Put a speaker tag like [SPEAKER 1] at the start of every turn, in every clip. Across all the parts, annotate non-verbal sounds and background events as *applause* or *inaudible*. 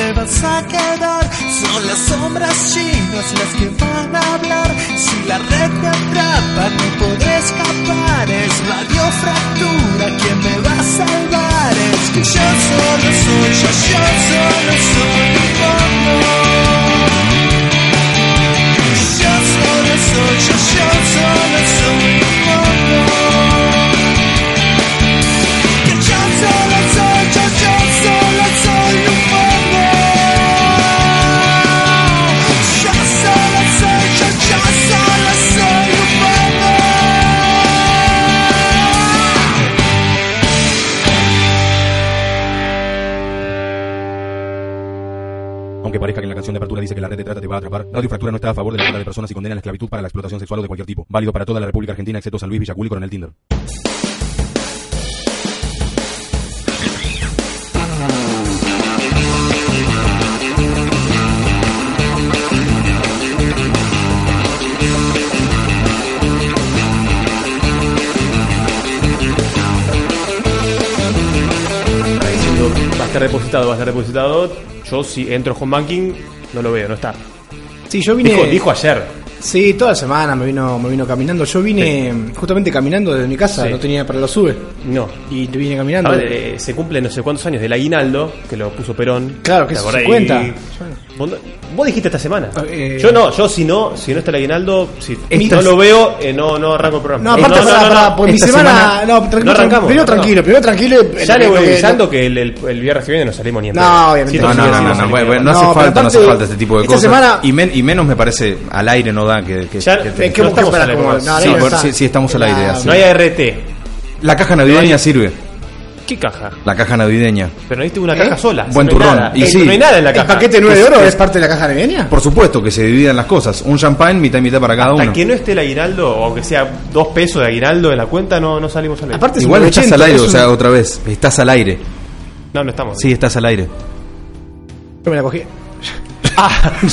[SPEAKER 1] a quedar. Son las sombras chinas las que van a hablar. Si la red me atrapa, no podré escapar. Es radio fractura quien me va a salvar. Es que yo solo soy, yo, yo solo soy tu fondo. Yo solo soy, yo, yo solo soy tu fondo. Que yo solo soy, yo, yo solo soy tu fondo. Yo solo soy, yo, yo solo soy tu fondo.
[SPEAKER 2] Aunque parezca que en la canción de apertura dice que la red de trata te va a atrapar, Radio Fractura no está a favor de la trata de personas y condena la esclavitud para la explotación sexual o de cualquier tipo. Válido para toda la República Argentina, excepto San Luis, Villacul y Coronel Tinder.
[SPEAKER 3] Está diciendo, va a estar depositado, va a estar depositado. Yo si entro con banking, no lo veo, no está.
[SPEAKER 4] Sí, yo vine.
[SPEAKER 3] Dijo, dijo ayer.
[SPEAKER 4] Sí, toda la semana me vino, me vino caminando. Yo vine justamente caminando desde mi casa,
[SPEAKER 3] Sí.
[SPEAKER 4] no tenía para la sube.
[SPEAKER 3] No.
[SPEAKER 4] Y vine caminando.
[SPEAKER 3] Ahora, eh, se cumple no sé cuántos años del aguinaldo, que lo puso Perón.
[SPEAKER 4] Claro, que
[SPEAKER 3] ¿Te
[SPEAKER 4] se
[SPEAKER 3] acordás?
[SPEAKER 4] cuenta.
[SPEAKER 3] Y- Vos, no- vos dijiste esta semana.
[SPEAKER 4] Eh,
[SPEAKER 3] yo no, yo si no, si no está el aguinaldo, si
[SPEAKER 4] Esta
[SPEAKER 3] no
[SPEAKER 4] se-
[SPEAKER 3] lo veo, eh, no, no arranco el programa.
[SPEAKER 4] no, aparte,
[SPEAKER 3] no,
[SPEAKER 4] pará, pará, porque mi
[SPEAKER 2] Esta
[SPEAKER 4] semana.
[SPEAKER 2] semana-
[SPEAKER 4] No, tranquilo,
[SPEAKER 3] No arrancamos,
[SPEAKER 4] primero
[SPEAKER 3] no, no.
[SPEAKER 4] tranquilo, primero tranquilo.
[SPEAKER 3] Ya le voy
[SPEAKER 4] Lo que-
[SPEAKER 3] avisando que el, el- el viernes que viene no salimos ni en
[SPEAKER 4] No,
[SPEAKER 3] pedo.
[SPEAKER 4] obviamente
[SPEAKER 3] Sí,
[SPEAKER 4] no.
[SPEAKER 5] No, no,
[SPEAKER 3] sí,
[SPEAKER 5] no,
[SPEAKER 3] sí,
[SPEAKER 5] no,
[SPEAKER 3] sí,
[SPEAKER 5] no,
[SPEAKER 3] sí,
[SPEAKER 5] bueno,
[SPEAKER 3] sí.
[SPEAKER 5] bueno, no hace
[SPEAKER 4] No, pero
[SPEAKER 5] falta, no hace
[SPEAKER 4] aparte,
[SPEAKER 5] falta este tipo de
[SPEAKER 4] esta
[SPEAKER 5] cosas.
[SPEAKER 4] semana-
[SPEAKER 5] Y, men- y menos me parece al aire no da que, que-
[SPEAKER 3] Ya-
[SPEAKER 5] que
[SPEAKER 4] Eh,
[SPEAKER 5] te-
[SPEAKER 4] ¿qué
[SPEAKER 3] No
[SPEAKER 4] buscas
[SPEAKER 3] estamos
[SPEAKER 4] para
[SPEAKER 3] al aire,
[SPEAKER 4] como-
[SPEAKER 3] vamos.
[SPEAKER 4] no,
[SPEAKER 5] Sí,
[SPEAKER 4] no
[SPEAKER 5] bueno,
[SPEAKER 4] está.
[SPEAKER 5] sí, sí, estamos al aire,
[SPEAKER 4] Ah,
[SPEAKER 5] así.
[SPEAKER 3] No hay ART.
[SPEAKER 5] la caja navideña sirve.
[SPEAKER 3] ¿Qué caja?
[SPEAKER 5] La caja navideña.
[SPEAKER 3] Pero no diste una
[SPEAKER 4] ¿Eh?
[SPEAKER 3] caja sola.
[SPEAKER 5] Buen
[SPEAKER 3] no hay
[SPEAKER 5] turrón.
[SPEAKER 3] nada.
[SPEAKER 5] Y
[SPEAKER 3] Eh,
[SPEAKER 5] sí.
[SPEAKER 3] No hay nada en la
[SPEAKER 4] ¿El
[SPEAKER 3] caja.
[SPEAKER 4] paquete 9
[SPEAKER 5] Que-
[SPEAKER 4] de oro
[SPEAKER 5] que-
[SPEAKER 4] es parte de la caja navideña?
[SPEAKER 5] Por supuesto que se dividan las cosas. Un champagne, mitad y mitad para cada
[SPEAKER 3] Hasta
[SPEAKER 5] uno.
[SPEAKER 3] que no esté el aguinaldo, o aunque sea dos pesos de aguinaldo en la cuenta, no, no salimos al aire.
[SPEAKER 4] Aparte- es
[SPEAKER 5] Igual
[SPEAKER 4] un
[SPEAKER 5] estás
[SPEAKER 4] 80,
[SPEAKER 5] al aire,
[SPEAKER 4] es
[SPEAKER 5] o sea,
[SPEAKER 4] un-
[SPEAKER 5] otra vez. Estás al aire.
[SPEAKER 3] no, no estamos.
[SPEAKER 5] Sí, estás al aire.
[SPEAKER 4] Yo me la cogí.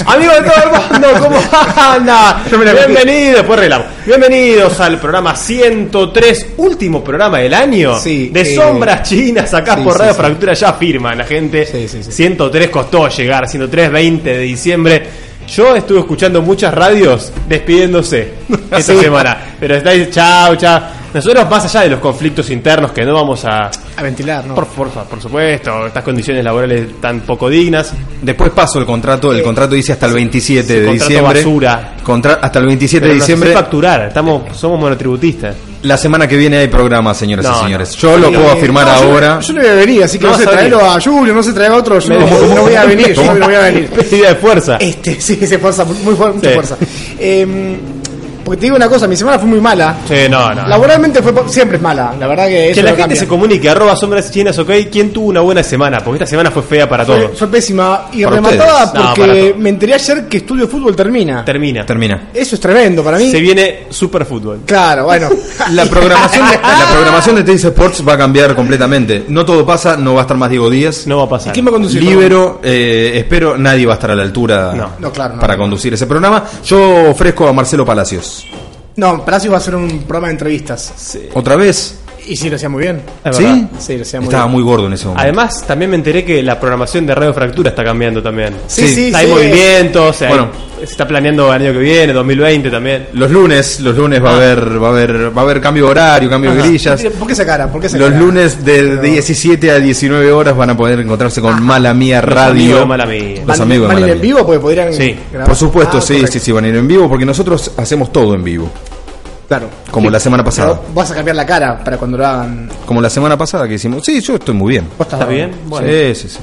[SPEAKER 3] Amigos de todo el mundo,
[SPEAKER 4] *laughs*
[SPEAKER 3] ¿cómo anda? Bienvenidos, después arreglamos. Bienvenidos al programa 103, último programa del año.
[SPEAKER 4] Sí,
[SPEAKER 3] de
[SPEAKER 4] eh,
[SPEAKER 3] sombras chinas, acá
[SPEAKER 4] sí,
[SPEAKER 3] por
[SPEAKER 4] sí,
[SPEAKER 3] Radio
[SPEAKER 4] sí.
[SPEAKER 3] Fractura ya firman la gente.
[SPEAKER 4] Sí, sí, sí.
[SPEAKER 3] 103 costó llegar, 103, 20 de diciembre. Yo estuve escuchando muchas radios
[SPEAKER 4] *laughs*
[SPEAKER 3] despidiéndose esta semana. Pero estáis, chao, chao. Nosotros, más allá de los conflictos internos que no vamos a.
[SPEAKER 4] A ventilar, ¿no?
[SPEAKER 3] Por, por, por supuesto, estas condiciones laborales tan poco dignas. Eh,
[SPEAKER 5] Después paso el contrato. El contrato dice hasta el 27 de
[SPEAKER 3] contrato
[SPEAKER 5] diciembre.
[SPEAKER 3] basura.
[SPEAKER 5] Contra- hasta el 27 de
[SPEAKER 3] Pero nos hace
[SPEAKER 5] diciembre.
[SPEAKER 3] facturar, estamos, somos monotributistas.
[SPEAKER 5] La semana que viene hay programa, señoras
[SPEAKER 3] No,
[SPEAKER 5] y
[SPEAKER 3] no.
[SPEAKER 5] señores. Yo lo
[SPEAKER 4] Eh,
[SPEAKER 5] puedo afirmar
[SPEAKER 4] no, yo-
[SPEAKER 5] ahora.
[SPEAKER 4] Yo, no voy a venir, así que
[SPEAKER 3] No
[SPEAKER 4] no, se
[SPEAKER 3] vas a venir.
[SPEAKER 4] traerlo a Julio, no se traiga a otro. Yo no, no voy a venir, yo no voy
[SPEAKER 5] *laughs*
[SPEAKER 3] *laughs*
[SPEAKER 4] a venir.
[SPEAKER 3] Medida de fuerza.
[SPEAKER 4] Este, sí, se fuerza, muy fuerte, mucha
[SPEAKER 3] Sí.
[SPEAKER 4] fuerza. Eh, porque te digo una cosa, mi semana fue muy mala.
[SPEAKER 3] Sí, no, no.
[SPEAKER 4] Laboralmente fue po- siempre es mala, la verdad que eso
[SPEAKER 3] que la
[SPEAKER 4] no
[SPEAKER 3] gente
[SPEAKER 4] cambia.
[SPEAKER 3] se comunique, arroba sombras chinas, ok. ¿Quién tuvo una buena semana? Porque esta semana fue fea para
[SPEAKER 4] fue,
[SPEAKER 3] todos.
[SPEAKER 4] fue pésima y
[SPEAKER 5] Para
[SPEAKER 3] ustedes.
[SPEAKER 4] rematada
[SPEAKER 3] No, para
[SPEAKER 4] porque
[SPEAKER 3] todos.
[SPEAKER 4] me enteré ayer que Estudio Fútbol termina.
[SPEAKER 3] Termina.
[SPEAKER 5] Termina.
[SPEAKER 4] Eso es tremendo para mí.
[SPEAKER 3] Se viene super fútbol.
[SPEAKER 4] Claro, bueno.
[SPEAKER 5] *laughs* La programación,
[SPEAKER 4] *laughs*
[SPEAKER 5] de, la programación de TNC Sports va a cambiar completamente. No todo pasa, no va a estar más Diego Díaz.
[SPEAKER 3] No va a pasar.
[SPEAKER 4] ¿Quién va a conducir?
[SPEAKER 5] Libero, eh, espero nadie va a estar a la altura
[SPEAKER 3] No.
[SPEAKER 4] No, claro, no.
[SPEAKER 5] para conducir ese programa. Yo ofrezco a Marcelo Palacios.
[SPEAKER 4] No, Palacio va a hacer un programa de entrevistas.
[SPEAKER 5] ¿Otra vez?
[SPEAKER 4] Y sí, lo hacía muy bien.
[SPEAKER 3] Es
[SPEAKER 5] ¿Sí?
[SPEAKER 3] verdad.
[SPEAKER 4] Sí, lo hacía Eh, muy
[SPEAKER 5] Estaba
[SPEAKER 4] bien.
[SPEAKER 5] muy gordo en ese momento.
[SPEAKER 3] Además, también me enteré que la programación de Radio Fractura está cambiando también.
[SPEAKER 5] Sí,
[SPEAKER 4] Sí, sí, sí.
[SPEAKER 3] hay movimientos, o sea,
[SPEAKER 5] Bueno.
[SPEAKER 3] hay- se está planeando el año que viene, 2020 también.
[SPEAKER 5] los lunes, los lunes
[SPEAKER 4] Ah.
[SPEAKER 5] va a haber, va a haber, va a haber cambio de horario, cambio de
[SPEAKER 4] *laughs*
[SPEAKER 5] grillas.
[SPEAKER 4] ¿Por qué esa cara? ¿Por qué esa
[SPEAKER 5] Los
[SPEAKER 4] cara?
[SPEAKER 5] lunes de 17 a 19 horas van a poder encontrarse
[SPEAKER 4] Ah.
[SPEAKER 5] con Mala Mía Radio.
[SPEAKER 3] amigos de Mala Mía.
[SPEAKER 5] Los amigos de
[SPEAKER 4] ¿Van a ir
[SPEAKER 5] Mala
[SPEAKER 4] en
[SPEAKER 5] Mía.
[SPEAKER 4] vivo? Porque podrían.
[SPEAKER 3] Sí,
[SPEAKER 4] grabar.
[SPEAKER 5] Por supuesto,
[SPEAKER 4] Ah,
[SPEAKER 5] sí,
[SPEAKER 4] correcto.
[SPEAKER 5] sí, sí, van a ir en vivo porque nosotros hacemos todo en vivo.
[SPEAKER 4] Claro.
[SPEAKER 5] Como la semana pasada.
[SPEAKER 4] Pero vas a cambiar la cara para cuando lo hagan.
[SPEAKER 5] Como la semana pasada que hicimos. Sí, yo estoy muy bien.
[SPEAKER 4] Vos
[SPEAKER 3] ¿Está bien? Bueno.
[SPEAKER 5] Sí, sí, sí.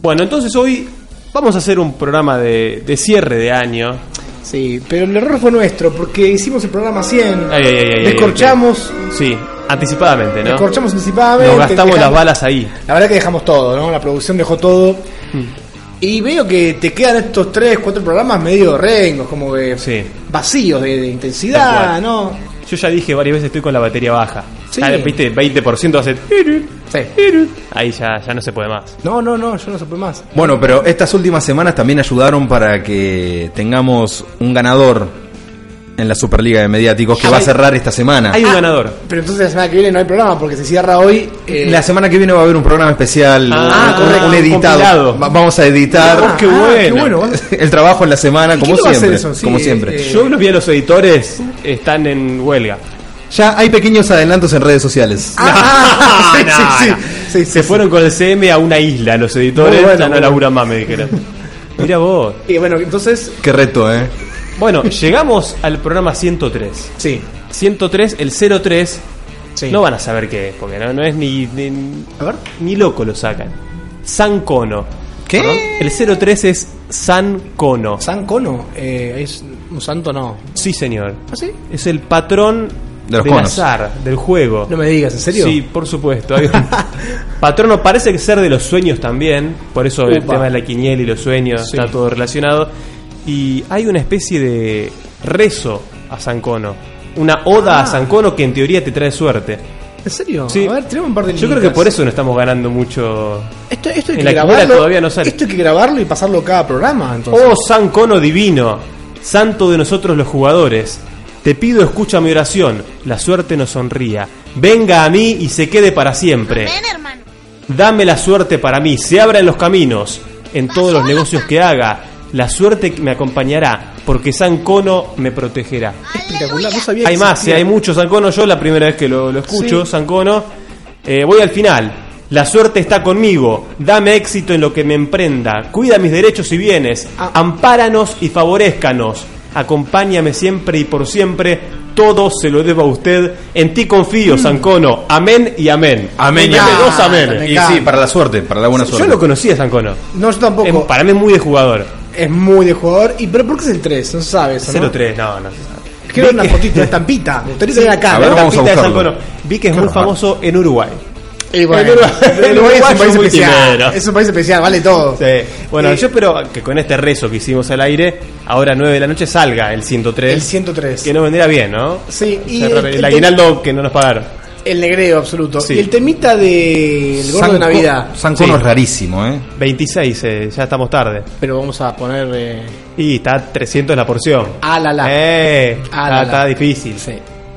[SPEAKER 3] Bueno, entonces hoy vamos a hacer un programa de, de cierre de año.
[SPEAKER 4] Sí, pero el error fue nuestro, porque hicimos el programa 100,
[SPEAKER 3] Ay, ay, ay, ay,
[SPEAKER 4] descorchamos,
[SPEAKER 3] Sí, anticipadamente, ¿no?
[SPEAKER 4] descorchamos anticipadamente.
[SPEAKER 3] Nos gastamos
[SPEAKER 4] dejamos-
[SPEAKER 3] las balas ahí.
[SPEAKER 4] La verdad que dejamos todo, ¿no? La producción dejó todo.
[SPEAKER 3] Mm.
[SPEAKER 4] Y veo que te quedan estos 3, 4 programas medio rengos, como que
[SPEAKER 3] Sí.
[SPEAKER 4] vacíos de, de
[SPEAKER 3] Tal
[SPEAKER 4] intensidad,
[SPEAKER 3] cual.
[SPEAKER 4] ¿no?
[SPEAKER 3] Yo ya dije varias veces estoy con la batería baja.
[SPEAKER 4] Sí.
[SPEAKER 3] Ya, viste, 20% hace.
[SPEAKER 4] Sí.
[SPEAKER 3] Ahí ya, ya no se puede más.
[SPEAKER 4] No, no, no, yo no supe más.
[SPEAKER 5] Bueno, pero estas últimas semanas también ayudaron para que tengamos un ganador en la Superliga de Mediáticos que
[SPEAKER 3] Ah,
[SPEAKER 5] va a
[SPEAKER 3] hay-
[SPEAKER 5] cerrar esta semana.
[SPEAKER 3] Hay un ganador.
[SPEAKER 4] Pero entonces la semana que viene no hay programa porque se cierra hoy. eh,
[SPEAKER 5] La semana que viene va a haber un programa especial,
[SPEAKER 3] Ah,
[SPEAKER 5] un- un,
[SPEAKER 3] correcto, un
[SPEAKER 5] editado.
[SPEAKER 3] compilado.
[SPEAKER 5] Va- vamos a editar
[SPEAKER 4] Ah,
[SPEAKER 5] *laughs*
[SPEAKER 4] qué
[SPEAKER 3] bueno. *laughs*
[SPEAKER 5] el trabajo en la semana,
[SPEAKER 4] ¿Y
[SPEAKER 5] como
[SPEAKER 4] quién lo va a hacer
[SPEAKER 5] siempre.
[SPEAKER 4] eso? Sí,
[SPEAKER 5] como
[SPEAKER 4] eh,
[SPEAKER 5] siempre.
[SPEAKER 4] eh,
[SPEAKER 3] Yo los vi a los editores, están en huelga.
[SPEAKER 5] Ya hay pequeños adelantos en redes sociales.
[SPEAKER 4] Ah, sí, sí,
[SPEAKER 3] no,
[SPEAKER 4] sí,
[SPEAKER 3] no.
[SPEAKER 4] sí, sí,
[SPEAKER 3] Se
[SPEAKER 4] sí.
[SPEAKER 3] fueron con el CM a una isla, los editores,
[SPEAKER 4] Muy bueno,
[SPEAKER 3] ya no
[SPEAKER 4] muy
[SPEAKER 3] laburan más, me dijeron. Mira vos.
[SPEAKER 4] Y bueno, entonces,
[SPEAKER 5] Qué reto, ¿eh?
[SPEAKER 3] Bueno, llegamos al programa 103.
[SPEAKER 4] sí.
[SPEAKER 3] 103, el 03,
[SPEAKER 4] sí.
[SPEAKER 3] no van a saber qué es, porque no, no es ni, ni,
[SPEAKER 4] A ver.
[SPEAKER 3] ni loco lo sacan. San Cono.
[SPEAKER 5] ¿Qué?
[SPEAKER 3] Perdón, El 03 es San Cono.
[SPEAKER 4] San Cono, eh, es un santo no.
[SPEAKER 3] Sí, señor.
[SPEAKER 4] ¿Ah, sí?
[SPEAKER 3] Es el patrón
[SPEAKER 5] De los
[SPEAKER 3] del
[SPEAKER 5] conos.
[SPEAKER 3] azar, del juego.
[SPEAKER 4] No me digas, ¿en serio?
[SPEAKER 3] Sí, por supuesto. Hay
[SPEAKER 4] *laughs*
[SPEAKER 3] un patrono parece que ser de los sueños también, por eso el
[SPEAKER 4] Upa.
[SPEAKER 3] tema de la quiniela y los sueños
[SPEAKER 4] Sí.
[SPEAKER 3] está todo relacionado. Y hay una especie de rezo a Sancono, una oda a
[SPEAKER 4] Ah.
[SPEAKER 3] Sancono que en teoría te trae suerte.
[SPEAKER 4] ¿En serio?
[SPEAKER 3] Sí.
[SPEAKER 4] A ver, tenemos un par de
[SPEAKER 3] Yo creo que
[SPEAKER 4] linitas.
[SPEAKER 3] por eso no estamos ganando mucho.
[SPEAKER 4] Esto, esto
[SPEAKER 3] en
[SPEAKER 4] hay que
[SPEAKER 3] la escuela
[SPEAKER 4] grabarlo.
[SPEAKER 3] todavía no sale.
[SPEAKER 4] Esto hay que grabarlo y pasarlo cada programa, entonces.
[SPEAKER 3] Oh Sancono divino, santo de nosotros los jugadores. Te pido escucha mi oración, la suerte nos sonría. Venga a mí y se quede para siempre.
[SPEAKER 6] Ven, hermano.
[SPEAKER 3] Dame la suerte para mí, se abran los caminos en todos los negocios que haga. La suerte me acompañará, porque San Cono me protegerá.
[SPEAKER 7] Oh,
[SPEAKER 4] Espectacular, no sabía
[SPEAKER 3] Hay
[SPEAKER 4] que
[SPEAKER 3] más, eh,
[SPEAKER 4] existía.
[SPEAKER 3] hay muchos San Cono, yo la primera vez que lo, lo escucho,
[SPEAKER 4] Sí.
[SPEAKER 3] San Cono. Eh, voy al final. La suerte está conmigo, dame éxito en lo que me emprenda, cuida mis derechos y bienes,
[SPEAKER 4] Ah.
[SPEAKER 3] ampáranos y favorezcanos, acompáñame siempre y por siempre, todo se lo debo a usted, en ti
[SPEAKER 4] Mm.
[SPEAKER 3] confío, San Cono, amén y amén.
[SPEAKER 5] Amén y
[SPEAKER 3] Dame
[SPEAKER 5] amén.
[SPEAKER 3] dos amén.
[SPEAKER 4] Me
[SPEAKER 5] Y
[SPEAKER 4] encanta.
[SPEAKER 5] sí, para la suerte, para la buena
[SPEAKER 3] Yo
[SPEAKER 5] suerte.
[SPEAKER 3] lo conocía Sancono.
[SPEAKER 4] No, yo tampoco.
[SPEAKER 3] Es- para mí es muy de jugador.
[SPEAKER 4] Es muy de jugador. ¿Y pero por qué es el 3? No se sabe eso, ¿no?
[SPEAKER 3] 0-3, no, no.
[SPEAKER 4] Quiero ver
[SPEAKER 3] Vi
[SPEAKER 4] una
[SPEAKER 3] que-
[SPEAKER 4] fotito, una estampita.
[SPEAKER 3] *laughs*
[SPEAKER 4] Me gustaría tener acá.
[SPEAKER 5] A ver,
[SPEAKER 4] ¿no?
[SPEAKER 5] vamos a
[SPEAKER 3] Tapita de
[SPEAKER 5] buscarlo.
[SPEAKER 3] San Cono. Vi que es muy
[SPEAKER 5] Claro.
[SPEAKER 3] famoso en Uruguay.
[SPEAKER 4] Y bueno,
[SPEAKER 3] El Uruguay-
[SPEAKER 4] *laughs* el Uruguay es un país
[SPEAKER 3] Uruguayo
[SPEAKER 4] especial.
[SPEAKER 3] multimero.
[SPEAKER 4] Es un país especial, vale todo.
[SPEAKER 3] Bueno,
[SPEAKER 4] Eh,
[SPEAKER 3] yo espero que con este rezo que hicimos al aire, ahora 9 de la noche salga el 103.
[SPEAKER 4] El 103.
[SPEAKER 3] Que nos vendría bien, ¿no?
[SPEAKER 4] Sí, y
[SPEAKER 3] Cerrar
[SPEAKER 4] el-
[SPEAKER 3] el,
[SPEAKER 4] el-
[SPEAKER 3] aguinaldo que no nos pagaron.
[SPEAKER 4] El negreo absoluto.
[SPEAKER 3] Sí.
[SPEAKER 4] Y el temita del gordo de
[SPEAKER 5] Sanco-
[SPEAKER 4] Navidad.
[SPEAKER 5] Sancono
[SPEAKER 3] Sí.
[SPEAKER 5] es rarísimo, ¿eh?
[SPEAKER 3] 26, eh, ya estamos tarde.
[SPEAKER 4] Pero vamos a poner. eh,
[SPEAKER 3] Y está 300 la porción.
[SPEAKER 4] Ah, la, la.
[SPEAKER 3] Eh, está,
[SPEAKER 4] Ah, la, la.
[SPEAKER 3] está difícil.
[SPEAKER 4] Sí.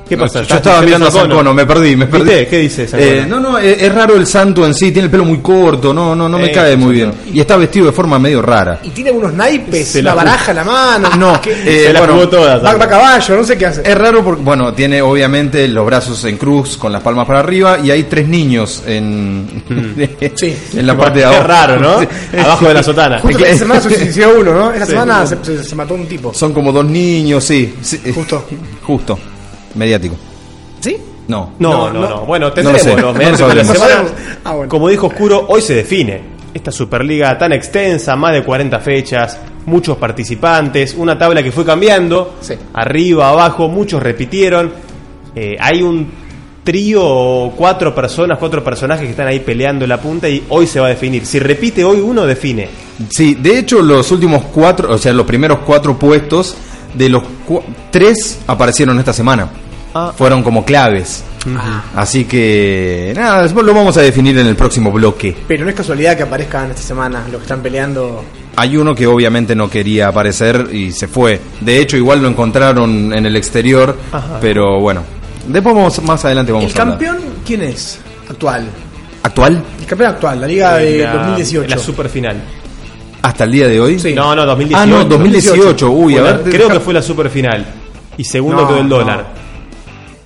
[SPEAKER 3] ¿Qué pasa?
[SPEAKER 5] No, yo estaba mirando a Sancono, me perdí, me perdí.
[SPEAKER 3] ¿Viste? ¿Qué dice Sancono?
[SPEAKER 5] Eh, no, no, es, es raro el santo en sí, tiene el pelo muy corto, no, no, no me
[SPEAKER 3] Eh,
[SPEAKER 5] cae muy bien.
[SPEAKER 3] exacto.
[SPEAKER 5] Y está vestido de forma medio rara.
[SPEAKER 4] Y tiene algunos naipes,
[SPEAKER 3] Se la
[SPEAKER 4] una
[SPEAKER 3] ju-
[SPEAKER 4] baraja en la mano.
[SPEAKER 5] No,
[SPEAKER 4] que-
[SPEAKER 5] eh,
[SPEAKER 3] Ah, Se la
[SPEAKER 5] bueno,
[SPEAKER 3] jugó toda.
[SPEAKER 4] va,
[SPEAKER 3] Sancono.
[SPEAKER 4] va a caballo, no sé qué hace.
[SPEAKER 3] *laughs*
[SPEAKER 5] Es raro porque, bueno, tiene obviamente los brazos en cruz con las palmas para arriba y hay tres niños en,
[SPEAKER 3] Mm.
[SPEAKER 4] Sí.
[SPEAKER 5] *laughs* en la parte de
[SPEAKER 3] Qué
[SPEAKER 5] abajo.
[SPEAKER 3] raro,
[SPEAKER 5] *laughs*
[SPEAKER 3] ¿no?
[SPEAKER 5] Sí.
[SPEAKER 3] Abajo de la sotana.
[SPEAKER 4] Justo
[SPEAKER 5] que-
[SPEAKER 4] esta semana se suicidó uno, ¿no? Esta
[SPEAKER 3] Sí.
[SPEAKER 4] semana se, se- se mató un tipo.
[SPEAKER 5] Son como dos niños, sí. sí.
[SPEAKER 4] Justo.
[SPEAKER 5] Justo. Mediático.
[SPEAKER 4] ¿Sí?
[SPEAKER 5] No.
[SPEAKER 3] No, no,
[SPEAKER 4] No,
[SPEAKER 3] no,
[SPEAKER 4] no.
[SPEAKER 3] Bueno,
[SPEAKER 5] No lo
[SPEAKER 3] tendremos
[SPEAKER 5] sé,
[SPEAKER 3] los
[SPEAKER 5] no lo
[SPEAKER 3] medios de la
[SPEAKER 5] sabremos.
[SPEAKER 3] semana.
[SPEAKER 4] No sabemos. Ah, bueno.
[SPEAKER 3] Como dijo Oscuro, hoy se define. Esta Superliga tan extensa, más de 40 fechas, muchos participantes, una tabla que fue cambiando,
[SPEAKER 4] Sí.
[SPEAKER 3] arriba, abajo, muchos repitieron. Eh, hay un trío, o cuatro personas, cuatro personajes que están ahí peleando en la punta y hoy se va a definir. Si repite hoy uno, define.
[SPEAKER 5] Sí, de hecho los últimos cuatro, o sea, los primeros cuatro puestos, de los cua- tres aparecieron esta semana.
[SPEAKER 3] Ah.
[SPEAKER 5] Fueron como claves.
[SPEAKER 4] Ah.
[SPEAKER 5] Así que, nada, después lo vamos a definir en el próximo bloque.
[SPEAKER 4] Pero no es casualidad que aparezcan esta semana los que están peleando.
[SPEAKER 5] Hay uno que obviamente no quería aparecer y se fue. De hecho, igual lo encontraron en el exterior,
[SPEAKER 3] Ajá.
[SPEAKER 5] pero bueno. Después vamos, más adelante vamos
[SPEAKER 4] ¿El
[SPEAKER 5] a hablar.
[SPEAKER 4] campeón quién es? Actual.
[SPEAKER 5] actual
[SPEAKER 4] El campeón actual, la liga Ah, de
[SPEAKER 3] La-
[SPEAKER 4] 2018.
[SPEAKER 3] La superfinal.
[SPEAKER 5] hasta el día de hoy.
[SPEAKER 4] Sí.
[SPEAKER 3] No, no, 2018.
[SPEAKER 5] Ah, no, 2018. Uy, a
[SPEAKER 3] Bueno,
[SPEAKER 5] ver.
[SPEAKER 3] creo que fue la superfinal. Y segundo
[SPEAKER 4] No,
[SPEAKER 3] quedó el
[SPEAKER 4] no.
[SPEAKER 3] dólar.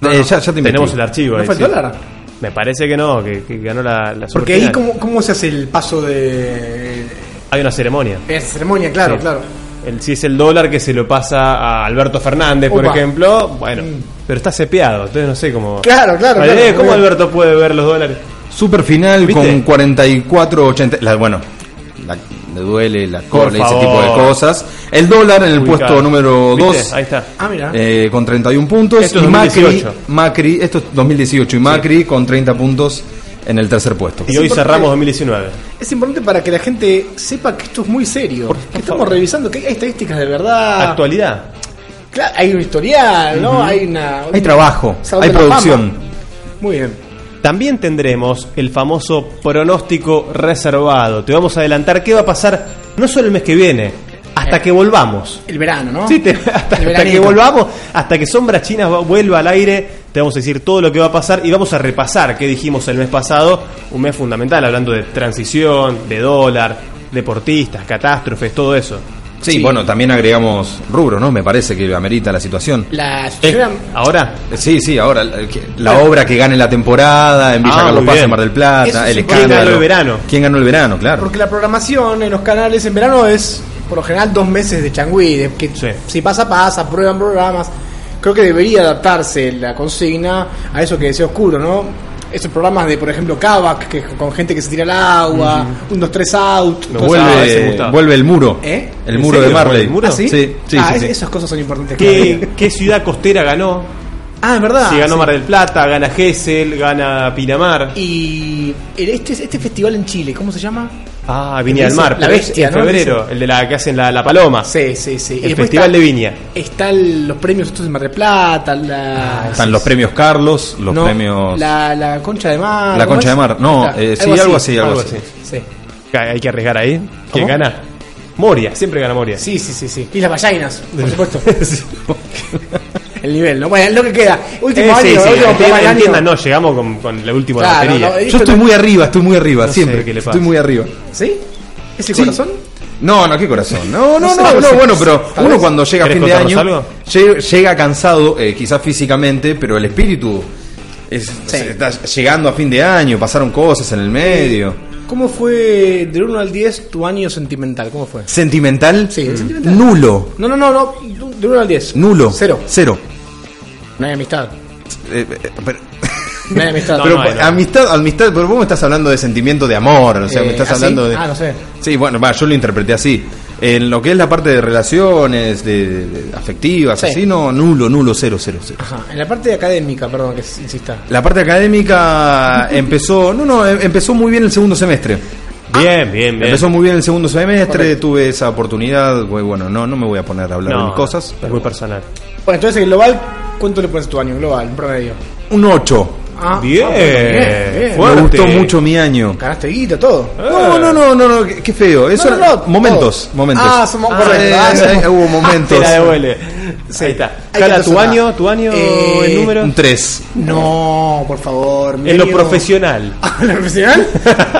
[SPEAKER 5] Eh, ya, ya te
[SPEAKER 3] Tenemos el
[SPEAKER 5] investigo.
[SPEAKER 3] archivo.
[SPEAKER 4] ¿No
[SPEAKER 3] ahí,
[SPEAKER 4] fue el
[SPEAKER 3] sí.
[SPEAKER 4] dólar?
[SPEAKER 3] Me parece que no, que, que ganó la, la
[SPEAKER 4] Porque ahí,
[SPEAKER 3] superfinal.
[SPEAKER 4] ¿cómo, ¿cómo se hace el paso de.
[SPEAKER 3] Hay una ceremonia.
[SPEAKER 4] Esa ceremonia, claro,
[SPEAKER 3] Sí.
[SPEAKER 4] claro.
[SPEAKER 3] El, si es el dólar que se lo pasa a Alberto Fernández, por
[SPEAKER 4] Upa.
[SPEAKER 3] ejemplo, bueno, pero está cepeado, entonces no sé cómo.
[SPEAKER 4] Claro, claro,
[SPEAKER 3] Vale,
[SPEAKER 4] claro,
[SPEAKER 3] ¿Cómo
[SPEAKER 4] muy bien.
[SPEAKER 3] Alberto puede ver los dólares?
[SPEAKER 5] Superfinal
[SPEAKER 3] ¿Viste?
[SPEAKER 5] con 44.80. la- Bueno, la- le duele la
[SPEAKER 3] Por
[SPEAKER 5] cola y ese
[SPEAKER 3] favor.
[SPEAKER 5] tipo de cosas. El dólar en el
[SPEAKER 3] Ubicado.
[SPEAKER 5] puesto número
[SPEAKER 3] ¿Viste?
[SPEAKER 5] 2.
[SPEAKER 3] Ahí está.
[SPEAKER 4] Ah, mira.
[SPEAKER 5] eh, con 31 puntos
[SPEAKER 3] Esto
[SPEAKER 5] y
[SPEAKER 3] es
[SPEAKER 5] Macri,
[SPEAKER 3] 2018.
[SPEAKER 5] Macri, esto es 2018 y Macri con 30 puntos en el tercer puesto.
[SPEAKER 3] Y hoy
[SPEAKER 4] importante.
[SPEAKER 3] cerramos 2019.
[SPEAKER 4] Es importante para que la gente sepa que esto es muy serio. que estamos revisando que hay estadísticas de verdad.
[SPEAKER 3] Actualidad.
[SPEAKER 4] Claro, hay un historial, ¿no? Hay una.
[SPEAKER 5] Hay trabajo,
[SPEAKER 4] Salón
[SPEAKER 5] hay
[SPEAKER 4] de la
[SPEAKER 5] producción.
[SPEAKER 4] Fama. Muy bien.
[SPEAKER 3] También tendremos el famoso pronóstico reservado. Te vamos a adelantar qué va a pasar no solo el mes que viene,
[SPEAKER 4] Eh.
[SPEAKER 3] hasta que volvamos.
[SPEAKER 4] El verano, ¿no?
[SPEAKER 3] Sí, te- *laughs* hasta,
[SPEAKER 4] El
[SPEAKER 3] hasta que
[SPEAKER 4] veranito.
[SPEAKER 3] volvamos, hasta que Sombras Chinas va- vuelva al aire, te vamos a decir todo lo que va a pasar y vamos a repasar qué dijimos el mes pasado, un mes fundamental, hablando de transición, de dólar, deportistas, catástrofes, todo eso.
[SPEAKER 5] Sí, bueno, también agregamos rubro, ¿no? Me parece que amerita la situación.
[SPEAKER 4] La
[SPEAKER 3] Eh.
[SPEAKER 4] situación
[SPEAKER 3] Ahora,
[SPEAKER 5] Sí, sí, ahora la, que- la obra que gane la temporada en Villa
[SPEAKER 3] Ah,
[SPEAKER 5] Carlos
[SPEAKER 3] muy
[SPEAKER 5] Paz,
[SPEAKER 3] bien.
[SPEAKER 5] en Mar del
[SPEAKER 4] Eso
[SPEAKER 5] Plata,
[SPEAKER 4] es
[SPEAKER 5] el
[SPEAKER 4] importante.
[SPEAKER 5] escándalo.
[SPEAKER 3] ¿Quién ganó el verano?
[SPEAKER 5] ¿Quién ganó el verano? Claro.
[SPEAKER 4] Porque la programación en los canales en verano es, por lo general, dos meses de changüí. de que
[SPEAKER 3] Sí.
[SPEAKER 4] Si pasa, pasa, prueban programas. Creo que debería adaptarse la consigna a eso que decía Oscuro, ¿no? Esos programas de, por ejemplo, Kavak, que con gente que se tira al agua, un 2, 3 out.
[SPEAKER 3] Me
[SPEAKER 4] todo
[SPEAKER 3] vuelve-
[SPEAKER 4] eso.
[SPEAKER 3] Ah, ese me
[SPEAKER 5] vuelve,
[SPEAKER 3] gustaba.
[SPEAKER 5] vuelve el muro.
[SPEAKER 4] ¿Eh?
[SPEAKER 5] El
[SPEAKER 3] ¿En
[SPEAKER 5] muro de
[SPEAKER 3] serio?
[SPEAKER 5] Marley.
[SPEAKER 3] ¿El muro?
[SPEAKER 4] ¿Ah, sí?
[SPEAKER 5] Sí, sí,
[SPEAKER 4] Ah,
[SPEAKER 5] sí,
[SPEAKER 4] es-
[SPEAKER 5] sí.
[SPEAKER 4] Esas cosas son importantes.
[SPEAKER 3] ¿qué,
[SPEAKER 4] claro.
[SPEAKER 3] qué ciudad costera ganó?
[SPEAKER 4] Ah, es verdad.
[SPEAKER 3] si ganó
[SPEAKER 4] sí.
[SPEAKER 3] Mar del Plata, gana Gessel, gana Pinamar.
[SPEAKER 4] Y el- este, este festival en Chile, ¿cómo se llama?
[SPEAKER 3] ah, Viña del
[SPEAKER 4] Dice
[SPEAKER 3] Mar,
[SPEAKER 4] la
[SPEAKER 3] pero es
[SPEAKER 4] bestia,
[SPEAKER 3] en
[SPEAKER 4] ¿no?
[SPEAKER 3] febrero,
[SPEAKER 4] Dice-
[SPEAKER 3] el de la que hacen la, la paloma.
[SPEAKER 4] Sí, sí, sí. Y
[SPEAKER 3] El
[SPEAKER 4] después
[SPEAKER 3] Festival de
[SPEAKER 4] está-
[SPEAKER 3] Viña.
[SPEAKER 4] Están los premios estos de Mar del Plata, la... Ah,
[SPEAKER 5] Están los premios Carlos, los
[SPEAKER 4] No,
[SPEAKER 5] premios.
[SPEAKER 4] La, la concha de mar.
[SPEAKER 5] La
[SPEAKER 4] ¿cómo
[SPEAKER 5] concha
[SPEAKER 4] es?
[SPEAKER 5] de mar, no,
[SPEAKER 4] Ah,
[SPEAKER 5] eh, sí, algo así, algo
[SPEAKER 3] así.
[SPEAKER 4] Sí.
[SPEAKER 3] Hay que arriesgar ahí. ¿Quién
[SPEAKER 4] ¿Cómo?
[SPEAKER 3] gana? Moria, siempre gana Moria.
[SPEAKER 4] sí, sí, sí, sí. Y las vallainas, por supuesto.
[SPEAKER 5] *laughs*
[SPEAKER 4] El nivel, ¿no? Bueno, es lo que queda. Último
[SPEAKER 3] Eh,
[SPEAKER 4] año,
[SPEAKER 3] sí, sí,
[SPEAKER 4] último
[SPEAKER 3] entiendan-
[SPEAKER 4] programa del año.
[SPEAKER 3] entiendan, no, llegamos con, con la última
[SPEAKER 4] Claro,
[SPEAKER 3] batería.
[SPEAKER 4] no, eh, no,
[SPEAKER 5] Yo estoy muy arriba, estoy muy arriba,
[SPEAKER 3] No sé
[SPEAKER 5] siempre.
[SPEAKER 3] qué le pasa.
[SPEAKER 5] Estoy muy arriba.
[SPEAKER 4] ¿Sí? ¿Es el
[SPEAKER 5] Sí.
[SPEAKER 4] corazón?
[SPEAKER 5] No, no, qué corazón. No, no,
[SPEAKER 4] No sé,
[SPEAKER 5] no, no,
[SPEAKER 4] no sé.
[SPEAKER 5] bueno, pero
[SPEAKER 4] Tal
[SPEAKER 5] uno
[SPEAKER 4] vez.
[SPEAKER 5] cuando llega a
[SPEAKER 3] ¿Querés
[SPEAKER 5] fin de
[SPEAKER 3] contarnos
[SPEAKER 5] año
[SPEAKER 3] algo?
[SPEAKER 5] lle- llega cansado, eh, quizás físicamente, pero el espíritu es, se- está llegando a fin de año, pasaron cosas en el medio.
[SPEAKER 4] ¿Cómo fue del 1 al 10 tu año sentimental? ¿Cómo fue?
[SPEAKER 5] ¿Sentimental?
[SPEAKER 4] Sí,
[SPEAKER 5] Mm.
[SPEAKER 4] sentimental.
[SPEAKER 5] Nulo,
[SPEAKER 4] No, no, no, no. Del 1 al 10.
[SPEAKER 5] nulo.
[SPEAKER 4] Cero.
[SPEAKER 5] Cero.
[SPEAKER 4] No hay amistad.
[SPEAKER 5] Eh, eh, pero
[SPEAKER 4] No hay amistad.
[SPEAKER 3] No,
[SPEAKER 5] *laughs* pero
[SPEAKER 3] no hay, no.
[SPEAKER 5] amistad, amistad, pero vos me estás hablando de sentimiento de amor, o sea,
[SPEAKER 4] Eh,
[SPEAKER 5] me estás
[SPEAKER 4] ¿ah, sí?
[SPEAKER 5] hablando de...
[SPEAKER 4] Ah, no sé.
[SPEAKER 5] Sí, bueno, va, yo lo interpreté así. En lo que es la parte de relaciones, de, de afectivas,
[SPEAKER 4] Sí.
[SPEAKER 5] así, no, nulo, nulo, cero, cero, cero.
[SPEAKER 4] Ajá. En la parte académica, perdón, que insista.
[SPEAKER 5] La parte académica empezó, no, no, em- empezó muy bien el segundo semestre.
[SPEAKER 4] ah.
[SPEAKER 3] Bien, bien, bien.
[SPEAKER 5] Empezó muy bien el segundo semestre, tuve esa oportunidad, güey, bueno, no, no me voy a poner a hablar de mis cosas.
[SPEAKER 3] Es muy personal.
[SPEAKER 4] Bueno, entonces el global, ¿cuánto le pones a tu año global, en promedio?
[SPEAKER 5] Un 8.
[SPEAKER 4] Ah,
[SPEAKER 3] Bien.
[SPEAKER 4] ah, bueno, bien, bien.
[SPEAKER 5] Me
[SPEAKER 3] Fuerte.
[SPEAKER 5] gustó mucho mi año.
[SPEAKER 4] Ganaste guita, todo.
[SPEAKER 5] No, no, no, no, no, qué- qué feo. Eso
[SPEAKER 4] No, no,
[SPEAKER 5] era-
[SPEAKER 4] no,
[SPEAKER 5] momentos,
[SPEAKER 4] todo.
[SPEAKER 5] momentos.
[SPEAKER 4] Ah, somos- correcto.
[SPEAKER 5] eh,
[SPEAKER 4] Ah,
[SPEAKER 5] eh,
[SPEAKER 4] somos-
[SPEAKER 5] hubo momentos.
[SPEAKER 3] Te la devuelve. Ahí está.
[SPEAKER 4] que
[SPEAKER 3] Cala, tu
[SPEAKER 4] personal.
[SPEAKER 3] año, tu año,
[SPEAKER 4] Eh,
[SPEAKER 3] el número.
[SPEAKER 5] un 3.
[SPEAKER 4] No, por favor.
[SPEAKER 3] En lo
[SPEAKER 4] medio-
[SPEAKER 3] profesional.
[SPEAKER 4] Ah, *laughs* ¿En lo profesional?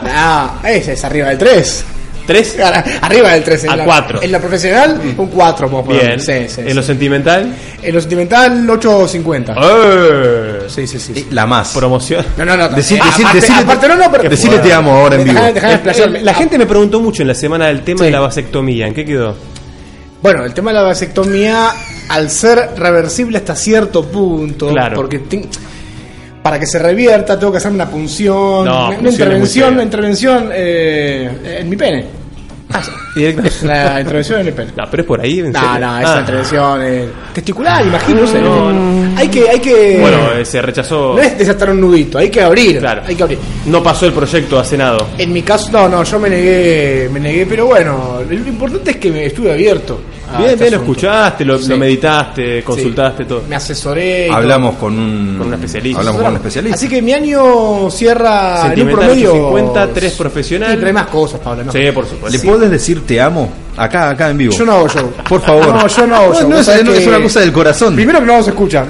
[SPEAKER 4] no, ese es arriba del 3.
[SPEAKER 3] ¿Tres?
[SPEAKER 4] *laughs* Arriba del 3.
[SPEAKER 3] A
[SPEAKER 4] en la-
[SPEAKER 3] cuatro.
[SPEAKER 4] En lo profesional, un 4. Vos,
[SPEAKER 3] Bien.
[SPEAKER 4] Sí, sí,
[SPEAKER 3] En
[SPEAKER 4] sí. Ah.
[SPEAKER 3] lo sentimental.
[SPEAKER 4] En lo sentimental, 8.50.
[SPEAKER 3] ¡Eh!
[SPEAKER 4] Sí, sí, sí. sí.
[SPEAKER 5] La más.
[SPEAKER 3] Promoción.
[SPEAKER 4] No, no, no.
[SPEAKER 5] Decí-
[SPEAKER 4] Ah,
[SPEAKER 5] decí-
[SPEAKER 4] aparte-
[SPEAKER 5] decile-
[SPEAKER 4] aparte no, no, pero-
[SPEAKER 5] decile te amo ahora en vivo.
[SPEAKER 4] Dejá-
[SPEAKER 3] *laughs*
[SPEAKER 4] dejá de explayarme.
[SPEAKER 3] La gente me preguntó mucho en la semana del tema
[SPEAKER 4] Sí.
[SPEAKER 3] de la vasectomía. ¿En qué quedó?
[SPEAKER 4] Bueno, el tema de la vasectomía, al ser reversible hasta cierto punto,
[SPEAKER 3] Claro.
[SPEAKER 4] porque te- para que se revierta tengo que hacer una punción,
[SPEAKER 3] No,
[SPEAKER 4] una, una
[SPEAKER 3] punción es
[SPEAKER 4] intervención,
[SPEAKER 3] muy
[SPEAKER 4] una
[SPEAKER 3] fea.
[SPEAKER 4] intervención eh, en mi pene.
[SPEAKER 3] Directamente.
[SPEAKER 4] Una intervención en el pene.
[SPEAKER 3] *laughs* No, pero es por ahí. ¿en
[SPEAKER 4] No,
[SPEAKER 3] serio?
[SPEAKER 4] no, es una
[SPEAKER 3] Ah.
[SPEAKER 4] intervención eh, testicular, imagino. no sé.
[SPEAKER 3] No,
[SPEAKER 4] Hay que, hay que.
[SPEAKER 3] Bueno, eh, se rechazó.
[SPEAKER 4] no es desatar un nudito, hay que abrir.
[SPEAKER 3] Claro.
[SPEAKER 4] Hay que abrir.
[SPEAKER 3] No pasó el proyecto a Senado.
[SPEAKER 4] En mi caso, no, no, yo me negué, me negué, pero bueno, lo importante es que me estuve abierto. a
[SPEAKER 3] bien,
[SPEAKER 4] este
[SPEAKER 3] bien, lo
[SPEAKER 4] asunto.
[SPEAKER 3] escuchaste, lo,
[SPEAKER 4] Sí.
[SPEAKER 3] lo meditaste,
[SPEAKER 4] Sí.
[SPEAKER 3] consultaste todo.
[SPEAKER 4] Me asesoré. y todo.
[SPEAKER 5] Hablamos con un,
[SPEAKER 3] Con un especialista.
[SPEAKER 5] Hablamos con un especialista.
[SPEAKER 4] Así que mi año cierra en un
[SPEAKER 3] Sentimental,
[SPEAKER 4] promedio.
[SPEAKER 3] 850, tres profesional.
[SPEAKER 4] Sí, pero hay más cosas, Pablo. No.
[SPEAKER 3] Sí, por
[SPEAKER 5] ¿Le
[SPEAKER 3] supuesto.
[SPEAKER 5] puedes decir te amo? Acá, acá en vivo.
[SPEAKER 4] Yo no hago show.
[SPEAKER 5] Por favor.
[SPEAKER 4] No, yo no hago show.
[SPEAKER 5] No,
[SPEAKER 4] Vos
[SPEAKER 5] es,
[SPEAKER 4] sabés
[SPEAKER 5] no, es
[SPEAKER 4] que-
[SPEAKER 5] una cosa del corazón. *laughs*
[SPEAKER 4] Primero que no nos escuchan.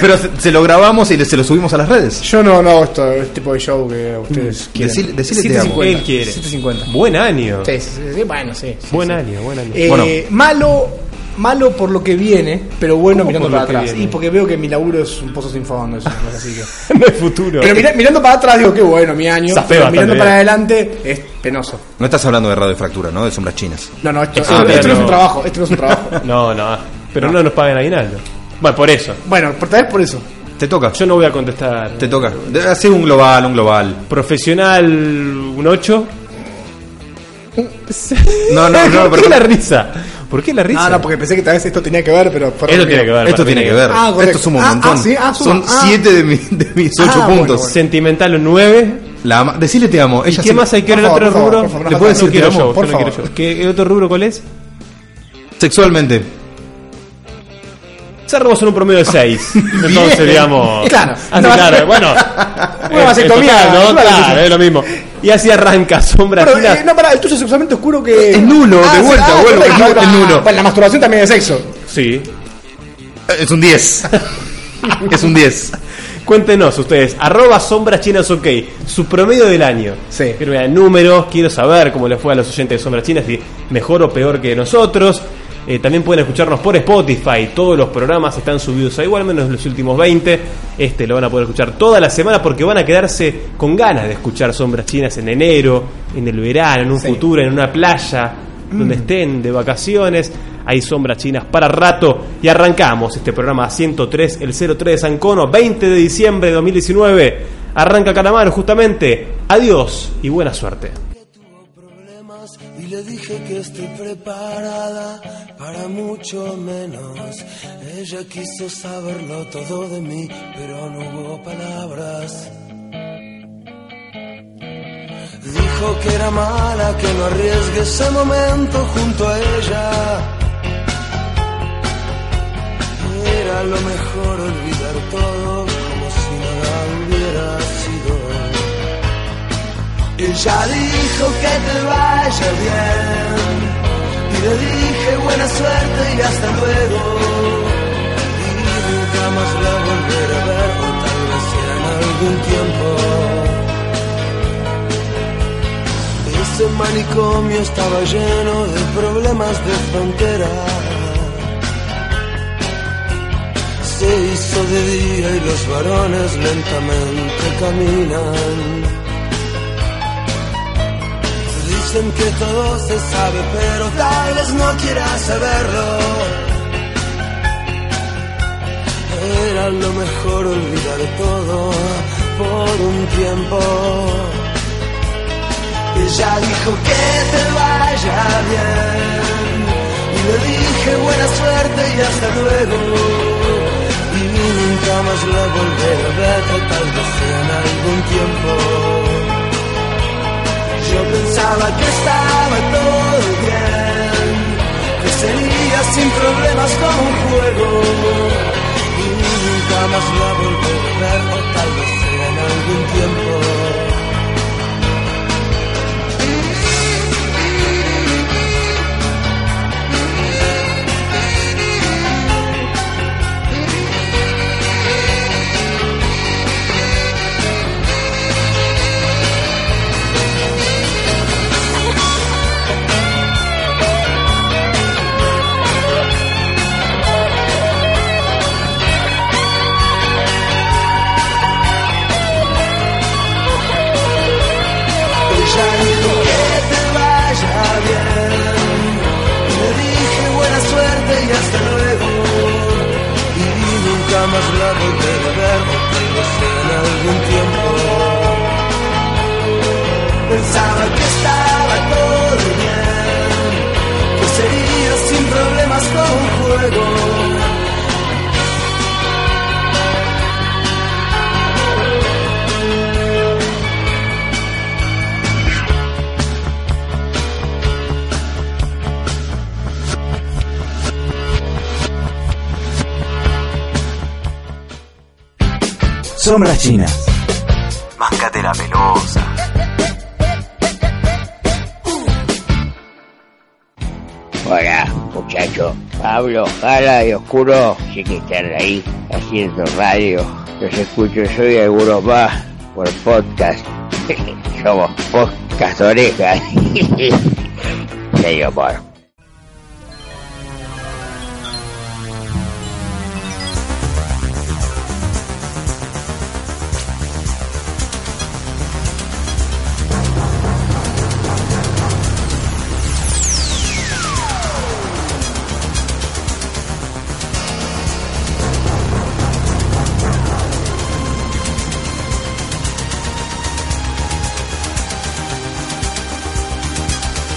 [SPEAKER 5] Pero se, se lo grabamos y le- se lo subimos a las redes.
[SPEAKER 4] *laughs* yo no, no hago esto, este tipo de show que ustedes quieren.
[SPEAKER 5] Mm. Decile- decile te amo.
[SPEAKER 4] 750.
[SPEAKER 3] Él quiere.
[SPEAKER 4] 750.
[SPEAKER 3] Buen año.
[SPEAKER 4] Sí, sí, sí, bueno, sí. sí,
[SPEAKER 3] Buen
[SPEAKER 4] sí.
[SPEAKER 3] año, buen año.
[SPEAKER 4] Eh,
[SPEAKER 5] Bueno.
[SPEAKER 4] Malo, malo por lo que viene, pero bueno
[SPEAKER 3] ¿Cómo
[SPEAKER 4] mirando
[SPEAKER 3] por lo
[SPEAKER 4] para
[SPEAKER 3] que
[SPEAKER 4] atrás.
[SPEAKER 3] viene?
[SPEAKER 4] Y porque veo que mi laburo es un pozo sin fondo. es una cosa así que-
[SPEAKER 3] *laughs* no hay futuro.
[SPEAKER 4] Pero mira- mirando para atrás digo, qué bueno mi año.
[SPEAKER 3] Zafé
[SPEAKER 4] Pero
[SPEAKER 3] bastante
[SPEAKER 4] mirando
[SPEAKER 3] bien.
[SPEAKER 4] para adelante es penoso.
[SPEAKER 5] No estás hablando de radio fractura, ¿no? De sombras chinas.
[SPEAKER 4] No, no, esto,
[SPEAKER 3] Es
[SPEAKER 4] esto-
[SPEAKER 3] un
[SPEAKER 4] esto no es
[SPEAKER 3] verano.
[SPEAKER 4] un trabajo. Esto no es un *laughs* trabajo.
[SPEAKER 3] No, no. Pero no, nos pagan aguinaldo. Bueno, por eso.
[SPEAKER 4] bueno, por tal vez por eso.
[SPEAKER 5] Te toca.
[SPEAKER 3] Yo no voy a contestar.
[SPEAKER 5] Te toca. De- Hacé un global, un global.
[SPEAKER 3] Profesional, un 8.
[SPEAKER 5] No, no,
[SPEAKER 4] *laughs*
[SPEAKER 5] no,
[SPEAKER 3] *laughs* ¿Por
[SPEAKER 5] pero-
[SPEAKER 3] qué la risa? ¿Por qué la risa?
[SPEAKER 4] Ah, no, porque pensé que tal vez esto tenía que ver, pero. por-
[SPEAKER 3] Esto tiene que ver.
[SPEAKER 5] Esto
[SPEAKER 3] para
[SPEAKER 5] tiene
[SPEAKER 3] mí.
[SPEAKER 5] que ver.
[SPEAKER 4] Ah, correcto.
[SPEAKER 5] Esto suma un
[SPEAKER 4] Ah,
[SPEAKER 5] montón.
[SPEAKER 4] ah, sí, ah, suma.
[SPEAKER 5] Son
[SPEAKER 4] Ah.
[SPEAKER 5] siete de, mi- de mis
[SPEAKER 4] Ah,
[SPEAKER 5] ocho
[SPEAKER 4] bueno,
[SPEAKER 5] puntos.
[SPEAKER 4] bueno.
[SPEAKER 3] Sentimental, un 9.
[SPEAKER 5] La ama- Decile te amo. Ella
[SPEAKER 3] ¿Qué
[SPEAKER 5] sí-
[SPEAKER 3] más hay que ver en
[SPEAKER 4] Por
[SPEAKER 3] otro
[SPEAKER 4] favor, por
[SPEAKER 3] rubro?
[SPEAKER 4] favor, por favor,
[SPEAKER 3] ¿Le
[SPEAKER 4] no,
[SPEAKER 3] puedo
[SPEAKER 4] no,
[SPEAKER 3] decir
[SPEAKER 4] no
[SPEAKER 3] que
[SPEAKER 4] quiero
[SPEAKER 3] no,
[SPEAKER 4] yo,
[SPEAKER 3] yo,
[SPEAKER 4] por
[SPEAKER 3] yo no quiero
[SPEAKER 4] favor.
[SPEAKER 3] yo. ¿Qué, qué otro rubro cuál es?
[SPEAKER 5] Sexualmente. Eh,
[SPEAKER 3] Cerramos en un promedio de
[SPEAKER 4] *laughs*
[SPEAKER 3] 6. Entonces, digamos.
[SPEAKER 4] Claro.
[SPEAKER 3] Así,
[SPEAKER 4] No.
[SPEAKER 3] claro, bueno.
[SPEAKER 4] Una
[SPEAKER 3] eh,
[SPEAKER 4] vasectomía,
[SPEAKER 3] en total, ¿no?
[SPEAKER 4] claro.
[SPEAKER 3] Claro, es lo mismo. Y así arranca sombra.
[SPEAKER 4] Pero,
[SPEAKER 3] Gila.
[SPEAKER 4] eh, no, pará, el tuyo es sexualmente oscuro que.
[SPEAKER 5] Es nulo, de vuelta,
[SPEAKER 4] ah,
[SPEAKER 5] vuelvo,
[SPEAKER 4] correcto,
[SPEAKER 5] es nu-
[SPEAKER 4] ah,
[SPEAKER 5] es nulo.
[SPEAKER 4] Bueno, la masturbación también es sexo.
[SPEAKER 3] Sí.
[SPEAKER 5] Es un
[SPEAKER 4] *laughs*
[SPEAKER 5] 10. es un 10.
[SPEAKER 3] Cuéntenos ustedes, arroba sombras chinas ok, su promedio del año.
[SPEAKER 4] Sí.
[SPEAKER 3] Quiero ver números, quiero saber cómo le fue a los oyentes de sombras chinas, si mejor o peor que nosotros. Eh, también pueden escucharnos por Spotify, todos los programas están subidos ahí, o al menos los últimos 20. Este lo van a poder escuchar toda la semana porque van a quedarse con ganas de escuchar sombras chinas en enero, en el verano, en un futuro, en una playa, donde estén de vacaciones. Hay sombras chinas para rato y arrancamos este programa 103, el 03 de Sancono, 20 de diciembre de 2019. Arranca Calamaro justamente. Adiós y buena suerte.
[SPEAKER 6] problemas y le dije que estoy preparada para mucho menos. Ella quiso saberlo todo de mí, pero no hubo palabras. Dijo que era mala, que no arriesgue ese momento junto a ella. Era lo mejor olvidar todo como si nada hubiera sido. Ella dijo que te vaya bien Y le dije buena suerte y hasta luego Y nunca más la volveré a ver O tal vez sea en algún tiempo Ese manicomio estaba lleno de problemas de frontera Se hizo de día y los varones lentamente caminan Dicen que todo se sabe, pero tal vez no quieras saberlo. Era lo mejor olvidar todo por un tiempo. Ella dijo que te vaya bien. Y le dije buena suerte y hasta luego. Y nunca más la volveré a ver, o tal vez sea en algún tiempo. Yo pensaba que estaba todo bien, que sería sin problemas como un juego. Y nunca más la volveré a ver, o tal vez sea en algún tiempo. Ella dijo que te vaya bien. Y le dije buena suerte y hasta luego. Y nunca más la volveré a ver, o tal vez en algún tiempo. Pensaba que estaba todo bien, que sería sin problemas como un juego.
[SPEAKER 1] Sombras chinas.
[SPEAKER 8] Máscate la pelosa.
[SPEAKER 9] Hola, muchacho. Pablo, Jala y Oscuro, sí que están ahí haciendo radio. Los escucho yo y algunos más por podcast. *laughs* Somos podcast orejas. *laughs* Señor amor.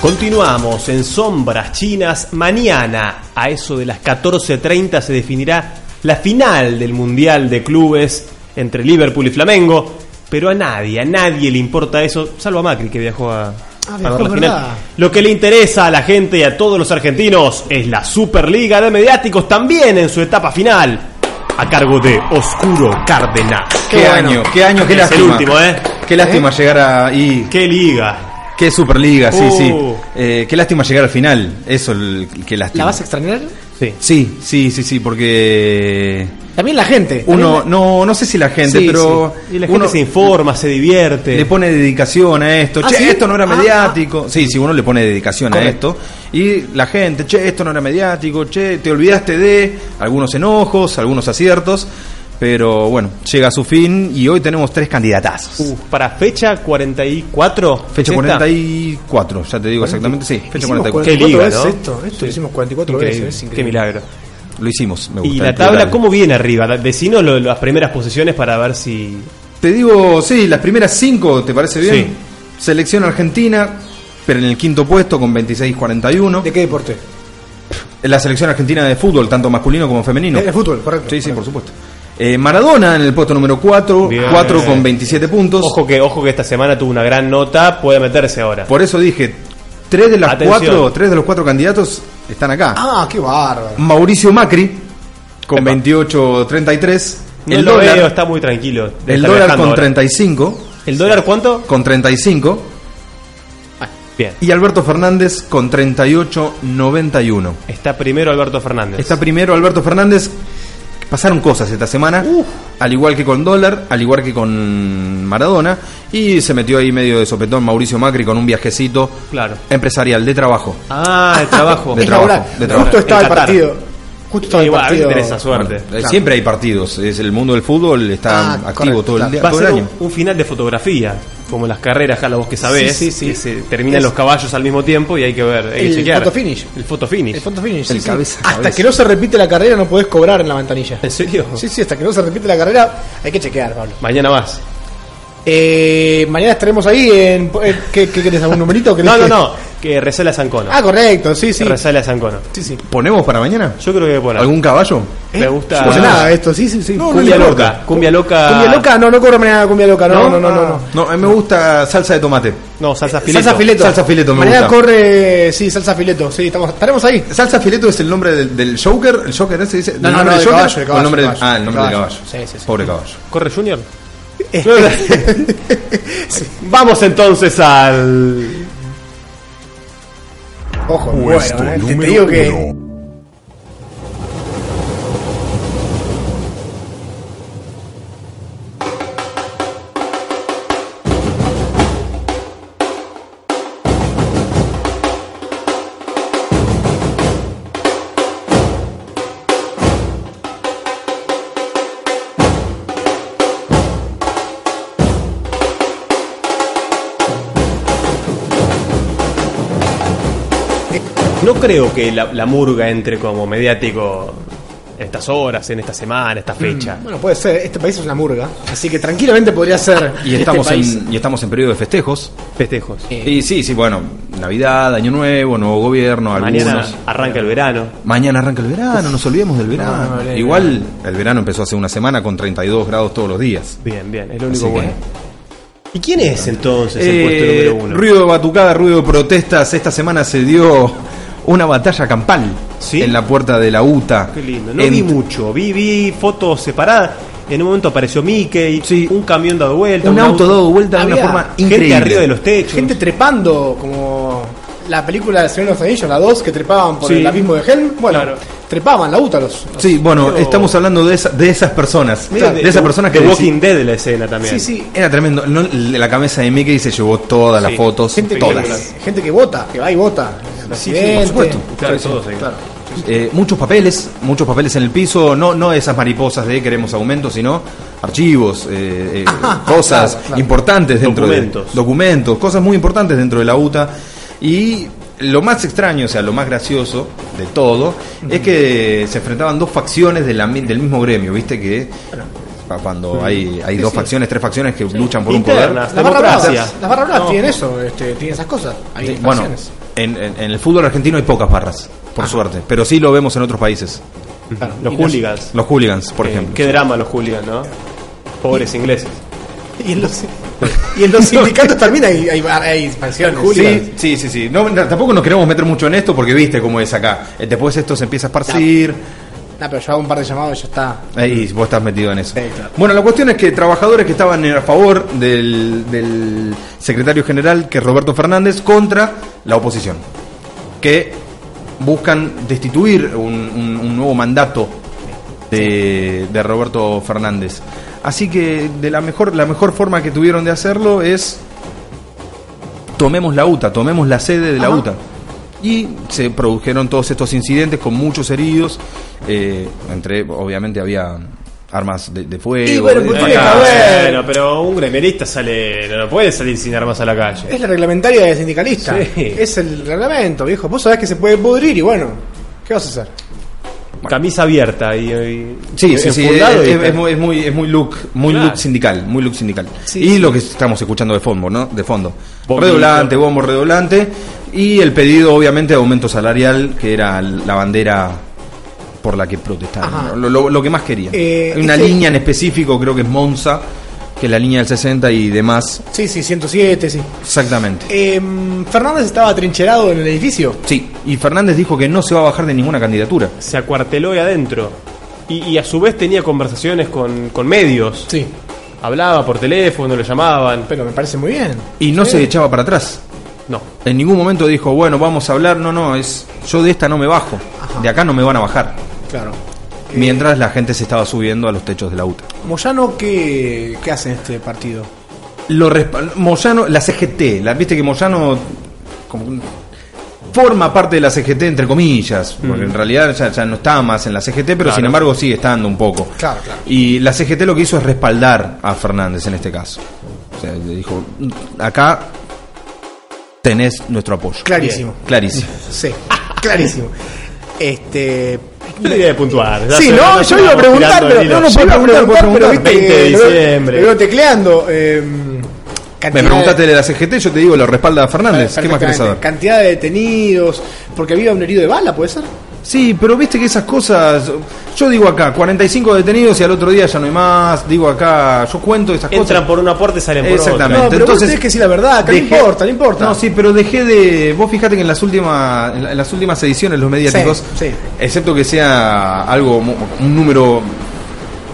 [SPEAKER 3] Continuamos en Sombras Chinas. Mañana, a eso de las 14.30, se definirá la final del Mundial de Clubes entre Liverpool y Flamengo. Pero a nadie, a nadie le importa eso, salvo a Macri que viajó a, a
[SPEAKER 4] viajó,
[SPEAKER 3] ver la
[SPEAKER 4] ¿verdad?
[SPEAKER 3] final. Lo que le interesa a la gente y a todos los argentinos es la Superliga de Mediáticos también en su etapa final, a cargo de Oscuro Cárdenas.
[SPEAKER 5] Qué, año, qué año, qué
[SPEAKER 3] es el
[SPEAKER 5] lástima.
[SPEAKER 3] último, ¿eh?
[SPEAKER 5] Qué lástima llegar a. Y,
[SPEAKER 3] ¡Qué liga!
[SPEAKER 5] qué Superliga, sí, sí.
[SPEAKER 3] Uh.
[SPEAKER 5] Eh, qué lástima llegar al final. Eso, el- qué lástima.
[SPEAKER 4] ¿La vas a extrañar?
[SPEAKER 3] Sí.
[SPEAKER 5] Sí, sí, sí, sí, porque.
[SPEAKER 4] También la gente.
[SPEAKER 5] Uno, no, no sé si la gente,
[SPEAKER 4] Sí,
[SPEAKER 5] pero.
[SPEAKER 3] Y la
[SPEAKER 5] uno
[SPEAKER 3] gente se informa, se divierte.
[SPEAKER 5] le pone dedicación a esto.
[SPEAKER 4] ¿Ah,
[SPEAKER 5] che,
[SPEAKER 4] sí?
[SPEAKER 5] esto no era
[SPEAKER 4] Ah,
[SPEAKER 5] mediático. Sí, sí, uno le pone dedicación
[SPEAKER 4] Correcto.
[SPEAKER 5] a esto. Y la gente, che, esto no era mediático. Che, te olvidaste de algunos enojos, algunos aciertos. Pero bueno, llega a su fin y hoy tenemos tres candidatazos.
[SPEAKER 3] Uh, para fecha 44.
[SPEAKER 5] Fecha
[SPEAKER 3] ¿es esta?
[SPEAKER 5] 44, ya te digo exactamente, sí, fecha
[SPEAKER 4] Hicimos
[SPEAKER 5] 44.
[SPEAKER 4] 44
[SPEAKER 3] Qué liga,
[SPEAKER 4] veces
[SPEAKER 3] ¿no?
[SPEAKER 4] esto, esto lo hicimos 44
[SPEAKER 3] Increíble,
[SPEAKER 4] veces. es
[SPEAKER 3] Qué
[SPEAKER 4] increíble.
[SPEAKER 3] milagro.
[SPEAKER 5] Lo hicimos, me gusta.
[SPEAKER 3] Y
[SPEAKER 5] el
[SPEAKER 3] la tabla,
[SPEAKER 5] plural.
[SPEAKER 3] ¿cómo viene arriba? La- Decinos lo- las primeras posiciones para ver si.
[SPEAKER 5] Te digo, sí, las primeras cinco, ¿te parece bien?
[SPEAKER 3] Sí.
[SPEAKER 5] Selección argentina, pero en el quinto puesto con 26-41.
[SPEAKER 4] ¿De qué deporte?
[SPEAKER 5] La selección argentina de fútbol, tanto masculino como femenino.
[SPEAKER 4] Eh, De fútbol, correcto.
[SPEAKER 5] Sí, sí, por supuesto. Eh, Maradona en el puesto número 4,
[SPEAKER 3] Bien.
[SPEAKER 5] 4 con 27 puntos.
[SPEAKER 3] Ojo que, ojo que esta semana tuvo una gran nota, puede meterse ahora.
[SPEAKER 5] Por eso dije, tres de, las
[SPEAKER 3] Atención.
[SPEAKER 5] cuatro, tres de los cuatro candidatos están acá.
[SPEAKER 4] Ah, qué bárbaro.
[SPEAKER 5] Mauricio Macri con
[SPEAKER 3] Epa.
[SPEAKER 5] 28-33.
[SPEAKER 3] No
[SPEAKER 5] el
[SPEAKER 3] lo
[SPEAKER 5] dólar,
[SPEAKER 3] veo, está muy tranquilo.
[SPEAKER 5] el
[SPEAKER 3] Está
[SPEAKER 5] dólar
[SPEAKER 3] relajando
[SPEAKER 5] con
[SPEAKER 3] ahora.
[SPEAKER 5] 35,
[SPEAKER 3] ¿El dólar cuánto? Ah,
[SPEAKER 5] con 35
[SPEAKER 3] Bien.
[SPEAKER 5] y Alberto Fernández con 38-91.
[SPEAKER 3] Está primero Alberto Fernández.
[SPEAKER 5] Está primero Alberto Fernández. Pasaron cosas esta semana, al igual que con Dólar, al igual que con Maradona, y se metió ahí medio de sopetón Mauricio Macri con un viajecito
[SPEAKER 3] Claro.
[SPEAKER 5] empresarial de trabajo.
[SPEAKER 3] Ah, el trabajo.
[SPEAKER 5] *laughs* De
[SPEAKER 4] Es
[SPEAKER 5] trabajo,
[SPEAKER 4] laboral.
[SPEAKER 5] de trabajo.
[SPEAKER 4] Justo estaba
[SPEAKER 3] En
[SPEAKER 4] el
[SPEAKER 3] Qatar.
[SPEAKER 4] partido. Justo estaba el
[SPEAKER 3] Igual,
[SPEAKER 4] partido.
[SPEAKER 3] tenés esa suerte.
[SPEAKER 5] Bueno, eh, Siempre hay partidos, es el mundo del fútbol está
[SPEAKER 4] Ah,
[SPEAKER 5] activo
[SPEAKER 4] correcto,
[SPEAKER 5] todo el,
[SPEAKER 4] claro.
[SPEAKER 5] día,
[SPEAKER 3] Va a
[SPEAKER 5] todo el
[SPEAKER 3] ser
[SPEAKER 5] año.
[SPEAKER 3] un, un final de fotografía, como las carreras, Jala, vos que sabés.
[SPEAKER 4] Sí, sí, sí.
[SPEAKER 3] que se terminan
[SPEAKER 4] Es-
[SPEAKER 3] los caballos al mismo tiempo y hay que ver. Hay que
[SPEAKER 4] El
[SPEAKER 3] chequear.
[SPEAKER 4] photo finish.
[SPEAKER 3] El photo finish.
[SPEAKER 4] El fondo finish.
[SPEAKER 5] El
[SPEAKER 4] sí, sí.
[SPEAKER 5] cabeza a
[SPEAKER 4] Hasta
[SPEAKER 5] cabeza.
[SPEAKER 4] que no se repite la carrera no podés cobrar en la ventanilla.
[SPEAKER 3] ¿En serio?
[SPEAKER 4] Sí, sí, hasta que no se repite la carrera hay que chequear, Pablo.
[SPEAKER 3] Mañana más.
[SPEAKER 4] Eh, mañana estaremos ahí en... eh, ¿Qué, qué querés? ¿Algún numerito?
[SPEAKER 3] *laughs*
[SPEAKER 4] ¿Querés
[SPEAKER 3] No, no,
[SPEAKER 4] que-
[SPEAKER 3] no. Que resale a Sancono.
[SPEAKER 4] Ah, correcto, sí, sí.
[SPEAKER 3] Resale a Sancono.
[SPEAKER 4] sí, sí.
[SPEAKER 5] ¿Ponemos para mañana?
[SPEAKER 3] Yo creo que bueno.
[SPEAKER 5] ¿Algún caballo? ¿Eh?
[SPEAKER 3] Me gusta.
[SPEAKER 4] Pues nada, esto, sí, sí, sí.
[SPEAKER 3] cumbia loca. Cumbia loca.
[SPEAKER 4] Cumbia loca, no, no cobro mañana cumbia loca, no, no, no, no. no.
[SPEAKER 5] No, Ah. a mí me gusta salsa de tomate.
[SPEAKER 3] No, salsa fileto.
[SPEAKER 4] Eh, Salsa fileto.
[SPEAKER 5] Salsa fileto me
[SPEAKER 4] Mañana
[SPEAKER 5] gusta.
[SPEAKER 4] corre, sí, salsa fileto, sí, estamos, estaremos ahí.
[SPEAKER 5] Salsa fileto es el nombre del, del Joker, el Joker ese dice,
[SPEAKER 4] No,
[SPEAKER 5] ¿El
[SPEAKER 4] no,
[SPEAKER 5] nombre
[SPEAKER 4] no,
[SPEAKER 5] del
[SPEAKER 4] del
[SPEAKER 5] Joker
[SPEAKER 4] caballo, del
[SPEAKER 5] o el nombre del-
[SPEAKER 4] caballo,
[SPEAKER 5] ah, el nombre del
[SPEAKER 4] del
[SPEAKER 5] caballo.
[SPEAKER 4] caballo. Sí, sí, sí.
[SPEAKER 5] Pobre caballo.
[SPEAKER 3] ¿Corre Junior?
[SPEAKER 4] Eh. *laughs*
[SPEAKER 3] Vamos entonces al.
[SPEAKER 4] Ojo, bueno, eh, te, te digo que
[SPEAKER 3] No creo que la, la murga entre como mediático en estas horas, en esta semana, esta fecha.
[SPEAKER 4] Bueno, puede ser, este país es una murga, así que tranquilamente podría ser.
[SPEAKER 5] Y
[SPEAKER 4] este
[SPEAKER 5] estamos,
[SPEAKER 4] país.
[SPEAKER 5] en, y estamos en periodo de festejos.
[SPEAKER 4] Mm.
[SPEAKER 3] Festejos.
[SPEAKER 5] Y sí, sí, bueno, Navidad, Año Nuevo, Nuevo Gobierno, algunos.
[SPEAKER 3] Mañana arranca el verano.
[SPEAKER 5] Mañana arranca el verano, nos olvidemos del verano.
[SPEAKER 4] no, no, no.
[SPEAKER 5] Igual el verano empezó hace una semana con 32 grados todos los días.
[SPEAKER 3] Bien, bien, es lo
[SPEAKER 5] Así
[SPEAKER 3] único
[SPEAKER 5] que-
[SPEAKER 3] bueno. ¿Y quién es entonces el
[SPEAKER 5] Eh,
[SPEAKER 3] puesto número uno?
[SPEAKER 5] ruido de batucada, ruido de protestas. Esta semana se dio una batalla campal
[SPEAKER 3] ¿Sí?
[SPEAKER 5] en la puerta de la UTA.
[SPEAKER 3] Qué lindo. No
[SPEAKER 5] En-
[SPEAKER 3] vi mucho, vi, vi fotos separadas. En un momento apareció Mickey, un camión dado vuelta,
[SPEAKER 5] Un auto dado vuelta de una
[SPEAKER 4] Había
[SPEAKER 5] forma
[SPEAKER 3] gente
[SPEAKER 5] increíble.
[SPEAKER 3] arriba de los techos.
[SPEAKER 4] Gente trepando, como la película de Señor de los Anillos, la 2, que trepaban por
[SPEAKER 3] Sí.
[SPEAKER 4] el abismo de Helm. Bueno,
[SPEAKER 3] Claro.
[SPEAKER 4] trepaban la UTA los.
[SPEAKER 5] Sí, bueno, estamos hablando de, esa- de esas personas.
[SPEAKER 3] Medio
[SPEAKER 5] de, esas personas que
[SPEAKER 3] de
[SPEAKER 5] deci-
[SPEAKER 3] Walking Dead la escena
[SPEAKER 5] Sí,
[SPEAKER 3] también.
[SPEAKER 5] sí, era tremendo. No, la cabeza de Mickey se llevó todas las
[SPEAKER 3] Sí,
[SPEAKER 5] fotos.
[SPEAKER 4] Gente
[SPEAKER 5] todas.
[SPEAKER 4] que, gente que vota, que va y vota.
[SPEAKER 3] Sí, sí,
[SPEAKER 4] Presidente.
[SPEAKER 5] por supuesto.
[SPEAKER 3] Claro, todos ahí.
[SPEAKER 4] Claro.
[SPEAKER 5] Eh, muchos papeles, muchos papeles en el piso, no, no esas mariposas de queremos aumento, sino archivos, eh, eh, cosas
[SPEAKER 4] claro, claro.
[SPEAKER 5] importantes dentro
[SPEAKER 3] Documentos.
[SPEAKER 5] de documentos, cosas muy importantes dentro de la UTA. Y lo más extraño, o sea, lo más gracioso de todo, es que se enfrentaban dos facciones de la mi- del mismo gremio, viste que pa- cuando hay, hay dos facciones, tres facciones que luchan por un
[SPEAKER 3] Internas.
[SPEAKER 5] poder.
[SPEAKER 4] Las barra bravas,
[SPEAKER 3] Democracia.
[SPEAKER 4] las barra bravas tienen eso, este, tienen esas cosas. Hay
[SPEAKER 5] Sí, Bueno,
[SPEAKER 4] facciones.
[SPEAKER 5] en, en- en el fútbol argentino hay pocas barras, por suerte, pero sí lo vemos en otros países.
[SPEAKER 4] Claro.
[SPEAKER 3] Los
[SPEAKER 4] Y
[SPEAKER 3] hooligans.
[SPEAKER 5] Los hooligans, por
[SPEAKER 3] Eh,
[SPEAKER 5] ejemplo.
[SPEAKER 3] Qué drama los hooligans, ¿no? Pobres ingleses.
[SPEAKER 4] Y en los, y
[SPEAKER 5] *laughs*
[SPEAKER 4] en los sindicatos también hay, hay, bar- hay facciones.
[SPEAKER 5] Sí, sí, sí, sí. No, no, tampoco nos queremos meter mucho en esto porque viste cómo es acá. Eh, Después esto se empieza a esparcir.
[SPEAKER 4] Nah, pero yo hago un par de llamados y ya está.
[SPEAKER 5] Ahí vos estás metido en eso.
[SPEAKER 4] Sí, claro.
[SPEAKER 5] Bueno, la cuestión es que trabajadores que estaban a favor del, del secretario general, que es Roberto Fernández, contra la oposición, que buscan destituir un, un- un nuevo mandato de, de Roberto Fernández. Así que de la mejor, la mejor forma que tuvieron de hacerlo es tomemos la UTA, tomemos la sede de la
[SPEAKER 4] Ajá.
[SPEAKER 5] UTA. Y se produjeron todos estos incidentes con muchos heridos. eh, entre, obviamente, había armas de, de fuego.
[SPEAKER 4] Y bueno,
[SPEAKER 5] de
[SPEAKER 4] pues,
[SPEAKER 5] facadas.
[SPEAKER 4] a ver.
[SPEAKER 3] Eh, ah, Bueno, pero un gremialista sale, no, no puede salir sin armas a la calle.
[SPEAKER 4] Es la reglamentaria de sindicalista.
[SPEAKER 3] Sí.
[SPEAKER 4] Es el reglamento, viejo. Vos sabés que se puede pudrir y bueno, ¿qué vas a hacer?
[SPEAKER 3] Camisa abierta y, y-
[SPEAKER 5] Sí, sí, sí, es,
[SPEAKER 3] enfundado y-
[SPEAKER 5] es- es muy, es muy- es muy look, muy
[SPEAKER 3] Claro.
[SPEAKER 5] look sindical, muy look sindical.
[SPEAKER 3] Sí,
[SPEAKER 5] y
[SPEAKER 3] sí.
[SPEAKER 5] lo que estamos escuchando de fondo, ¿no? De fondo.
[SPEAKER 3] Bombito.
[SPEAKER 5] Redoblante, bombo redoblante. Y el pedido, obviamente, de aumento salarial, que era la bandera por la que protestaban.
[SPEAKER 4] Ajá.
[SPEAKER 5] ¿no? Lo, lo- lo que más querían.
[SPEAKER 4] Eh,
[SPEAKER 5] Hay una
[SPEAKER 4] este-
[SPEAKER 5] línea en específico, creo que es Monza, que es la línea del 60 y demás.
[SPEAKER 4] Sí, sí, 107, sí.
[SPEAKER 5] Exactamente.
[SPEAKER 4] Em, Fernández estaba trincherado en el edificio.
[SPEAKER 5] Sí, y Fernández dijo que no se va a bajar de ninguna candidatura.
[SPEAKER 3] se acuarteló ahí adentro. Y, y a su vez tenía conversaciones con, con medios.
[SPEAKER 4] Sí,
[SPEAKER 3] Hablaba por teléfono, lo llamaban.
[SPEAKER 4] pero me parece muy bien.
[SPEAKER 5] Y no se echaba para atrás.
[SPEAKER 3] No.
[SPEAKER 5] En ningún momento dijo, bueno, vamos a hablar, no, no, es yo de esta no me bajo,
[SPEAKER 4] Ajá.
[SPEAKER 5] de acá no me van a bajar.
[SPEAKER 4] Claro.
[SPEAKER 5] Mientras la gente se estaba subiendo a los techos de la UTA.
[SPEAKER 4] Moyano, ¿qué, qué hace en este partido?
[SPEAKER 5] Lo respa- Moyano, la CGT, la, viste que Moyano como- forma parte de la CGT entre comillas, porque
[SPEAKER 4] Mm.
[SPEAKER 5] en realidad ya, ya no está más en la CGT, pero
[SPEAKER 3] Claro.
[SPEAKER 5] sin embargo sigue estando un poco.
[SPEAKER 4] Claro, claro.
[SPEAKER 5] Y la CGT lo que hizo es respaldar a Fernández en este caso. O sea, le dijo, acá tenés nuestro apoyo.
[SPEAKER 4] Clarísimo.
[SPEAKER 5] Clarísimo.
[SPEAKER 4] Sí, *laughs* clarísimo. Este.
[SPEAKER 3] Yo le iba a puntuar. ya
[SPEAKER 4] Sí,
[SPEAKER 3] sé,
[SPEAKER 4] no, yo iba a
[SPEAKER 3] estamos
[SPEAKER 4] preguntar,
[SPEAKER 3] tirando
[SPEAKER 4] pero
[SPEAKER 3] el hilo.
[SPEAKER 4] no, no,
[SPEAKER 5] Sí,
[SPEAKER 4] yo iba a
[SPEAKER 5] puedo preguntar,
[SPEAKER 4] preguntar, pero
[SPEAKER 5] puedo
[SPEAKER 4] viste.
[SPEAKER 3] 20 de
[SPEAKER 4] que lo-
[SPEAKER 3] diciembre.
[SPEAKER 4] lo iba tecleando. em,
[SPEAKER 5] Me
[SPEAKER 4] cantidad de-
[SPEAKER 5] preguntaste de la CGT, yo te digo, lo respalda Fernández. ¿Qué más querés
[SPEAKER 4] Perfectamente.
[SPEAKER 5] saber?
[SPEAKER 4] Cantidad de detenidos, porque había un herido de bala, ¿puede ser?
[SPEAKER 5] Sí, pero viste que esas cosas. Yo digo acá, 45 detenidos y al otro día ya no hay más. Digo acá, yo cuento esas
[SPEAKER 3] Entran
[SPEAKER 5] cosas.
[SPEAKER 3] por una puerta y salen por
[SPEAKER 5] Exactamente.
[SPEAKER 4] No, pero vos
[SPEAKER 5] Entonces,
[SPEAKER 4] tenés que decir la verdad, acá
[SPEAKER 5] dejé-
[SPEAKER 4] no importa, no importa.
[SPEAKER 5] No, sí, pero dejé de. Vos fijate que en las últimas, en la- en las últimas ediciones, los mediáticos,
[SPEAKER 4] Sí, sí.
[SPEAKER 5] excepto que sea algo, mu- un número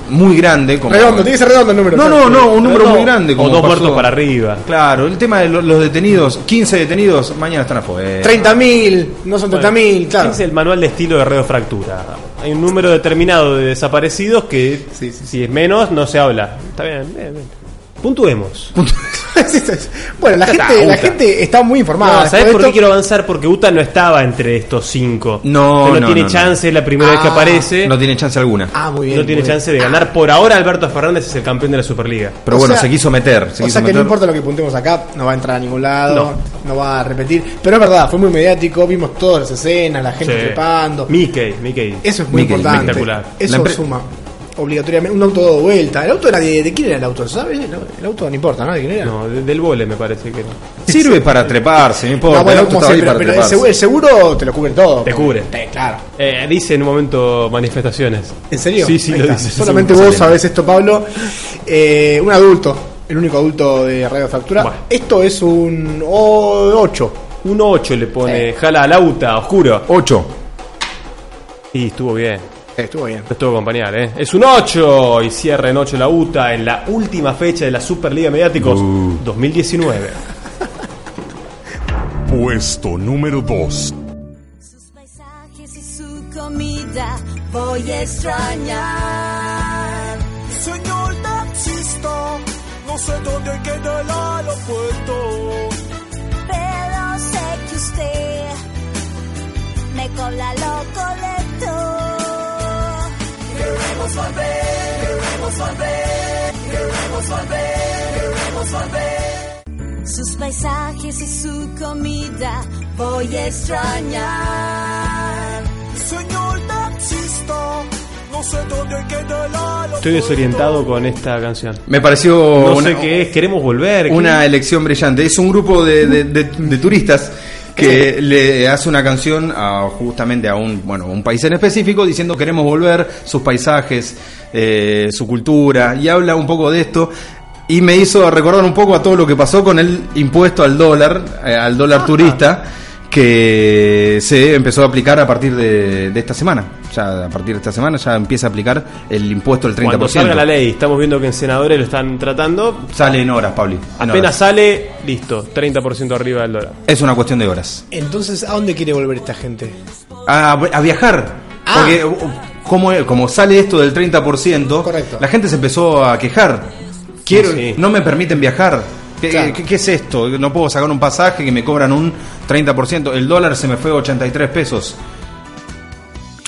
[SPEAKER 5] muy grande. Como,
[SPEAKER 4] Redondo, tiene que ser redondo el número.
[SPEAKER 5] No, no, no, un
[SPEAKER 3] Pero
[SPEAKER 5] número
[SPEAKER 3] no,
[SPEAKER 5] muy grande.
[SPEAKER 3] o
[SPEAKER 5] como
[SPEAKER 3] dos
[SPEAKER 5] pasó.
[SPEAKER 3] muertos para arriba.
[SPEAKER 5] Claro, el tema de lo- los detenidos, 15 detenidos, mañana están afuera.
[SPEAKER 4] 30.000, no son 30.000, claro. *laughs*
[SPEAKER 3] Es el manual de estilo de Redo Fractura. Hay un número determinado de desaparecidos que,
[SPEAKER 4] Sí, sí,
[SPEAKER 3] si es menos, no se habla. Está bien, bien, bien. Puntuemos.
[SPEAKER 4] bueno, la
[SPEAKER 3] Está,
[SPEAKER 4] gente, la
[SPEAKER 3] Uta.
[SPEAKER 4] gente está muy informada.
[SPEAKER 3] No, ¿Sabes
[SPEAKER 4] después
[SPEAKER 3] por
[SPEAKER 4] de
[SPEAKER 3] qué
[SPEAKER 4] esto.
[SPEAKER 3] quiero avanzar? Porque Uta no estaba entre estos cinco.
[SPEAKER 5] No,
[SPEAKER 3] Entonces
[SPEAKER 5] no,
[SPEAKER 3] tiene
[SPEAKER 5] no, no.
[SPEAKER 3] chance la primera vez que
[SPEAKER 4] Ah,
[SPEAKER 3] aparece.
[SPEAKER 5] No tiene chance alguna.
[SPEAKER 4] Ah, muy bien.
[SPEAKER 3] no tiene
[SPEAKER 4] muy bien.
[SPEAKER 3] chance de ganar. Por ahora, Alberto Fernández es el campeón de la Superliga.
[SPEAKER 5] Pero
[SPEAKER 4] O
[SPEAKER 5] bueno,
[SPEAKER 4] sea-
[SPEAKER 5] se quiso meter. Se
[SPEAKER 4] O
[SPEAKER 5] quiso
[SPEAKER 4] sea que no
[SPEAKER 5] meter.
[SPEAKER 4] importa lo que puntemos acá, no va a entrar a ningún lado,
[SPEAKER 3] No.
[SPEAKER 4] no, va a repetir. Pero es verdad, fue muy mediático, vimos todas las escenas, la gente
[SPEAKER 3] Sí.
[SPEAKER 4] trepando.
[SPEAKER 3] Mickey, Mickey.
[SPEAKER 4] Eso es muy
[SPEAKER 5] Mickey,
[SPEAKER 4] importante.
[SPEAKER 3] espectacular.
[SPEAKER 5] La
[SPEAKER 4] Eso
[SPEAKER 5] empre-
[SPEAKER 4] suma obligatoriamente. Un auto de vuelta. El auto era de, de quién era el auto, ¿sabes? El, el auto no importa, ¿no? ¿De quién era?
[SPEAKER 3] No, de- del vole me parece que no.
[SPEAKER 5] Sirve para treparse, no importa.
[SPEAKER 4] No, bueno,
[SPEAKER 5] el auto
[SPEAKER 4] como
[SPEAKER 5] estaba ahí
[SPEAKER 4] siempre,
[SPEAKER 5] para
[SPEAKER 4] pero el
[SPEAKER 5] treparse.
[SPEAKER 4] seguro, el seguro te lo cubre todo.
[SPEAKER 3] Te
[SPEAKER 4] Porque-
[SPEAKER 3] cubre.
[SPEAKER 4] Eh, claro.
[SPEAKER 3] Eh, dice en un momento manifestaciones.
[SPEAKER 4] ¿En serio?
[SPEAKER 3] Sí, sí,
[SPEAKER 4] Ahí
[SPEAKER 3] lo
[SPEAKER 4] está.
[SPEAKER 3] dice.
[SPEAKER 4] Solamente vos sabés esto, Pablo. Eh, un adulto, el único adulto de Radio Fractura.
[SPEAKER 3] Bueno.
[SPEAKER 4] Esto es un 8.
[SPEAKER 3] Un 8 le pone, jala al auta, oscuro.
[SPEAKER 5] 8.
[SPEAKER 3] Y estuvo bien.
[SPEAKER 4] estuvo bien.
[SPEAKER 3] Lo estuvo a acompañar, ¿eh? Es un 8 y cierra en 8 la UTA en la última fecha de la Superliga Mediáticos
[SPEAKER 5] Uh.
[SPEAKER 3] 2019.
[SPEAKER 10] Puesto número 2.
[SPEAKER 11] Sus paisajes y su comida voy a extrañar.
[SPEAKER 1] Señor taxista, no sé dónde queda el aeropuerto.
[SPEAKER 11] Pero sé que usted me cobra lo correcto. Queremos volver, queremos volver, queremos volver, queremos volver. Sus paisajes y su comida voy a extrañar.
[SPEAKER 1] Señor taxista, no sé dónde queda el aeropuerto.
[SPEAKER 3] Estoy desorientado con esta canción.
[SPEAKER 5] Me pareció
[SPEAKER 3] No
[SPEAKER 5] una,
[SPEAKER 3] sé qué es, queremos volver. ¿qué?
[SPEAKER 5] una elección brillante. Es un grupo de, de- de- de turistas que le hace una canción a, justamente a un, bueno, a un país en específico diciendo queremos volver, sus paisajes, eh, su cultura, y habla un poco de esto. Y
[SPEAKER 3] Ah.
[SPEAKER 5] me hizo recordar un poco a todo lo que pasó con el impuesto al dólar, eh, al dólar turista, que se empezó a aplicar a partir de, de esta semana. Ya a partir de esta semana ya empieza a aplicar el impuesto del 30%.
[SPEAKER 3] Cuando salga la ley, estamos viendo que en senadores lo están tratando.
[SPEAKER 5] Sale en horas, Pablo.
[SPEAKER 3] Apenas sale, listo, 30% arriba del dólar.
[SPEAKER 5] Es una cuestión de horas.
[SPEAKER 4] Entonces, ¿a dónde quiere volver esta gente?
[SPEAKER 5] A, a viajar.
[SPEAKER 4] Ah.
[SPEAKER 5] Porque uh, como, como sale esto del 30%, la gente se empezó a quejar. Quiero,
[SPEAKER 3] Sí.
[SPEAKER 5] No me permiten viajar. ¿Qué,
[SPEAKER 3] Claro.
[SPEAKER 5] qué- qué es esto? No puedo sacar un pasaje que me cobran un 30%. El dólar se me fue 83 pesos.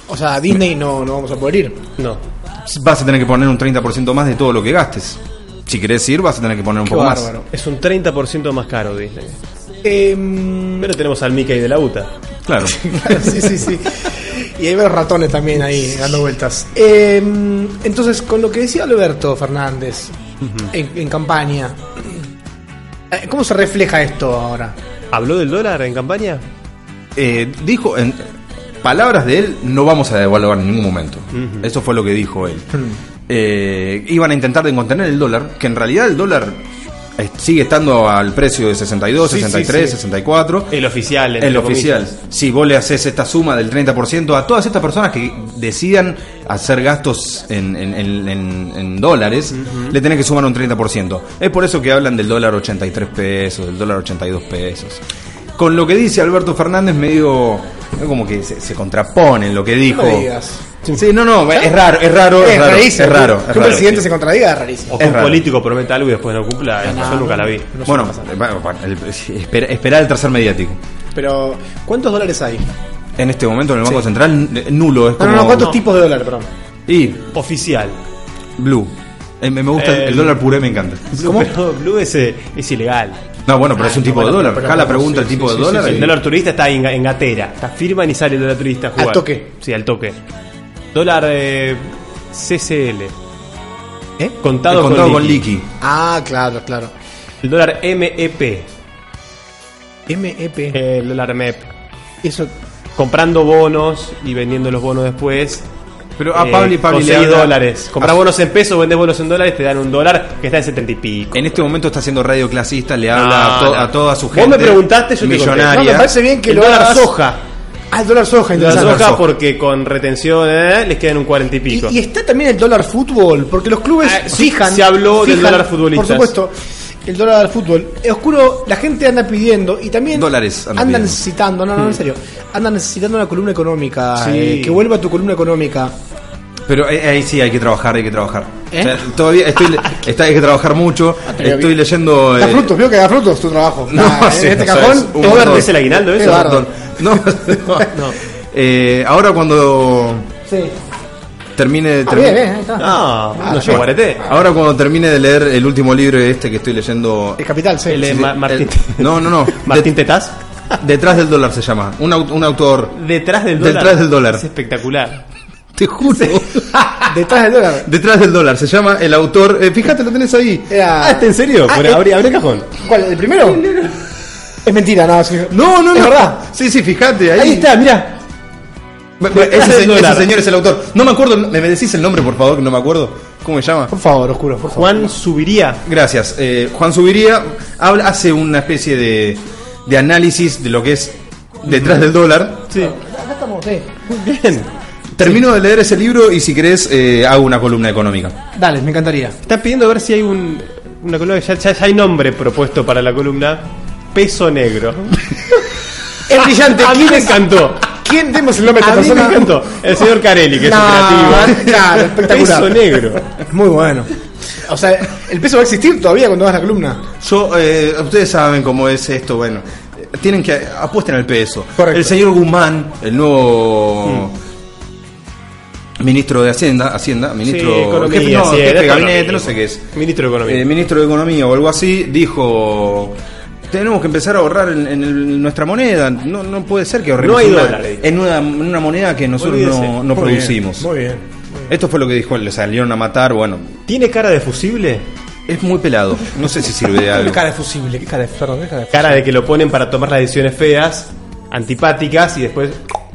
[SPEAKER 4] O sea, a Disney no, no vamos a poder ir.
[SPEAKER 3] No.
[SPEAKER 5] Vas a tener que poner un 30% más de todo lo que gastes. Si querés ir, vas a tener que poner un poco más.
[SPEAKER 3] Es un 30% más caro, Disney.
[SPEAKER 4] Em, *laughs*
[SPEAKER 3] Pero tenemos al Mickey de la UTA.
[SPEAKER 5] Claro.
[SPEAKER 4] sí, sí, sí. Y hay varios ratones también ahí dando vueltas. Eh, entonces, con lo que decía Alberto Fernández en, en campaña, eh, ¿cómo se refleja esto ahora?
[SPEAKER 3] ¿Habló del dólar en campaña?
[SPEAKER 5] Eh, dijo, en palabras de él, no vamos a devaluar en ningún momento. Eso fue lo que dijo él.
[SPEAKER 3] Mm.
[SPEAKER 5] Eh, iban a intentar de contener el dólar, que en realidad el dólar eh, sigue estando al precio de 62,
[SPEAKER 3] Sí, sí,
[SPEAKER 5] 63,
[SPEAKER 3] sí.
[SPEAKER 5] 64.
[SPEAKER 3] El oficial. entre
[SPEAKER 5] El oficial.
[SPEAKER 3] comillas.
[SPEAKER 5] Si vos le haces esta suma del 30% a todas estas personas que decidan hacer gastos en, en- en- en- en dólares, le tenés que sumar un 30%. Es por eso que hablan del dólar 83 pesos, del dólar 82 pesos. Con lo que dice Alberto Fernández, medio medio como que se, se contrapone en lo que dijo.
[SPEAKER 4] No me digas.
[SPEAKER 5] Sí, no, no, es raro, es raro, es raro,
[SPEAKER 4] rarísimo.
[SPEAKER 5] es raro,
[SPEAKER 4] Que
[SPEAKER 5] es
[SPEAKER 4] un
[SPEAKER 5] raro.
[SPEAKER 4] presidente se contradiga es rarísimo.
[SPEAKER 3] O que
[SPEAKER 5] Es
[SPEAKER 3] un
[SPEAKER 5] raro.
[SPEAKER 3] político prometa algo y después no cumpla. eso yo nunca la vi.
[SPEAKER 5] Bueno, bueno, bueno, el- espera, espera el tercer mediático.
[SPEAKER 4] Pero, ¿cuántos dólares hay?
[SPEAKER 5] En este momento en el Banco
[SPEAKER 4] Sí.
[SPEAKER 5] Central, n- nulo. Es
[SPEAKER 4] No,
[SPEAKER 5] como,
[SPEAKER 4] no, no, ¿cuántos tipos de dólar, perdón?
[SPEAKER 5] Y
[SPEAKER 3] Oficial.
[SPEAKER 5] Blue. Eh, me me gusta el,
[SPEAKER 3] Eh,
[SPEAKER 5] el dólar puré, me encanta.
[SPEAKER 3] ¿Cómo? Pero *laughs* Blue es, eh, es ilegal.
[SPEAKER 5] No, bueno,
[SPEAKER 3] Ah,
[SPEAKER 5] pero es un tipo de dólar. Acá la pregunta el tipo de dólar.
[SPEAKER 3] El
[SPEAKER 5] y-
[SPEAKER 3] dólar turista está en, en gatera. Está firma y sale el dólar turista a jugar.
[SPEAKER 4] Al toque.
[SPEAKER 3] Sí, al toque. Dólar eh, CCL.
[SPEAKER 5] ¿Eh?
[SPEAKER 3] Contado,
[SPEAKER 5] El contado con liqui.
[SPEAKER 4] Ah, claro, claro.
[SPEAKER 3] El dólar MEP.
[SPEAKER 5] Eh.
[SPEAKER 4] MEP.
[SPEAKER 3] Eh, El dólar MEP.
[SPEAKER 4] E Eso.
[SPEAKER 3] Comprando bonos y vendiendo los bonos después.
[SPEAKER 5] Pero a
[SPEAKER 3] Eh,
[SPEAKER 5] Pablo y Pablo le
[SPEAKER 3] conseguís
[SPEAKER 5] habla-
[SPEAKER 3] dólares. Compras bonos en pesos, vendés bonos en dólares, te dan un dólar que está en 70 y pico.
[SPEAKER 5] En este momento está haciendo radio clasista, le habla a,
[SPEAKER 3] No,
[SPEAKER 5] to-
[SPEAKER 3] no.
[SPEAKER 5] a toda su
[SPEAKER 3] Vos
[SPEAKER 5] gente.
[SPEAKER 3] me preguntaste, yo te conté.
[SPEAKER 5] millonaria.
[SPEAKER 4] No, me parece bien que
[SPEAKER 3] el
[SPEAKER 4] lo
[SPEAKER 3] dólar
[SPEAKER 4] hagas.
[SPEAKER 3] soja.
[SPEAKER 4] Ah, el dólar soja,
[SPEAKER 3] El dólar
[SPEAKER 4] interesante.
[SPEAKER 3] soja
[SPEAKER 5] soja.
[SPEAKER 3] porque con retención eh, les quedan un 40 y pico.
[SPEAKER 4] Y, y está también el dólar fútbol, porque los clubes
[SPEAKER 3] Ah, sí,
[SPEAKER 4] fijan.
[SPEAKER 3] se habló del
[SPEAKER 4] fijan,
[SPEAKER 3] dólar futbolistas.
[SPEAKER 4] Por supuesto, el dólar fútbol. Eh, Oscuro, la gente anda pidiendo y también.
[SPEAKER 5] Dólares anda
[SPEAKER 4] Andan
[SPEAKER 5] pidiendo.
[SPEAKER 4] necesitando, no, no, en serio. Andan necesitando una columna económica.
[SPEAKER 3] Sí.
[SPEAKER 4] eh, que vuelva tu columna económica.
[SPEAKER 5] Pero eh, ahí sí hay que trabajar, hay que trabajar.
[SPEAKER 4] ¿Eh?
[SPEAKER 5] O sea, todavía estoy,
[SPEAKER 4] *laughs*
[SPEAKER 5] le- está, hay que trabajar mucho.
[SPEAKER 4] pero
[SPEAKER 5] Estoy
[SPEAKER 4] bien.
[SPEAKER 5] leyendo.
[SPEAKER 4] Da
[SPEAKER 5] eh, *laughs*
[SPEAKER 4] frutos, veo que da frutos tu trabajo.
[SPEAKER 5] No, *laughs*
[SPEAKER 4] Nah,
[SPEAKER 5] sí,
[SPEAKER 4] en este
[SPEAKER 5] no
[SPEAKER 4] cajón.
[SPEAKER 5] sabes, un
[SPEAKER 4] todo
[SPEAKER 5] montón.
[SPEAKER 4] verde.
[SPEAKER 3] ¿Es el aguinaldo
[SPEAKER 4] Qué
[SPEAKER 3] eso?
[SPEAKER 4] bárbaro.
[SPEAKER 5] No, *laughs* no, no. Eh, ahora cuando
[SPEAKER 4] Sí.
[SPEAKER 5] termine.
[SPEAKER 4] Ah,
[SPEAKER 5] termine-
[SPEAKER 4] bien, bien, ahí está.
[SPEAKER 3] No,
[SPEAKER 4] Ah,
[SPEAKER 3] no
[SPEAKER 4] sí.
[SPEAKER 3] yo guareté.
[SPEAKER 5] ahora cuando termine de leer el último libro este que estoy leyendo.
[SPEAKER 4] El eh, capital, sí.
[SPEAKER 3] El de
[SPEAKER 4] Sí, sí.
[SPEAKER 3] Ma- Martín.
[SPEAKER 5] el- *laughs* no, no,
[SPEAKER 4] *laughs*
[SPEAKER 5] no.
[SPEAKER 3] Martín Tetaz.
[SPEAKER 5] Detrás del dólar se llama. Un, au- un autor.
[SPEAKER 3] Detrás del dólar.
[SPEAKER 5] Detrás del dólar.
[SPEAKER 3] Es espectacular.
[SPEAKER 5] Te juro.
[SPEAKER 4] Detrás del dólar.
[SPEAKER 5] *laughs* Detrás del dólar se llama el autor. eh, fíjate, lo tenés ahí.
[SPEAKER 4] Era-
[SPEAKER 5] serio?
[SPEAKER 4] Ah,
[SPEAKER 5] Bueno,
[SPEAKER 4] eh.
[SPEAKER 5] abrí- abrí el cajón.
[SPEAKER 4] ¿Cuál? ¿El primero? Es mentira, no, sí.
[SPEAKER 5] No, no, no.
[SPEAKER 4] Es verdad.
[SPEAKER 5] Sí, sí, fíjate. Ahí,
[SPEAKER 4] Ahí está, mira.
[SPEAKER 5] Bu- bu- Ese,
[SPEAKER 4] Detrás del
[SPEAKER 5] se- ese
[SPEAKER 4] dólar.
[SPEAKER 5] señor es el autor. No me acuerdo. ¿Me me decís el nombre, por favor? Que no me acuerdo. ¿Cómo se llama?
[SPEAKER 4] Por favor, oscuro, por favor.
[SPEAKER 3] Juan subiría.
[SPEAKER 5] Gracias. Eh, Juan Subiría habla, hace una especie de, de análisis de lo que es detrás del dólar.
[SPEAKER 3] Sí.
[SPEAKER 4] Acá estamos, sí.
[SPEAKER 3] Muy bien.
[SPEAKER 5] Termino de leer ese libro y si querés eh, hago una columna económica.
[SPEAKER 4] Dale, me encantaría.
[SPEAKER 3] Están pidiendo a ver si hay un, una columna. Ya, ya- ya hay nombre propuesto para la columna. Peso negro.
[SPEAKER 4] *laughs* Es brillante.
[SPEAKER 3] A mí
[SPEAKER 4] ¿Quién
[SPEAKER 3] me
[SPEAKER 4] es-
[SPEAKER 3] encantó.
[SPEAKER 4] ¿Quién demos el nombre
[SPEAKER 3] A
[SPEAKER 4] a
[SPEAKER 3] mí
[SPEAKER 4] esta
[SPEAKER 3] me
[SPEAKER 4] persona?
[SPEAKER 3] encantó. El señor Carelli, que es
[SPEAKER 4] No,
[SPEAKER 3] un creativo.
[SPEAKER 4] claro, espectacular.
[SPEAKER 3] Peso negro.
[SPEAKER 4] Muy bueno. O sea, el peso va a existir todavía cuando hagas la columna.
[SPEAKER 5] Yo, eh, ustedes saben cómo es esto, bueno, eh, tienen que apuesten al peso.
[SPEAKER 4] Correcto.
[SPEAKER 5] El señor Guzmán, el nuevo Mm. ministro de Hacienda, Hacienda, ministro
[SPEAKER 3] Sí, economía,
[SPEAKER 5] jefe, no,
[SPEAKER 3] sí,
[SPEAKER 5] jefe
[SPEAKER 3] era
[SPEAKER 5] de gabinete, no
[SPEAKER 3] economía.
[SPEAKER 5] sé qué es.
[SPEAKER 3] Ministro de Economía.
[SPEAKER 5] Eh, ministro de Economía o algo así, dijo... Tenemos que empezar a ahorrar en, en el- nuestra moneda. No, no puede ser que ahorremos
[SPEAKER 3] No hay
[SPEAKER 5] en una-
[SPEAKER 3] dólares.
[SPEAKER 5] en una, en una moneda que nosotros
[SPEAKER 3] Olvídese.
[SPEAKER 5] no, no
[SPEAKER 4] Muy bien,
[SPEAKER 5] producimos.
[SPEAKER 4] muy bien.
[SPEAKER 5] Esto fue lo que dijo él. Le salieron a matar. Bueno,
[SPEAKER 3] ¿Tiene cara de fusible?
[SPEAKER 5] es muy pelado. No sé si sirve de algo.
[SPEAKER 4] cara de fusible, qué cara de. Perdón, qué cara de.
[SPEAKER 3] Cara de que lo ponen para tomar las decisiones feas, antipáticas y después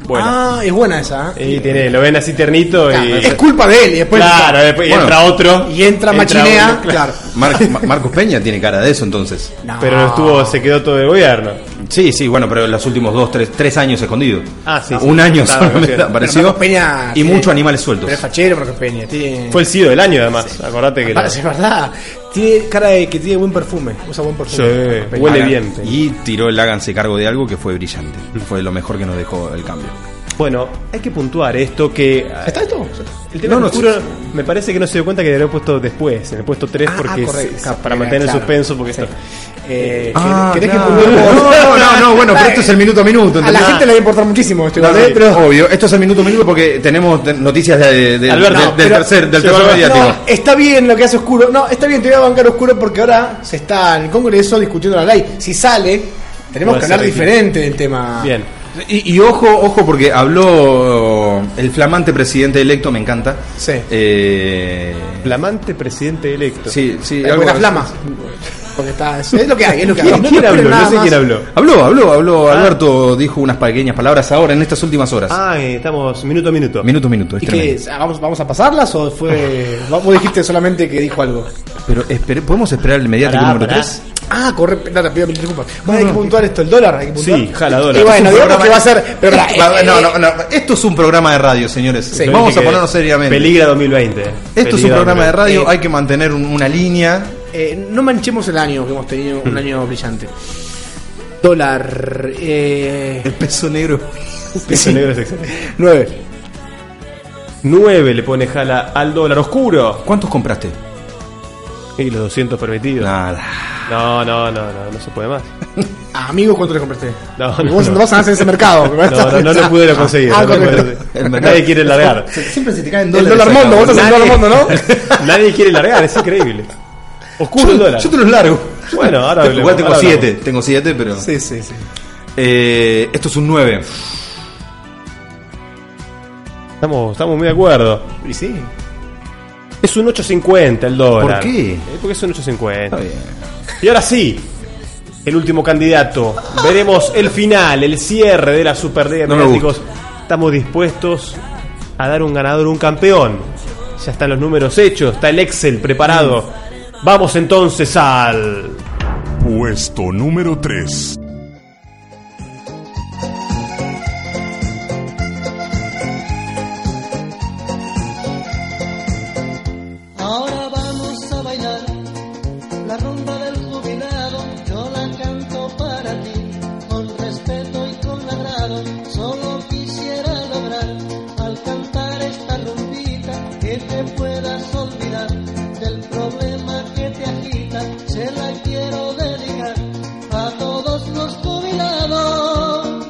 [SPEAKER 3] buena.
[SPEAKER 4] Ah, es buena esa. ¿eh?
[SPEAKER 3] Y tiene, lo ven así ternito
[SPEAKER 4] Claro,
[SPEAKER 3] y.
[SPEAKER 4] es culpa de él y después.
[SPEAKER 3] Claro, después y
[SPEAKER 5] Bueno.
[SPEAKER 3] entra otro.
[SPEAKER 4] Y entra machinea,
[SPEAKER 3] uno,
[SPEAKER 4] claro.
[SPEAKER 5] Mar- Ma- Marcos Peña tiene cara de eso entonces.
[SPEAKER 3] *laughs* Pero no estuvo, se quedó todo el gobierno.
[SPEAKER 5] Sí, sí, bueno, pero los últimos dos, tres, tres años escondido.
[SPEAKER 3] Ah, sí, sí.
[SPEAKER 5] Un año
[SPEAKER 3] Claro,
[SPEAKER 5] solamente
[SPEAKER 3] claro.
[SPEAKER 5] apareció.
[SPEAKER 4] Marcos Peña
[SPEAKER 5] y
[SPEAKER 4] tiene-
[SPEAKER 5] muchos animales sueltos.
[SPEAKER 4] Pero es fachero, Marcos Peña. Tiene...
[SPEAKER 3] Fue el sido del año además. Acordate que. lo-
[SPEAKER 4] Parece verdad. Tiene cara de que tiene buen perfume. Usa buen
[SPEAKER 3] Sí,
[SPEAKER 4] perfume. Marcos Peña.
[SPEAKER 3] huele
[SPEAKER 5] Hagan-
[SPEAKER 3] bien. Peña.
[SPEAKER 5] Y tiró el háganse cargo de algo que fue brillante. Fue lo mejor que nos dejó el cambio.
[SPEAKER 3] Bueno, hay que puntuar esto que. ah,
[SPEAKER 4] ¿Está esto?
[SPEAKER 3] El tema
[SPEAKER 5] No,
[SPEAKER 3] no,
[SPEAKER 5] no, sí,
[SPEAKER 3] me parece que no se dio cuenta que le había puesto después, en el puesto 3,
[SPEAKER 4] Ah,
[SPEAKER 3] porque
[SPEAKER 4] correcto.
[SPEAKER 3] se-
[SPEAKER 4] Claro,
[SPEAKER 3] para mantener el
[SPEAKER 4] claro.
[SPEAKER 3] suspenso, porque esto.
[SPEAKER 4] Eh,
[SPEAKER 5] Ah,
[SPEAKER 4] ¿Querés
[SPEAKER 5] claro.
[SPEAKER 4] que pongamos-
[SPEAKER 5] No, no, no, bueno, pero esto es el minuto a minuto.
[SPEAKER 4] A la
[SPEAKER 5] ¿entendés?
[SPEAKER 4] gente le va a importar muchísimo esto.
[SPEAKER 5] No,
[SPEAKER 4] igual, ¿eh?
[SPEAKER 5] no, pero- Obvio, esto es el minuto a minuto porque tenemos te- noticias de- de-
[SPEAKER 3] Alberto,
[SPEAKER 5] del-
[SPEAKER 3] no,
[SPEAKER 5] del
[SPEAKER 3] pero-
[SPEAKER 5] tercer, del
[SPEAKER 3] llegó
[SPEAKER 5] tercer
[SPEAKER 3] Alberto.
[SPEAKER 5] mediático.
[SPEAKER 4] No, está bien lo que hace Oscuro. No, está bien, te voy a bancar Oscuro porque ahora se está en el Congreso discutiendo la ley. Si sale, tenemos
[SPEAKER 3] Puede
[SPEAKER 4] que
[SPEAKER 3] ser
[SPEAKER 4] hablar
[SPEAKER 3] difícil.
[SPEAKER 4] diferente del tema.
[SPEAKER 3] Bien.
[SPEAKER 5] Y, y ojo, ojo, porque habló el flamante presidente electo, me encanta.
[SPEAKER 4] Sí.
[SPEAKER 5] Eh,
[SPEAKER 3] Flamante presidente electo.
[SPEAKER 5] sí, sí.
[SPEAKER 4] Hay
[SPEAKER 5] algo-
[SPEAKER 4] buena Eh, flama. Porque está, es lo que hay, es lo que hay.
[SPEAKER 3] ¿Quién, quién
[SPEAKER 4] esperen
[SPEAKER 3] habló?
[SPEAKER 4] nada
[SPEAKER 3] No sé
[SPEAKER 4] más.
[SPEAKER 3] quién habló.
[SPEAKER 5] Habló, habló,
[SPEAKER 4] Ah.
[SPEAKER 5] habló. Alberto dijo unas pequeñas palabras ahora, en estas últimas horas.
[SPEAKER 3] Ah, eh, estamos minuto a minuto.
[SPEAKER 5] Minuto a minuto, es
[SPEAKER 4] ¿Y qué?
[SPEAKER 5] tremendo.
[SPEAKER 4] es? Ah, ¿Vamos, ¿Vamos a pasarlas o fue.? Vos dijiste solamente que dijo algo.
[SPEAKER 5] Pero espere- ¿podemos esperar el mediático
[SPEAKER 3] Pará,
[SPEAKER 5] número
[SPEAKER 3] pará.
[SPEAKER 5] 3?
[SPEAKER 4] Ah, correcto, no, te pido mil disculpas. Bueno, hay que puntuar esto, el dólar. Hay que puntuar.
[SPEAKER 3] Sí, jala dólar.
[SPEAKER 4] Y bueno,
[SPEAKER 5] Este es un
[SPEAKER 4] digamos que va a
[SPEAKER 5] programa-
[SPEAKER 4] ser.
[SPEAKER 5] *laughs*
[SPEAKER 4] Pero, pará, eh, eh,
[SPEAKER 5] no, no, no, esto es un programa de radio, señores.
[SPEAKER 3] Yo
[SPEAKER 5] Vamos
[SPEAKER 3] dije
[SPEAKER 5] a ponernos
[SPEAKER 3] que
[SPEAKER 5] seriamente.
[SPEAKER 3] Peligra 2020.
[SPEAKER 5] Esto es un programa de radio,
[SPEAKER 4] Eh,
[SPEAKER 5] hay que mantener un- una línea.
[SPEAKER 4] eh, no manchemos el año que hemos tenido,
[SPEAKER 3] Hmm.
[SPEAKER 4] un año brillante. Dólar. Eh,
[SPEAKER 5] El peso negro.
[SPEAKER 4] sí,
[SPEAKER 3] negro es excelente.
[SPEAKER 4] 9.
[SPEAKER 3] 9 le pone jala al dólar oscuro.
[SPEAKER 5] ¿Cuántos compraste?
[SPEAKER 3] Y los 200 permitidos.
[SPEAKER 5] Nada.
[SPEAKER 3] No, no, no, no, no se puede
[SPEAKER 5] *laughs*
[SPEAKER 3] más.
[SPEAKER 4] Ah, Amigo, ¿cuánto le compraste?
[SPEAKER 3] No,
[SPEAKER 4] Porque
[SPEAKER 3] no,
[SPEAKER 4] vos
[SPEAKER 3] no.
[SPEAKER 4] no vas a nacer en ese mercado.
[SPEAKER 3] *laughs* No, no,
[SPEAKER 4] *laughs*
[SPEAKER 3] no lo pude conseguir.
[SPEAKER 4] Ah,
[SPEAKER 3] no lo
[SPEAKER 4] correcto.
[SPEAKER 3] pude- Nadie quiere largar.
[SPEAKER 5] Siempre se te caen
[SPEAKER 4] El dólar mundo, vos estás en el dólar mundo,
[SPEAKER 3] *laughs*
[SPEAKER 4] ¿no?
[SPEAKER 3] Nadie quiere largar, es increíble. Oscuro el dólar.
[SPEAKER 5] Yo te los largo.
[SPEAKER 3] Bueno, ahora
[SPEAKER 5] *laughs*
[SPEAKER 3] hablemos,
[SPEAKER 5] Igual tengo
[SPEAKER 3] ahora
[SPEAKER 5] 7,
[SPEAKER 3] hablamos.
[SPEAKER 5] tengo 7, pero.
[SPEAKER 4] Sí, sí, sí.
[SPEAKER 5] Eh, esto es un 9.
[SPEAKER 3] Estamos, estamos muy de acuerdo.
[SPEAKER 4] Y sí.
[SPEAKER 3] Es un 8.50 el
[SPEAKER 5] ¿Por
[SPEAKER 3] dólar.
[SPEAKER 5] qué?
[SPEAKER 3] Eh, porque es un 8.50. Y ahora sí, el último candidato. Veremos el final, el cierre de la Superliga de
[SPEAKER 5] No me
[SPEAKER 3] Mediáticos. Estamos dispuestos a dar un ganador, un campeón. Ya están los números hechos, está el Excel preparado. Vamos entonces al...
[SPEAKER 10] Puesto número 3.
[SPEAKER 6] Ahora vamos a bailar la rumba del jubilado. Yo la canto para ti con respeto y con agrado. Solo quisiera lograr al cantar esta rumbita que te puedas olvidar del problema que te agita. Se la quiero dedicar a todos los jubilados.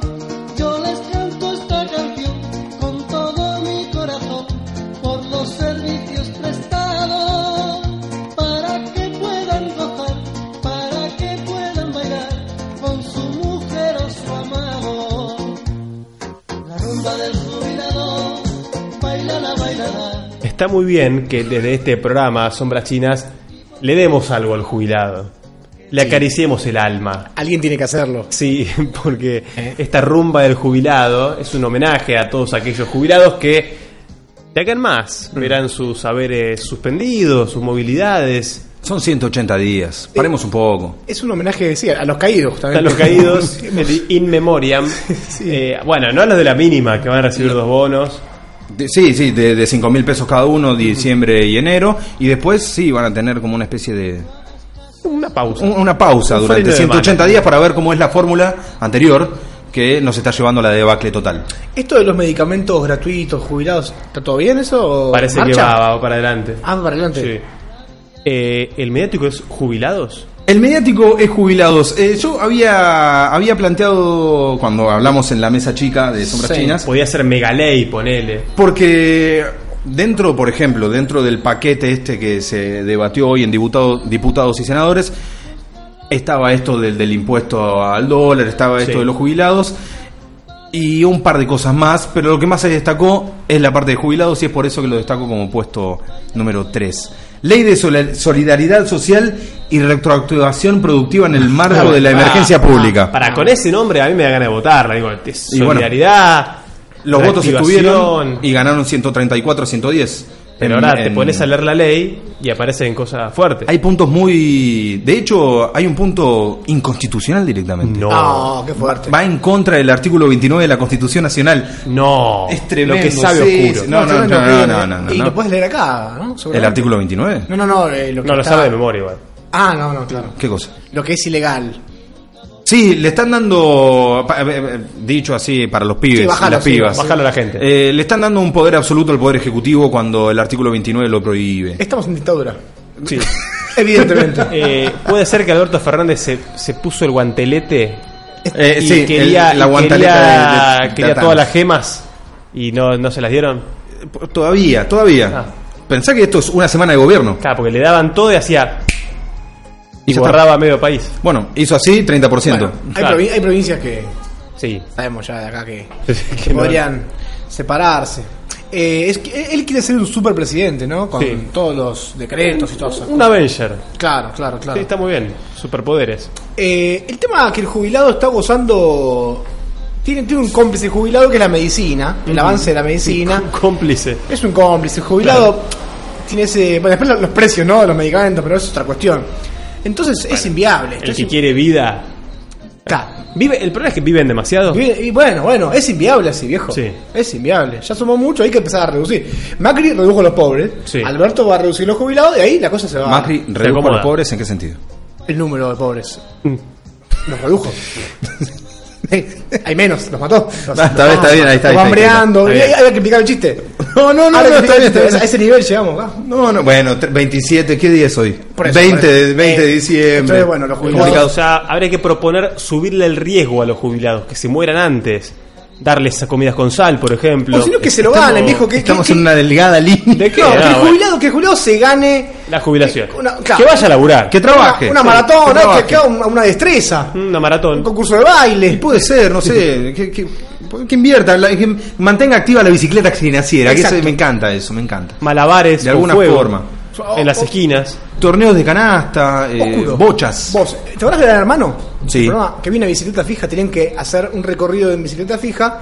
[SPEAKER 6] Yo les canto esta canción con todo mi corazón por los servicios prestados, para que puedan gozar, para que puedan bailar con su mujer o su amado. La rumba del jubilado, baila la bailada.
[SPEAKER 3] Está muy bien que desde este programa Sombras Chinas le demos algo al jubilado. Le acariciemos el alma.
[SPEAKER 4] Alguien tiene que hacerlo.
[SPEAKER 3] Sí, *laughs* porque
[SPEAKER 4] Eh.
[SPEAKER 3] esta rumba del jubilado es un homenaje a todos aquellos jubilados que de acá en más
[SPEAKER 4] Mm.
[SPEAKER 3] verán sus saberes suspendidos, sus movilidades,
[SPEAKER 5] Son 180 días. Paremos un poco.
[SPEAKER 4] Es un homenaje, sí, a los caídos
[SPEAKER 3] a
[SPEAKER 4] también.
[SPEAKER 3] los
[SPEAKER 4] *laughs*
[SPEAKER 3] caídos, el in memoriam. Eh, bueno, no a los de la mínima que van a recibir dos bonos.
[SPEAKER 5] De- sí, sí, de, de 5 mil pesos cada uno, diciembre y enero. Y después sí, van a tener como una especie de.
[SPEAKER 3] Una pausa.
[SPEAKER 5] un- una pausa
[SPEAKER 3] Un
[SPEAKER 5] durante
[SPEAKER 3] freno de
[SPEAKER 5] 180
[SPEAKER 3] mano.
[SPEAKER 5] días para ver cómo es la fórmula anterior que nos está llevando a la debacle total.
[SPEAKER 4] Esto de los medicamentos gratuitos, jubilados, ¿está todo bien eso? o
[SPEAKER 3] Parece que
[SPEAKER 4] marcha?
[SPEAKER 3] va, va para adelante.
[SPEAKER 4] Ah, va para adelante.
[SPEAKER 3] Sí. Eh, ¿El mediático es jubilados?
[SPEAKER 5] El mediático es jubilados. Eh, yo había, había planteado cuando hablamos en la mesa chica de sombras
[SPEAKER 4] Sí.
[SPEAKER 5] chinas,
[SPEAKER 3] Podía ser Megaley, ponele.
[SPEAKER 5] porque dentro, por ejemplo, dentro del paquete este que se debatió hoy en diputado- diputados y senadores, estaba esto del, del impuesto al dólar, estaba esto
[SPEAKER 3] Sí.
[SPEAKER 5] de los jubilados y un par de cosas más, pero lo que más se destacó es la parte de jubilados y es por eso que lo destaco como puesto número 3. Ley de sola- solidaridad social y retroactivación productiva
[SPEAKER 3] *laughs*
[SPEAKER 5] en el marco de la emergencia pública.
[SPEAKER 3] Para con ese nombre a mí me da ganas de votar. Digo, es
[SPEAKER 5] Y bueno.
[SPEAKER 3] solidaridad,
[SPEAKER 5] Los votos
[SPEAKER 3] reactivación.
[SPEAKER 5] estuvieron y ganaron 134 a 110.
[SPEAKER 3] Pero
[SPEAKER 5] En-
[SPEAKER 3] ahora te
[SPEAKER 5] en-
[SPEAKER 3] pones a leer la ley y aparecen cosas fuertes.
[SPEAKER 5] Hay puntos muy. De hecho, hay un punto inconstitucional directamente. Ah.
[SPEAKER 4] No, Ah, qué fuerte.
[SPEAKER 5] Va en contra del artículo 29 de la Constitución Nacional.
[SPEAKER 3] No.
[SPEAKER 5] Es tremendo.
[SPEAKER 3] Lo que sabe
[SPEAKER 5] sí,
[SPEAKER 3] oscuro.
[SPEAKER 5] sí. No, no, no,
[SPEAKER 4] yo
[SPEAKER 5] no,
[SPEAKER 4] lo
[SPEAKER 5] no,
[SPEAKER 4] que-
[SPEAKER 5] no, no,
[SPEAKER 4] Y
[SPEAKER 5] no.
[SPEAKER 4] lo puedes leer acá, ¿no?
[SPEAKER 5] ¿El
[SPEAKER 4] Seguramente.
[SPEAKER 5] artículo 29?
[SPEAKER 4] No, no, no. eh, lo que
[SPEAKER 3] No, lo
[SPEAKER 4] está-
[SPEAKER 3] sabe de memoria igual.
[SPEAKER 4] Ah, no, no, claro.
[SPEAKER 5] ¿Qué cosa?
[SPEAKER 4] Lo que
[SPEAKER 3] *laughs*
[SPEAKER 4] es ilegal.
[SPEAKER 5] Sí, le están dando, pa- eh, eh, dicho así, para los pibes
[SPEAKER 4] Sí, bájalo,
[SPEAKER 5] y las
[SPEAKER 4] sí,
[SPEAKER 5] pibas.
[SPEAKER 3] Bájalo a la gente.
[SPEAKER 5] Eh, le están dando un poder absoluto al Poder Ejecutivo cuando el artículo 29 lo prohíbe.
[SPEAKER 4] Estamos en dictadura.
[SPEAKER 3] Sí.
[SPEAKER 4] Evidentemente.
[SPEAKER 3] *laughs* Eh, puede ser que Alberto Fernández se, se puso el guantelete
[SPEAKER 5] Eh,
[SPEAKER 3] y
[SPEAKER 5] sí,
[SPEAKER 3] quería,
[SPEAKER 5] el- la
[SPEAKER 3] y
[SPEAKER 5] guantaleta
[SPEAKER 3] quería,
[SPEAKER 5] de- de- de
[SPEAKER 3] quería
[SPEAKER 5] Thanos.
[SPEAKER 3] todas las gemas y no, no se las dieron.
[SPEAKER 5] Eh, Todavía, todavía.
[SPEAKER 3] Ah.
[SPEAKER 5] Pensá que esto es una semana de gobierno.
[SPEAKER 3] Claro, porque le daban todo y hacía y
[SPEAKER 5] Ya está.
[SPEAKER 3] borraba medio país.
[SPEAKER 5] Bueno, hizo así 30%.
[SPEAKER 4] Hay,
[SPEAKER 3] Claro.
[SPEAKER 4] provi- hay provincias que
[SPEAKER 3] Sí.
[SPEAKER 4] sabemos ya de acá que, que
[SPEAKER 3] *laughs* Que no-
[SPEAKER 4] podrían separarse. Eh, es que él quiere ser un superpresidente, ¿no? Con
[SPEAKER 3] Sí.
[SPEAKER 4] todos los decretos y todo eso.
[SPEAKER 3] Un Avenger.
[SPEAKER 4] Claro, claro, claro.
[SPEAKER 3] Sí, está muy bien. Superpoderes.
[SPEAKER 4] Eh, el tema que el jubilado está gozando. Tiene, tiene un cómplice jubilado que es la medicina, el avance de la medicina.
[SPEAKER 3] Cómplice.
[SPEAKER 4] Es un *laughs* cómplice. El jubilado tiene ese. Bueno, después los, los precios, ¿no? de Los medicamentos, pero eso es otra cuestión. Entonces es inviable.
[SPEAKER 3] El
[SPEAKER 4] Entonces,
[SPEAKER 3] que quiere vida.
[SPEAKER 4] Claro.
[SPEAKER 3] Vive, el problema es que viven demasiado.
[SPEAKER 4] Vive- Y bueno, bueno, es inviable así, viejo.
[SPEAKER 3] Sí.
[SPEAKER 4] Es inviable. Ya somos muchos, hay que empezar a reducir. Macri redujo los pobres.
[SPEAKER 3] Sí.
[SPEAKER 4] Alberto va a reducir los jubilados y ahí la cosa se va.
[SPEAKER 5] Macri redujo a
[SPEAKER 3] acomoda.
[SPEAKER 5] los pobres, ¿en qué sentido?
[SPEAKER 4] El número de pobres.
[SPEAKER 5] Mm.
[SPEAKER 4] Los
[SPEAKER 5] *laughs*
[SPEAKER 4] redujo. Eh, hay menos, los mató. Los-
[SPEAKER 5] Ah, está bien, está bien, ahí está, ahí está,
[SPEAKER 4] Los va hambreando.
[SPEAKER 5] está bien.
[SPEAKER 4] Y ahí Había que explicar
[SPEAKER 5] *laughs*
[SPEAKER 4] el chiste.
[SPEAKER 5] No, no, no,
[SPEAKER 4] Ahora
[SPEAKER 5] no, está
[SPEAKER 4] hay que explicar el
[SPEAKER 5] bien, está
[SPEAKER 4] chiste.
[SPEAKER 5] bien.
[SPEAKER 4] A ese nivel llegamos. ah.
[SPEAKER 5] No, no, bueno, tre- 27, ¿qué día es hoy?
[SPEAKER 4] Por eso,
[SPEAKER 5] 20,
[SPEAKER 4] por eso.
[SPEAKER 5] de- 20 de
[SPEAKER 4] Eh,
[SPEAKER 5] diciembre.
[SPEAKER 4] entonces, bueno, los jubilados-
[SPEAKER 3] Complicado. O sea, habría que proponer subirle el riesgo a los jubilados, que se mueran antes. Darles comidas con sal, por ejemplo.
[SPEAKER 4] O si no, que se lo
[SPEAKER 3] Estamos-
[SPEAKER 4] ganen, viejo. Que,
[SPEAKER 5] Estamos
[SPEAKER 4] que-
[SPEAKER 5] en una delgada línea.
[SPEAKER 3] ¿De qué?
[SPEAKER 4] No,
[SPEAKER 3] Ah,
[SPEAKER 4] que el
[SPEAKER 3] bueno.
[SPEAKER 4] jubilado, que el jubilado se gane.
[SPEAKER 3] La jubilación.
[SPEAKER 4] Eh, Una- claro.
[SPEAKER 3] Que vaya a laburar.
[SPEAKER 5] *laughs* Que trabaje.
[SPEAKER 4] Una, una
[SPEAKER 5] Sí,
[SPEAKER 4] maratón,
[SPEAKER 5] que
[SPEAKER 4] ¿no?
[SPEAKER 5] trabaje.
[SPEAKER 4] que, que haga una, una destreza.
[SPEAKER 3] Una
[SPEAKER 4] Un
[SPEAKER 3] maratón.
[SPEAKER 4] concurso de baile.
[SPEAKER 5] Puede ser, no *laughs* sé, que, que- que invierta, la- que mantenga activa la bicicleta financiera, que eso-
[SPEAKER 4] Exacto.
[SPEAKER 5] me encanta eso, me encanta.
[SPEAKER 3] Malabares.
[SPEAKER 5] De
[SPEAKER 3] con
[SPEAKER 5] alguna
[SPEAKER 3] fuego.
[SPEAKER 5] forma.
[SPEAKER 3] En las esquinas.
[SPEAKER 5] Torneos de canasta, eh,
[SPEAKER 4] Oscuro.
[SPEAKER 5] bochas.
[SPEAKER 4] Vos, ¿te acuerdas de Gran Hermano?
[SPEAKER 5] Sí.
[SPEAKER 4] El programa que vi una bicicleta fija, tenían que hacer un recorrido en bicicleta fija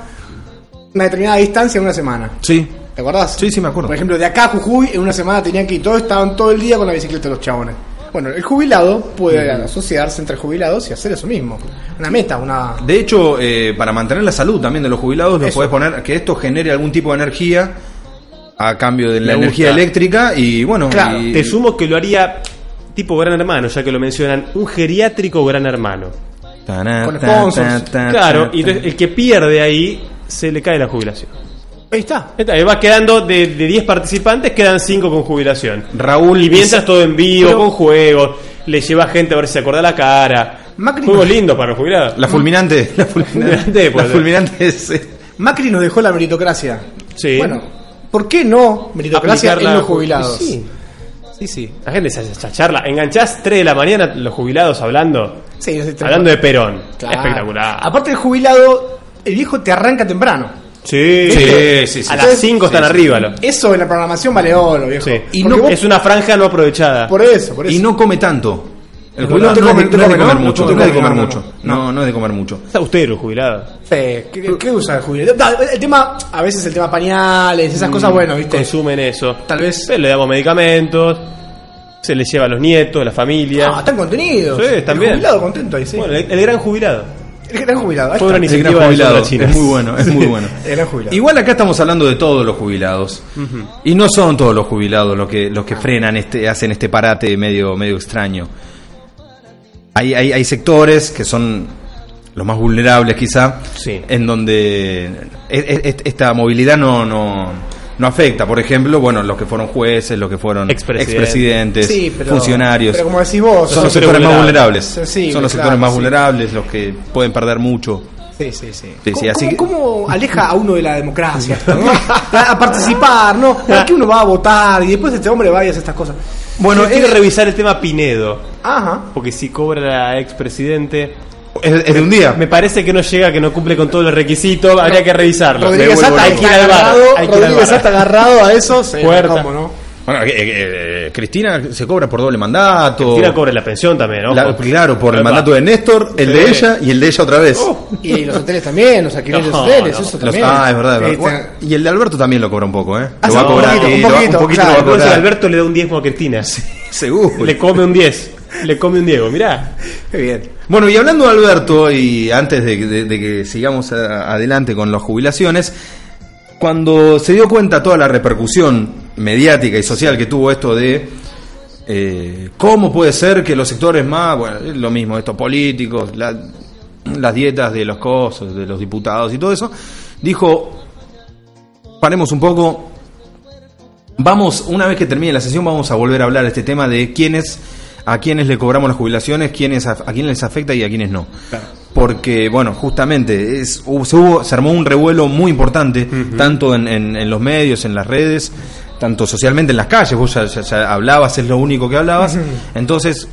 [SPEAKER 4] una determinada distancia en una semana.
[SPEAKER 5] Sí.
[SPEAKER 4] ¿Te acordás?
[SPEAKER 5] Sí, sí, me acuerdo.
[SPEAKER 4] Por ejemplo, de acá a Jujuy, en una semana tenían que ir, todos estaban todo el día con la bicicleta los chabones. Bueno, el jubilado puede asociarse entre jubilados y hacer eso mismo. Una meta, una.
[SPEAKER 5] De hecho, eh, para mantener la salud también de los jubilados, lo
[SPEAKER 4] Eso.
[SPEAKER 5] podés poner que esto genere algún tipo de energía a cambio de la
[SPEAKER 3] Me
[SPEAKER 5] energía
[SPEAKER 3] gusta.
[SPEAKER 5] eléctrica y bueno,
[SPEAKER 4] Claro,
[SPEAKER 5] y-
[SPEAKER 3] Te sumo que lo haría tipo gran hermano, ya que lo mencionan. Un geriátrico gran hermano.
[SPEAKER 5] Taná,
[SPEAKER 4] Con
[SPEAKER 5] tan,
[SPEAKER 4] sponsors.
[SPEAKER 5] tan, tan,
[SPEAKER 3] Claro,
[SPEAKER 5] tan,
[SPEAKER 3] y entonces el que pierde ahí se le cae la jubilación.
[SPEAKER 4] Ahí está.
[SPEAKER 3] Está, y Va quedando de de 10 participantes, quedan 5 con jubilación.
[SPEAKER 5] Raúl
[SPEAKER 3] Y mientras todo en vivo,
[SPEAKER 4] Pero-
[SPEAKER 3] con juegos, le lleva gente a ver si se acuerda la cara.
[SPEAKER 4] Macri-
[SPEAKER 3] Juegos lindos para los jubilados.
[SPEAKER 5] La fulminante,
[SPEAKER 3] *laughs*
[SPEAKER 5] la fulminante,
[SPEAKER 3] Fulminante, pues,
[SPEAKER 5] la
[SPEAKER 3] puede ser.
[SPEAKER 5] fulminante es eh,
[SPEAKER 4] Macri nos dejó la meritocracia.
[SPEAKER 3] Sí.
[SPEAKER 4] Bueno, ¿por qué no meritocracia
[SPEAKER 3] Aplicarla-
[SPEAKER 4] en los jubilados?
[SPEAKER 3] Sí.
[SPEAKER 4] sí, sí.
[SPEAKER 3] La gente se se charla. Enganchás 3 de la mañana los jubilados hablando.
[SPEAKER 4] Sí, no sé, tres-
[SPEAKER 3] Hablando de Perón.
[SPEAKER 4] Claro. Ah,
[SPEAKER 3] Espectacular.
[SPEAKER 4] Aparte el jubilado, el viejo te arranca temprano.
[SPEAKER 3] Sí,
[SPEAKER 5] Sí, sí, sí.
[SPEAKER 3] A las 5 están
[SPEAKER 5] Sí, sí.
[SPEAKER 3] arriba. lo-
[SPEAKER 4] Eso en la programación vale oro, viejo.
[SPEAKER 3] Sí.
[SPEAKER 4] Y
[SPEAKER 3] Porque
[SPEAKER 4] no,
[SPEAKER 3] vos- es una franja no aprovechada.
[SPEAKER 4] por eso, por eso.
[SPEAKER 5] y no come tanto. El
[SPEAKER 4] No,
[SPEAKER 5] jubilado
[SPEAKER 4] no te
[SPEAKER 5] no, es de-
[SPEAKER 4] come- te
[SPEAKER 5] no es de
[SPEAKER 4] come,
[SPEAKER 5] comer
[SPEAKER 4] ¿no?
[SPEAKER 5] mucho,
[SPEAKER 4] No te
[SPEAKER 5] no es de
[SPEAKER 4] come,
[SPEAKER 5] comer
[SPEAKER 4] no,
[SPEAKER 5] mucho. No, no es de comer mucho.
[SPEAKER 3] Está usted, los jubilados.
[SPEAKER 4] Eh, ¿qué, qué usa el jubilado? Da, El tema, a veces el tema pañales, esas cosas, bueno, viste.
[SPEAKER 3] Consumen eso.
[SPEAKER 4] Tal vez-
[SPEAKER 3] Pero le damos medicamentos. Se les lleva a los nietos, a la familia.
[SPEAKER 4] Ah, están contenidos.
[SPEAKER 3] Sí, están bien.
[SPEAKER 4] El jubilado contento ahí, sí.
[SPEAKER 3] Bueno, el, el gran jubilado.
[SPEAKER 4] el gran jubilado. ahí
[SPEAKER 3] Fue una
[SPEAKER 4] está.
[SPEAKER 5] El gran
[SPEAKER 3] iniciativa de
[SPEAKER 5] jubilado,
[SPEAKER 3] Sandra China.
[SPEAKER 5] es muy bueno, es muy bueno.
[SPEAKER 4] El gran jubilado.
[SPEAKER 5] Igual acá estamos hablando de todos los jubilados. Y no son todos los jubilados los que, los que frenan, este, hacen este parate medio, medio extraño. Hay, hay, hay sectores que son los más vulnerables quizá,
[SPEAKER 3] Sí.
[SPEAKER 5] en donde e- e- e- esta movilidad no, no, no afecta. Por ejemplo, bueno, los que fueron jueces, los que fueron
[SPEAKER 3] Expresidentes.
[SPEAKER 5] expresidentes,
[SPEAKER 4] Sí, pero-
[SPEAKER 5] funcionarios.
[SPEAKER 4] Pero como decís vos,
[SPEAKER 5] son los
[SPEAKER 3] son
[SPEAKER 5] sectores más vulnerables.
[SPEAKER 3] vulnerables.
[SPEAKER 4] Sensibles,
[SPEAKER 5] son los sectores
[SPEAKER 4] claro,
[SPEAKER 5] más
[SPEAKER 4] sí.
[SPEAKER 5] vulnerables, los que pueden perder mucho.
[SPEAKER 4] Sí, sí, sí.
[SPEAKER 5] Sí,
[SPEAKER 4] ¿Cómo,
[SPEAKER 5] sí, así
[SPEAKER 4] cómo-
[SPEAKER 5] que-
[SPEAKER 4] cómo aleja a uno de la democracia? esto, ¿no? a, a participar,
[SPEAKER 5] *laughs*
[SPEAKER 4] ¿no? Aquí uno va a votar y después este hombre va y hace estas cosas.
[SPEAKER 3] Bueno, hay
[SPEAKER 4] eh,
[SPEAKER 3] que revisar el tema Pinedo.
[SPEAKER 4] Ajá.
[SPEAKER 3] Porque si cobra la expresidente.
[SPEAKER 5] Es, es de un día.
[SPEAKER 3] Me parece que no llega, que no cumple con todos los requisitos. Habría que revisarlo.
[SPEAKER 4] Rodríguez
[SPEAKER 3] Me vuelvo
[SPEAKER 4] Sata
[SPEAKER 3] loco. Hay que ir
[SPEAKER 4] está
[SPEAKER 3] al bar.
[SPEAKER 4] agarrado,
[SPEAKER 3] Hay que ir al
[SPEAKER 4] Rodríguez
[SPEAKER 3] bar.
[SPEAKER 4] Sata agarrado a eso.
[SPEAKER 3] Puerta.
[SPEAKER 4] ¿cómo no?
[SPEAKER 5] Bueno, eh, eh, eh, Cristina se cobra por doble mandato.
[SPEAKER 3] Cristina cobra la pensión también, ¿no?
[SPEAKER 5] La- claro, por el
[SPEAKER 3] Epa.
[SPEAKER 5] mandato de Néstor, el de
[SPEAKER 3] Sí.
[SPEAKER 5] ella y el de ella otra
[SPEAKER 3] Oh,
[SPEAKER 5] vez.
[SPEAKER 4] Y los hoteles también, los alquileres de
[SPEAKER 3] No,
[SPEAKER 4] hoteles,
[SPEAKER 3] no.
[SPEAKER 4] eso
[SPEAKER 5] Los-
[SPEAKER 4] también.
[SPEAKER 5] ah, es verdad, es verdad.
[SPEAKER 4] Este,
[SPEAKER 5] Bueno, Y el de Alberto también lo cobra un poco, ¿eh?
[SPEAKER 4] Ah,
[SPEAKER 5] Lo
[SPEAKER 4] sí,
[SPEAKER 5] va a
[SPEAKER 4] un
[SPEAKER 5] cobrar.
[SPEAKER 4] poquito,
[SPEAKER 5] sí,
[SPEAKER 4] un
[SPEAKER 5] lo va-
[SPEAKER 4] poquito,
[SPEAKER 5] lo va a
[SPEAKER 4] claro,
[SPEAKER 3] Entonces
[SPEAKER 5] cobrar.
[SPEAKER 3] Alberto le da un diezmo a Cristina.
[SPEAKER 5] Seguro.
[SPEAKER 3] Le come un 10. Le come un Diego, mirá.
[SPEAKER 4] Qué bien.
[SPEAKER 5] Bueno, y hablando de Alberto, y antes de, de- de que sigamos a- adelante con las jubilaciones, cuando se dio cuenta toda la repercusión mediática y social que tuvo esto de eh, cómo puede ser que los sectores más, bueno, es lo mismo, estos políticos, la- las dietas de los cosos, de los diputados y todo eso, dijo, paremos un poco, Vamos, una vez que termine la sesión, vamos a volver a hablar de este tema de quiénes, a quiénes le cobramos las jubilaciones, quiénes, a, a quiénes les afecta y a quiénes no. Porque, bueno, justamente, es, hubo- se, hubo- se armó un revuelo muy importante, tanto en, en- en los medios, en las redes, tanto socialmente en las calles, vos ya, ya- ya hablabas, es lo único que hablabas. Entonces,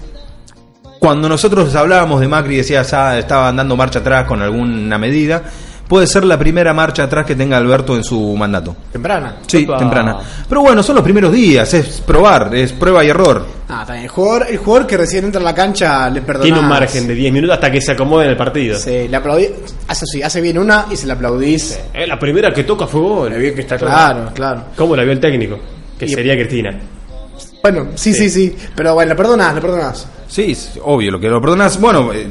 [SPEAKER 5] cuando nosotros hablábamos de Macri y decías, ah, estaban dando marcha atrás con alguna medida, puede ser la primera marcha atrás que tenga Alberto en su mandato.
[SPEAKER 4] Temprana.
[SPEAKER 5] Sí,
[SPEAKER 3] Opa.
[SPEAKER 5] temprana. Pero bueno, son los primeros días, es probar, es prueba y error.
[SPEAKER 4] Ah, está bien. El jugador, el jugador que recién entra a la cancha le perdonás.
[SPEAKER 3] Tiene un margen de 10 minutos hasta que se acomode en el partido.
[SPEAKER 4] Sí, le aplaudís. Hace, sí, hace bien una y se le aplaudís.
[SPEAKER 3] Eh, la primera que toca fue gol.
[SPEAKER 4] Pero bien que está claro, claro.
[SPEAKER 3] ¿Cómo la vio el técnico? Que
[SPEAKER 4] Y-
[SPEAKER 3] sería Cristina.
[SPEAKER 4] Bueno, sí, sí, sí. Pero bueno, le perdonás, le perdonás.
[SPEAKER 5] Sí, es obvio, lo que lo perdonás. Bueno, eh,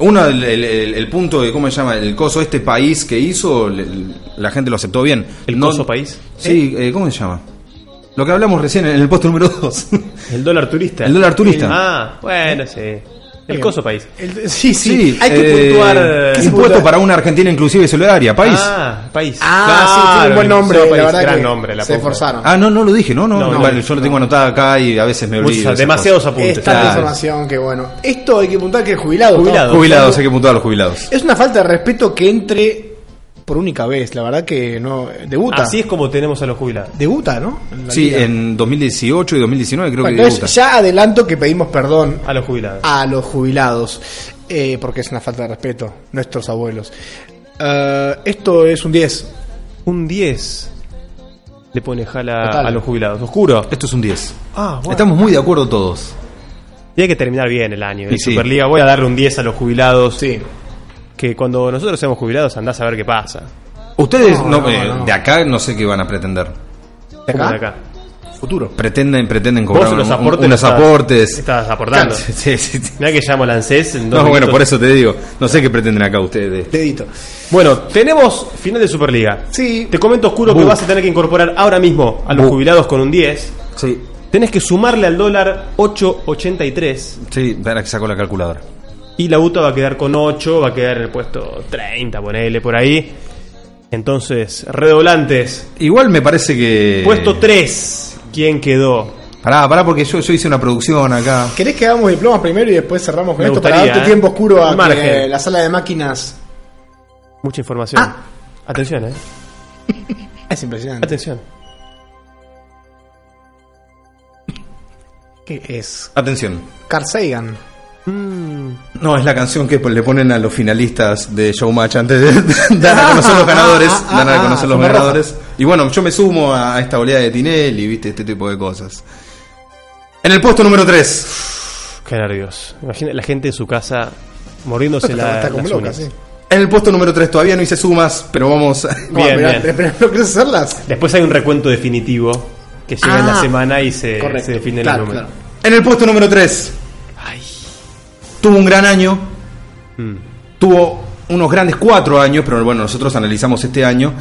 [SPEAKER 5] uno, el, el- el- el punto de, ¿cómo se llama? El coso, este país que hizo, le- la gente lo aceptó bien.
[SPEAKER 3] ¿El coso país?
[SPEAKER 5] Sí, eh, ¿cómo se llama? Lo que hablamos recién en el poste número 2.
[SPEAKER 3] El dólar turista.
[SPEAKER 5] El dólar turista.
[SPEAKER 3] Ah, bueno, sí. El coso país.
[SPEAKER 4] El- sí,
[SPEAKER 5] *laughs*
[SPEAKER 4] sí,
[SPEAKER 5] Sí,
[SPEAKER 4] Hay que
[SPEAKER 5] eh,
[SPEAKER 4] puntuar.
[SPEAKER 3] ¿qué se
[SPEAKER 5] Impuesto para una Argentina inclusive y solidaria, país. Ah,
[SPEAKER 3] Ah, país.
[SPEAKER 4] Ah, sí, tiene un buen nombre.
[SPEAKER 3] Coso
[SPEAKER 4] La
[SPEAKER 3] País,
[SPEAKER 4] verdad
[SPEAKER 3] gran
[SPEAKER 4] que
[SPEAKER 3] nombre, la Ah,
[SPEAKER 4] se
[SPEAKER 3] puta.
[SPEAKER 4] esforzaron.
[SPEAKER 5] Ah, no, no lo dije, no, no.
[SPEAKER 3] No,
[SPEAKER 5] no,
[SPEAKER 3] no.
[SPEAKER 5] vale, yo lo tengo anotado acá y a veces me
[SPEAKER 3] Muchos-
[SPEAKER 5] olvido. de esas
[SPEAKER 3] demasiados
[SPEAKER 5] cosas.
[SPEAKER 3] apuntes.
[SPEAKER 4] Esta
[SPEAKER 5] Claro.
[SPEAKER 4] información, que bueno. Esto hay que apuntar que el jubilado.
[SPEAKER 3] Jubilado.
[SPEAKER 4] ¿no?
[SPEAKER 5] Jubilados, hay que puntuar a los jubilados.
[SPEAKER 4] Es una falta de respeto que entre por única vez. La verdad que no. Debuta.
[SPEAKER 3] Así es como tenemos a los jubilados.
[SPEAKER 4] Debuta, ¿no? En la
[SPEAKER 5] Sí,
[SPEAKER 4] liga.
[SPEAKER 5] en 2018 y 2019 creo
[SPEAKER 4] Bueno,
[SPEAKER 5] que
[SPEAKER 4] entonces
[SPEAKER 5] debuta.
[SPEAKER 4] ya adelanto que pedimos perdón
[SPEAKER 3] A los jubilados.
[SPEAKER 4] a los jubilados, eh, porque es una falta de respeto, nuestros abuelos. Eh, esto es un 10.
[SPEAKER 3] Un 10 le pone jala
[SPEAKER 4] Total.
[SPEAKER 3] a los jubilados. Oscuro.
[SPEAKER 5] Esto es un 10.
[SPEAKER 3] Ah, bueno.
[SPEAKER 5] Estamos muy de acuerdo todos.
[SPEAKER 3] Tiene que terminar bien el año.
[SPEAKER 5] Y
[SPEAKER 3] de
[SPEAKER 5] sí.
[SPEAKER 3] Superliga, voy a darle un 10 a los jubilados.
[SPEAKER 4] Sí.
[SPEAKER 3] Que cuando nosotros seamos jubilados andás a ver qué pasa.
[SPEAKER 5] Ustedes
[SPEAKER 4] No,
[SPEAKER 5] no,
[SPEAKER 4] no,
[SPEAKER 5] eh,
[SPEAKER 4] no.
[SPEAKER 5] de acá no sé qué van a pretender.
[SPEAKER 3] Como de
[SPEAKER 4] acá?
[SPEAKER 3] acá.
[SPEAKER 5] Futuro. Pretenden, pretenden cobrar
[SPEAKER 3] Vos los
[SPEAKER 5] un- un-
[SPEAKER 3] aportes
[SPEAKER 5] unos
[SPEAKER 3] los estás-
[SPEAKER 5] aportes.
[SPEAKER 3] Estás
[SPEAKER 5] *laughs*
[SPEAKER 3] aportando.
[SPEAKER 5] Sí, sí, sí.
[SPEAKER 3] Mirá que llamo al ANSES. en dos
[SPEAKER 5] No, bueno,
[SPEAKER 3] minutos.
[SPEAKER 5] por eso te digo. No sé qué pretenden acá ustedes.
[SPEAKER 4] Dedito.
[SPEAKER 3] Bueno, tenemos final de Superliga.
[SPEAKER 4] Sí.
[SPEAKER 3] Te comento, Oscuro, que
[SPEAKER 5] Bu.
[SPEAKER 3] vas a tener que incorporar ahora mismo a los
[SPEAKER 5] Bu.
[SPEAKER 3] jubilados con un 10.
[SPEAKER 5] Sí.
[SPEAKER 3] Tenés que sumarle al dólar 8.83
[SPEAKER 5] Sí, para que sacó la calculadora.
[SPEAKER 3] y la UTA va a quedar con 8, va a quedar en el puesto 30, ponele por ahí. Entonces, redoblantes.
[SPEAKER 5] Igual me parece que.
[SPEAKER 3] Puesto 3. ¿Quién quedó?
[SPEAKER 5] Pará, pará, porque yo, yo hice una producción acá.
[SPEAKER 4] ¿Querés que hagamos diplomas primero y después cerramos con
[SPEAKER 3] Me
[SPEAKER 4] esto para
[SPEAKER 3] gustaría,
[SPEAKER 4] darte
[SPEAKER 3] ¿eh?
[SPEAKER 4] tiempo oscuro a
[SPEAKER 3] Un margen.
[SPEAKER 4] que la sala de máquinas?
[SPEAKER 3] Mucha información.
[SPEAKER 4] Ah.
[SPEAKER 3] Atención, eh.
[SPEAKER 4] Es impresionante.
[SPEAKER 3] Atención.
[SPEAKER 4] ¿Qué es?
[SPEAKER 5] Atención.
[SPEAKER 4] Carl Sagan.
[SPEAKER 5] No, es la canción que le ponen a los finalistas de Showmatch antes de *laughs* dar a conocer los ganadores.
[SPEAKER 4] ah, ah,
[SPEAKER 5] dar a
[SPEAKER 4] ah,
[SPEAKER 5] conocer los
[SPEAKER 4] Sombra Roja.
[SPEAKER 5] ganadores. Y bueno, yo me sumo a esta oleada de Tinelli, viste, este tipo de cosas. En el puesto número 3,
[SPEAKER 3] Qué nervios. Imagina la gente de su casa mordiéndose la,
[SPEAKER 4] *laughs* Está, está como
[SPEAKER 3] las
[SPEAKER 4] loca,
[SPEAKER 3] uñas.
[SPEAKER 4] sí.
[SPEAKER 5] en el puesto número 3 todavía no hice sumas, pero vamos. a- *laughs*
[SPEAKER 4] Bueno,
[SPEAKER 3] Bien,
[SPEAKER 4] mirá,
[SPEAKER 3] bien.
[SPEAKER 4] pero- pero ¿No querés hacerlas?
[SPEAKER 3] Después hay un recuento definitivo que llega en la
[SPEAKER 4] Ah.
[SPEAKER 3] semana y se,
[SPEAKER 4] Correcto.
[SPEAKER 3] se definen
[SPEAKER 4] Claro,
[SPEAKER 3] los números.
[SPEAKER 4] claro.
[SPEAKER 5] En el puesto número 3. Tuvo un gran año.
[SPEAKER 4] Hmm.
[SPEAKER 5] Tuvo unos grandes cuatro años, pero bueno, nosotros analizamos este año.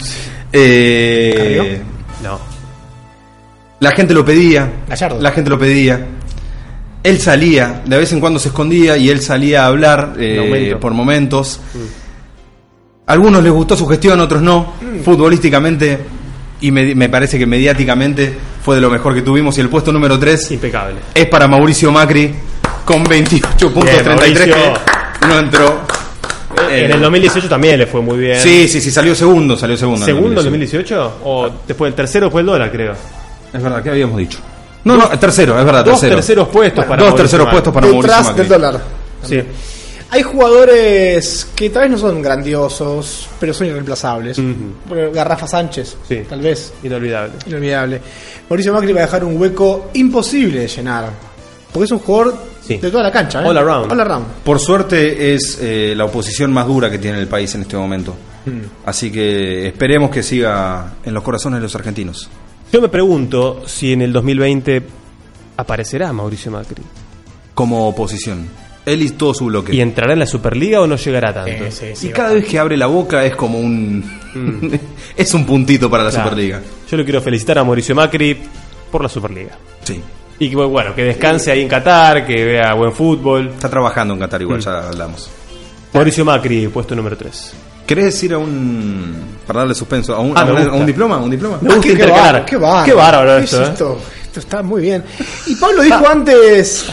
[SPEAKER 5] Eh,
[SPEAKER 3] No.
[SPEAKER 5] La gente lo pedía.
[SPEAKER 4] Gallardo.
[SPEAKER 5] La gente lo pedía. Él salía, de vez en cuando se escondía y él salía a hablar eh,
[SPEAKER 3] En aumento. Mm.
[SPEAKER 5] por momentos. Algunos les gustó su gestión, otros no.
[SPEAKER 3] Mm.
[SPEAKER 5] Futbolísticamente y me, me parece que mediáticamente fue de lo mejor que tuvimos. Y el puesto número 3
[SPEAKER 3] Impecable.
[SPEAKER 5] es para Mauricio Macri con 28.33
[SPEAKER 3] Bien,
[SPEAKER 5] que
[SPEAKER 3] Mauricio.
[SPEAKER 5] no entró. Eh,
[SPEAKER 3] en el 2018 también le fue muy bien.
[SPEAKER 5] Sí, sí, sí, salió segundo, salió segundo. en el
[SPEAKER 3] ¿Segundo en 2018? ¿O
[SPEAKER 5] Ah.
[SPEAKER 3] después el tercero fue el dólar, creo?
[SPEAKER 5] Es verdad, ¿qué habíamos dicho? No, no, tercero, es verdad,
[SPEAKER 3] Dos
[SPEAKER 5] tercero.
[SPEAKER 3] terceros puestos para
[SPEAKER 5] Dos
[SPEAKER 3] Mauricio
[SPEAKER 5] terceros
[SPEAKER 3] Macri.
[SPEAKER 5] puestos para Mauricio
[SPEAKER 4] Detrás
[SPEAKER 5] Macri.
[SPEAKER 4] del dólar.
[SPEAKER 3] Sí.
[SPEAKER 4] Hay jugadores que tal vez no son grandiosos, pero son irreemplazables. Bueno, Garrafa Sánchez, tal vez.
[SPEAKER 3] Inolvidable.
[SPEAKER 4] Inolvidable. Mauricio Macri va a dejar un hueco imposible de llenar. Porque es un jugador de toda la cancha. ¿eh?
[SPEAKER 5] All around.
[SPEAKER 4] All around.
[SPEAKER 5] Por suerte es eh, la oposición más dura que tiene el país en este momento.
[SPEAKER 3] Hmm.
[SPEAKER 5] Así que esperemos que siga en los corazones de los argentinos.
[SPEAKER 3] Yo me pregunto si en el 2020 aparecerá Mauricio Macri.
[SPEAKER 5] Como oposición. Él y todo su bloque.
[SPEAKER 3] ¿Y entrará en la Superliga o no llegará tanto?
[SPEAKER 5] y cada vez que abre la boca es como un... *laughs* es un puntito para la
[SPEAKER 3] Hmm. Claro.
[SPEAKER 5] Superliga.
[SPEAKER 3] Yo lo quiero felicitar a Mauricio Macri por la Superliga.
[SPEAKER 5] Sí.
[SPEAKER 3] Y que, bueno, que descanse ahí en Qatar, que vea buen fútbol.
[SPEAKER 5] Está trabajando en Qatar igual,
[SPEAKER 3] Hmm.
[SPEAKER 5] ya hablamos.
[SPEAKER 3] Mauricio Macri, puesto número 3.
[SPEAKER 5] ¿Querés ir a un... para darle suspenso, a un,
[SPEAKER 3] Ah,
[SPEAKER 5] a
[SPEAKER 3] me
[SPEAKER 5] un- a un
[SPEAKER 3] gusta.
[SPEAKER 5] diploma? ¿Un diploma?
[SPEAKER 3] Me gusta
[SPEAKER 4] qué
[SPEAKER 3] intercalar.
[SPEAKER 4] bárbaro, Qué bárbaro,
[SPEAKER 3] Qué bárbaro
[SPEAKER 4] ¿Qué
[SPEAKER 3] esto,
[SPEAKER 4] es
[SPEAKER 3] ¿eh? Ah.
[SPEAKER 4] esto? Esto está muy bien. Y Pablo dijo antes.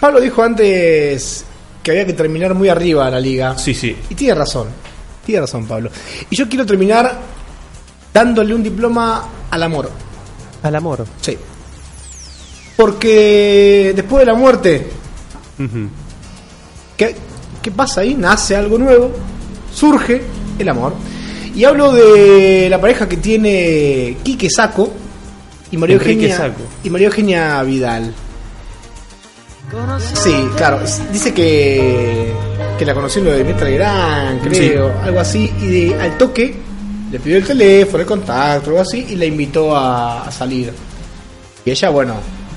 [SPEAKER 4] Pablo dijo antes que había que terminar muy arriba la liga.
[SPEAKER 3] Sí, sí.
[SPEAKER 4] Y tiene razón. Tiene razón, Pablo. Y yo quiero terminar dándole un diploma al amor.
[SPEAKER 3] Al amor.
[SPEAKER 4] Sí. Porque después de la muerte, ¿qué, qué pasa ahí? Nace algo nuevo, surge el amor. Y hablo de la pareja que tiene Quique Saco y María
[SPEAKER 3] Enrique
[SPEAKER 4] Eugenia,
[SPEAKER 3] Sacco.
[SPEAKER 4] Y María Eugenia Vidal. Sí, claro. s- Dice que, que la conoció en lo de Metal Gran, creo, algo así. Y de, al toque le pidió el teléfono, el contacto, algo así, y la invitó a, a salir. Y ella, bueno,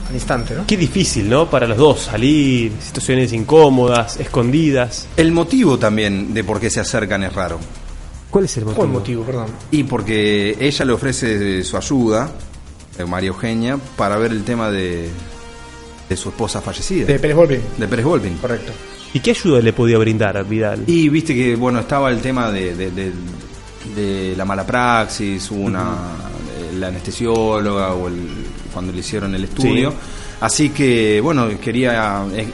[SPEAKER 4] al instante, ¿no?
[SPEAKER 3] Qué difícil, ¿no? Para los dos, salir, situaciones incómodas, escondidas.
[SPEAKER 5] El motivo también de por qué se acercan es raro.
[SPEAKER 3] ¿Cuál es el motivo?
[SPEAKER 4] ¿Cuál motivo, perdón?
[SPEAKER 5] Y porque ella le ofrece su ayuda, eh, María Eugenia, para ver el tema de, de su esposa fallecida,
[SPEAKER 4] De
[SPEAKER 5] de,
[SPEAKER 4] Pérez Volpin.
[SPEAKER 5] Pérez Volpin.
[SPEAKER 4] Correcto.
[SPEAKER 3] ¿Y qué ayuda le podía brindar a Vidal?
[SPEAKER 5] Y viste que, bueno, estaba el tema de, de- de- de la mala praxis, hubo una, eh, la anestesióloga o el- cuando le hicieron el estudio.
[SPEAKER 3] Sí.
[SPEAKER 5] Así que, bueno, quería eh, eh,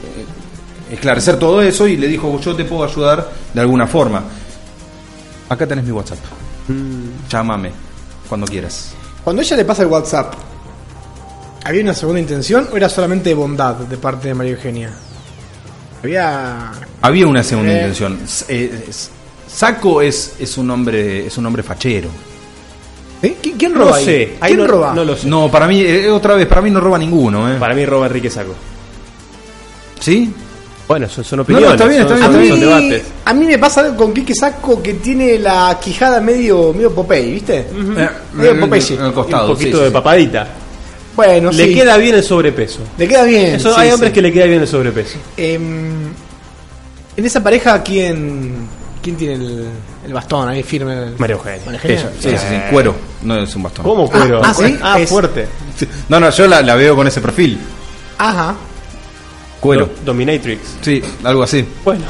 [SPEAKER 5] esclarecer todo eso y le dijo, yo te puedo ayudar de alguna forma. Acá tenés mi WhatsApp.
[SPEAKER 3] Mm.
[SPEAKER 5] Llámame cuando quieras.
[SPEAKER 4] Cuando ella le pasa el WhatsApp, ¿había una segunda intención o era solamente bondad de parte de María Eugenia? Había.
[SPEAKER 5] Había una segunda
[SPEAKER 4] Eh.
[SPEAKER 5] intención. S- eh, s- Saco es, es un hombre es un hombre fachero.
[SPEAKER 4] ¿Eh? ¿Qui- ¿Quién
[SPEAKER 3] No
[SPEAKER 4] roba ahí?
[SPEAKER 3] sé, ahí
[SPEAKER 4] ¿Quién
[SPEAKER 3] no,
[SPEAKER 4] roba?
[SPEAKER 3] no lo sé.
[SPEAKER 5] No, para mí eh, otra vez para mí no roba ninguno, ¿eh?
[SPEAKER 3] Para mí roba Enrique Saco.
[SPEAKER 5] ¿Sí?
[SPEAKER 3] Bueno, son, son
[SPEAKER 5] no,
[SPEAKER 3] opiniones.
[SPEAKER 5] está bien,
[SPEAKER 3] son-
[SPEAKER 5] está
[SPEAKER 4] a,
[SPEAKER 5] bien,
[SPEAKER 3] son-
[SPEAKER 4] mí,
[SPEAKER 5] está
[SPEAKER 3] son debates.
[SPEAKER 4] a mí me pasa algo con Quique Saco que tiene la quijada medio, medio Popeye, ¿viste?
[SPEAKER 5] Eh,
[SPEAKER 4] Medio
[SPEAKER 5] en-
[SPEAKER 4] Popeye.
[SPEAKER 5] en el
[SPEAKER 3] Y un
[SPEAKER 5] costado,
[SPEAKER 3] poquito
[SPEAKER 5] sí, sí,
[SPEAKER 3] de
[SPEAKER 5] sí.
[SPEAKER 3] papadita.
[SPEAKER 4] Bueno,
[SPEAKER 3] le
[SPEAKER 4] sí.
[SPEAKER 3] queda bien el sobrepeso.
[SPEAKER 4] le queda bien.
[SPEAKER 3] Eso,
[SPEAKER 4] sí,
[SPEAKER 3] hay
[SPEAKER 4] sí.
[SPEAKER 3] hombres que le queda bien el sobrepeso.
[SPEAKER 4] Em, en esa pareja, ¿quién, quién tiene el, el bastón ahí firme? El-
[SPEAKER 3] María Eugenia.
[SPEAKER 4] María Eugenia.
[SPEAKER 5] Sí, sí, sí, cuero, no es un bastón.
[SPEAKER 3] ¿Cómo cuero?
[SPEAKER 4] ah, ¿sí?
[SPEAKER 3] Ah,
[SPEAKER 4] Es-
[SPEAKER 3] fuerte.
[SPEAKER 5] No, no, yo la, la veo con ese perfil.
[SPEAKER 4] Ajá.
[SPEAKER 5] Cuero.
[SPEAKER 3] Do- Dominatrix.
[SPEAKER 5] Sí, algo así.
[SPEAKER 3] Bueno,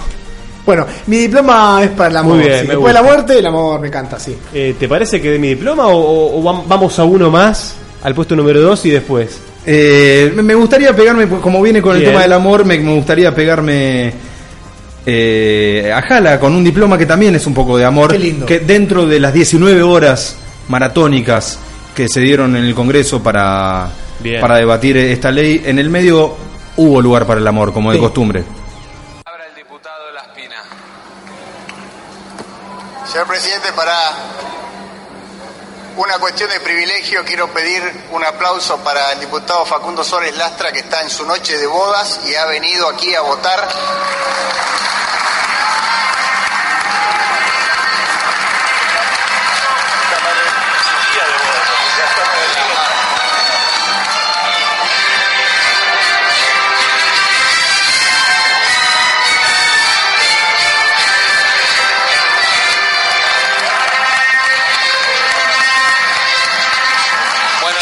[SPEAKER 4] Bueno, mi diploma es para el amor.
[SPEAKER 3] Muy bien,
[SPEAKER 4] sí.
[SPEAKER 3] me
[SPEAKER 4] Después de la
[SPEAKER 3] gusta.
[SPEAKER 4] muerte, el amor me encanta, sí.
[SPEAKER 3] eh, ¿te parece que dé mi diploma o, o- o vam- vamos a uno más? Al puesto número 2 y después.
[SPEAKER 5] Eh, me- me gustaría pegarme, pues, como viene con el
[SPEAKER 3] Bien.
[SPEAKER 5] tema del amor, me, me gustaría pegarme eh, a Jala con un diploma que también es un poco de amor.
[SPEAKER 4] Qué lindo.
[SPEAKER 5] Que dentro de las 19 horas maratónicas que se dieron en el Congreso para,
[SPEAKER 3] Bien.
[SPEAKER 5] para debatir esta ley, en el medio hubo lugar para el amor, como de
[SPEAKER 4] Sí.
[SPEAKER 5] costumbre.
[SPEAKER 12] Abra el diputado Laspina.
[SPEAKER 13] Señor presidente, para una cuestión de privilegio quiero pedir un aplauso para el diputado Facundo Suárez Lastra que está en su noche de bodas y ha venido aquí a votar.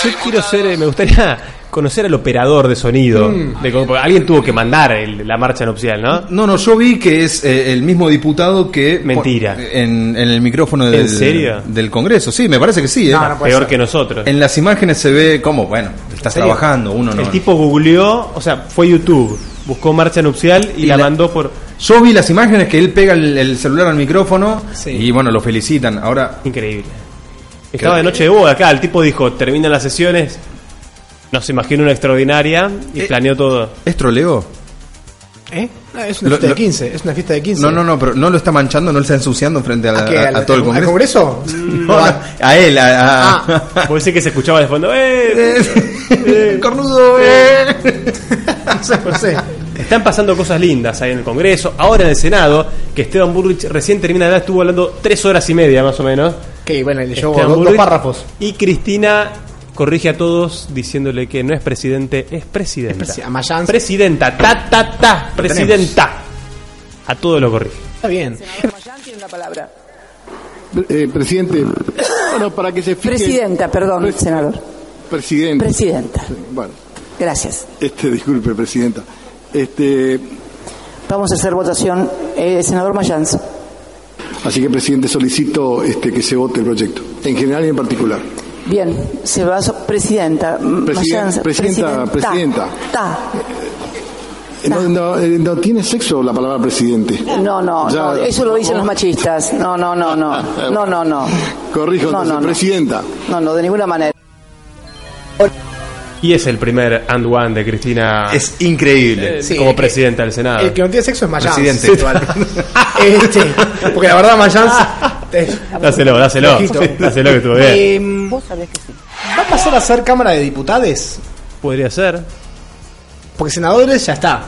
[SPEAKER 3] Yo quiero ser, eh, me gustaría *laughs* conocer al operador de sonido. De cómo- porque alguien tuvo que mandar el- la marcha nupcial, ¿no?
[SPEAKER 5] No, no, yo vi que es eh, el mismo diputado que...
[SPEAKER 3] Mentira.
[SPEAKER 5] En, en el micrófono del,
[SPEAKER 3] serio?
[SPEAKER 5] del Congreso, sí, me parece que sí. ¿eh?
[SPEAKER 4] No, no puede
[SPEAKER 3] Peor
[SPEAKER 4] ser.
[SPEAKER 3] que nosotros.
[SPEAKER 5] En las imágenes se ve como, bueno, estás
[SPEAKER 3] serio?
[SPEAKER 5] trabajando, uno no.
[SPEAKER 3] el tipo googleó, o sea, fue a YouTube, buscó marcha nupcial y,
[SPEAKER 5] Y
[SPEAKER 3] la,
[SPEAKER 5] la-
[SPEAKER 3] mandó por.
[SPEAKER 5] Yo vi las imágenes que él pega el, el celular al micrófono
[SPEAKER 4] Sí.
[SPEAKER 5] y bueno, lo felicitan. Ahora,
[SPEAKER 3] Increíble. Estaba de noche de boda acá, el tipo dijo, terminan las sesiones, nos imagina una extraordinaria y
[SPEAKER 5] Eh,
[SPEAKER 3] planeó todo.
[SPEAKER 5] ¿es troleo?
[SPEAKER 4] ¿Eh? No, es una
[SPEAKER 5] Lo-
[SPEAKER 4] fiesta
[SPEAKER 5] lo-
[SPEAKER 4] de 15, es una fiesta de 15.
[SPEAKER 5] No, no, no, pero no lo está manchando, no lo está ensuciando frente a, la-
[SPEAKER 4] ¿A qué?
[SPEAKER 5] a-
[SPEAKER 4] ¿Al-
[SPEAKER 5] a todo el
[SPEAKER 4] al-
[SPEAKER 5] Congreso.
[SPEAKER 4] al Congreso? *laughs*
[SPEAKER 5] No, no, a él, a, a- *laughs*
[SPEAKER 3] Puede ser que se escuchaba de fondo. Ah. ¡Eh!
[SPEAKER 5] ¡Cornudo! eh.
[SPEAKER 4] No sé.
[SPEAKER 3] Están pasando cosas lindas ahí en el Congreso, ahora en el Senado, que Esteban Burrich recién termina de hablar, estuvo hablando tres horas y media más o menos.
[SPEAKER 4] Que bueno, le llevo
[SPEAKER 3] Esteban
[SPEAKER 4] dos, dos
[SPEAKER 3] Bullrich.
[SPEAKER 4] párrafos.
[SPEAKER 3] Y Cristina corrige a todos diciéndole que no es presidente, es presidenta.
[SPEAKER 4] Es presi- a Mayans.
[SPEAKER 3] presidenta, ta, ta, ta, presidenta. A todo lo corrige.
[SPEAKER 4] Está bien.
[SPEAKER 14] tiene la palabra.
[SPEAKER 15] Eh, presidente, bueno, para que se fije...
[SPEAKER 14] Presidenta, perdón, senador.
[SPEAKER 15] Presidente.
[SPEAKER 14] Presidenta.
[SPEAKER 15] Sí, Bueno,
[SPEAKER 14] Gracias.
[SPEAKER 15] este, disculpe, presidenta. Este,
[SPEAKER 14] Vamos a hacer votación. Eh, senador Mayans.
[SPEAKER 15] así que, presidente, solicito este, que se vote el proyecto, en general y en particular.
[SPEAKER 14] Bien, se va a so- presidenta. M-
[SPEAKER 15] Presidenta,
[SPEAKER 14] Mayans,
[SPEAKER 15] presidenta, presidenta.
[SPEAKER 14] Ta.
[SPEAKER 15] No, no, eh, no tiene sexo la palabra presidente.
[SPEAKER 14] No, no,
[SPEAKER 15] Ya-
[SPEAKER 14] no, eso lo dicen los machistas. No, no,
[SPEAKER 15] *laughs*
[SPEAKER 14] no, no. No, no, no.
[SPEAKER 15] Corrijo,
[SPEAKER 14] No,
[SPEAKER 15] entonces,
[SPEAKER 14] no, no.
[SPEAKER 15] presidenta.
[SPEAKER 14] No, no, de ninguna manera.
[SPEAKER 3] Y es el primer and one de Cristina.
[SPEAKER 5] Es increíble.
[SPEAKER 3] eh,
[SPEAKER 4] Sí,
[SPEAKER 3] como
[SPEAKER 4] el que-
[SPEAKER 3] presidenta del Senado.
[SPEAKER 4] El que no tiene sexo es Mayans.
[SPEAKER 3] Presidente.
[SPEAKER 4] igual. *laughs* este, porque la verdad Mayans...
[SPEAKER 3] *laughs*
[SPEAKER 4] eh,
[SPEAKER 3] Ah, Dáselo, dáselo.
[SPEAKER 4] Ojito.
[SPEAKER 3] *laughs* Dáselo que estuvo bien.
[SPEAKER 4] eh, ¿Va a pasar a ser Cámara de Diputados?
[SPEAKER 3] Podría ser.
[SPEAKER 4] Porque senadores ya está.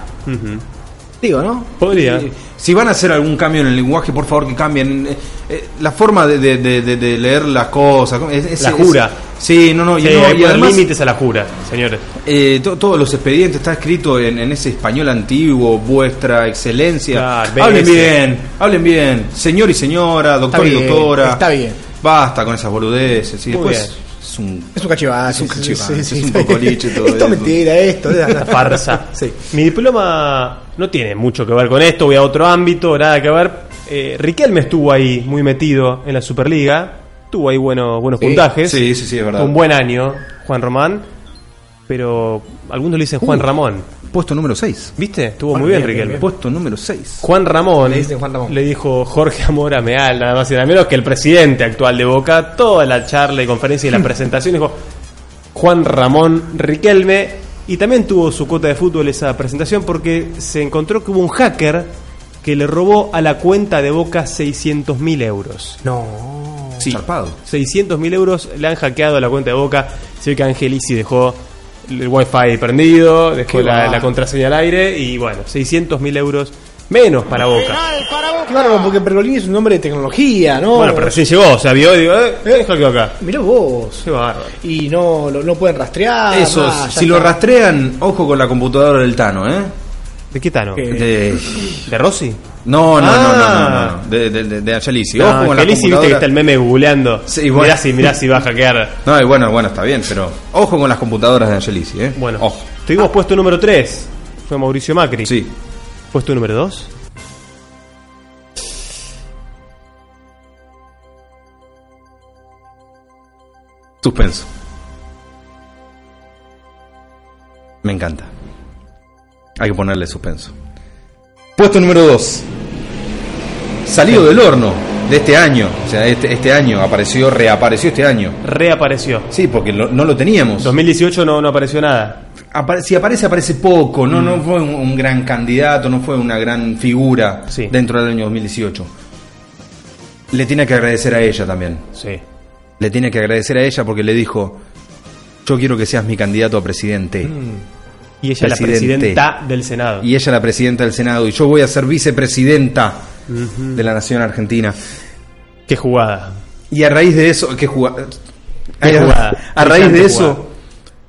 [SPEAKER 4] Digo, ¿no?
[SPEAKER 3] Podría.
[SPEAKER 5] Si van a hacer algún cambio en el lenguaje, por favor que cambien eh, eh, la forma de, de- de- de- de leer las cosas. ¿cómo? Es- es-
[SPEAKER 3] La
[SPEAKER 5] es-
[SPEAKER 3] jura.
[SPEAKER 5] sí, no, no. Y,
[SPEAKER 3] Sí,
[SPEAKER 5] no,
[SPEAKER 3] hay
[SPEAKER 5] y además,
[SPEAKER 3] límites a la jura, señores.
[SPEAKER 5] eh, to- todos los expedientes está escrito en, en ese español antiguo, vuestra excelencia.
[SPEAKER 3] Claro,
[SPEAKER 5] hablen
[SPEAKER 3] BS.
[SPEAKER 5] bien, hablen bien. Señor y señora, doctor y
[SPEAKER 4] bien,
[SPEAKER 5] doctora.
[SPEAKER 4] está bien.
[SPEAKER 5] Basta con esas boludeces. sí,
[SPEAKER 4] Muy
[SPEAKER 5] después
[SPEAKER 4] bien.
[SPEAKER 5] es un...
[SPEAKER 4] Es un cachivache.
[SPEAKER 5] Es un cachivache,
[SPEAKER 4] Sí, sí,
[SPEAKER 5] es
[SPEAKER 4] sí.
[SPEAKER 5] un
[SPEAKER 4] *laughs*
[SPEAKER 5] bocolicho y todo
[SPEAKER 4] Esto
[SPEAKER 5] eso.
[SPEAKER 4] es mentira, esto. es
[SPEAKER 5] *laughs*
[SPEAKER 3] Una
[SPEAKER 4] *laughs*
[SPEAKER 3] farsa. Mi diploma no tiene mucho que ver con esto, voy a otro ámbito, nada que ver. Eh, Riquelme estuvo ahí muy metido en la Superliga, tuvo ahí buenos buenos
[SPEAKER 5] Sí.
[SPEAKER 3] puntajes.
[SPEAKER 5] Sí, sí, sí, es verdad.
[SPEAKER 3] Un buen año, Juan Román, pero algunos le dicen Juan
[SPEAKER 5] Uh.
[SPEAKER 3] Ramón.
[SPEAKER 5] Puesto número 6.
[SPEAKER 3] ¿Viste? Estuvo
[SPEAKER 5] Bueno,
[SPEAKER 3] muy bien,
[SPEAKER 5] bien, bien,
[SPEAKER 3] Riquelme.
[SPEAKER 5] bien. Puesto número 6.
[SPEAKER 3] Juan Ramón,
[SPEAKER 5] Le
[SPEAKER 3] le
[SPEAKER 5] dicen Juan
[SPEAKER 3] dijo Jorge Amora Meal, nada más y nada menos que el presidente actual de Boca, toda la charla y
[SPEAKER 5] *laughs*
[SPEAKER 3] conferencia y la presentación, dijo Juan Ramón Riquelme, y también tuvo su cuota de fútbol esa presentación porque se encontró que hubo un hacker que le robó a la cuenta de Boca 600 mil euros.
[SPEAKER 4] No.
[SPEAKER 5] Sí.
[SPEAKER 3] 600 mil euros le han hackeado a la cuenta de Boca. Se ve que Angelisi dejó el wifi prendido, dejó
[SPEAKER 4] Qué
[SPEAKER 3] la,
[SPEAKER 4] va.
[SPEAKER 3] la contraseña al aire y bueno, 600 mil euros menos para Boca.
[SPEAKER 4] Claro, porque Pergolini es un nombre de tecnología, ¿no?
[SPEAKER 3] Bueno, pero recién llegó, o sea, vio y digo, eh, eh, hackeó acá.
[SPEAKER 4] Mirá vos.
[SPEAKER 3] Qué bárbaro.
[SPEAKER 4] Y no lo, no pueden rastrear.
[SPEAKER 5] Eso,
[SPEAKER 4] nada, Ah, ya
[SPEAKER 5] si lo
[SPEAKER 4] está.
[SPEAKER 5] rastrean, ojo con la computadora del Tano, ¿eh?
[SPEAKER 3] ¿De qué Tano?
[SPEAKER 5] De,
[SPEAKER 3] ¿De Rossi?
[SPEAKER 5] No, no, no, no,
[SPEAKER 3] Ah.
[SPEAKER 5] no, no, De, de, de, de Angelici.
[SPEAKER 3] No,
[SPEAKER 5] Ojo con la
[SPEAKER 3] Angelici, viste que
[SPEAKER 5] computadora.
[SPEAKER 3] está el meme googleando.
[SPEAKER 5] Sí, bueno.
[SPEAKER 3] Mirá si, mirá si va a hackear.
[SPEAKER 5] No, y bueno, bueno, está bien, pero ojo con las computadoras de Angelici, ¿eh?
[SPEAKER 3] Bueno,
[SPEAKER 5] Ojo.
[SPEAKER 3] tuvimos puesto número 3. Fue Mauricio Macri.
[SPEAKER 5] Sí.
[SPEAKER 3] Puesto número 2.
[SPEAKER 5] Suspenso. Me encanta. Hay que ponerle suspenso. Puesto número 2. Salido del horno de este año. O sea, este, este año apareció, reapareció este año.
[SPEAKER 3] Reapareció.
[SPEAKER 5] Sí, porque lo- no lo teníamos.
[SPEAKER 3] 2018 no, no apareció nada.
[SPEAKER 5] Apare- si aparece, aparece poco. No, no fue un, un gran candidato, no fue una gran figura dentro del año 2018. Le tiene que agradecer a ella también.
[SPEAKER 3] Sí.
[SPEAKER 5] Le tiene que agradecer a ella porque le dijo: Yo quiero que seas mi candidato a presidente.
[SPEAKER 3] Y ella es la
[SPEAKER 5] Presidente.
[SPEAKER 3] presidenta del Senado.
[SPEAKER 5] Y ella la presidenta del Senado. Y yo voy a ser vicepresidenta
[SPEAKER 3] Ujú.
[SPEAKER 5] de la Nación Argentina.
[SPEAKER 3] Qué jugada.
[SPEAKER 5] Y a raíz de eso, qué jugada.
[SPEAKER 3] Qué
[SPEAKER 5] a,
[SPEAKER 3] jugada.
[SPEAKER 5] a raíz de
[SPEAKER 3] Brillante
[SPEAKER 5] eso,
[SPEAKER 3] jugada.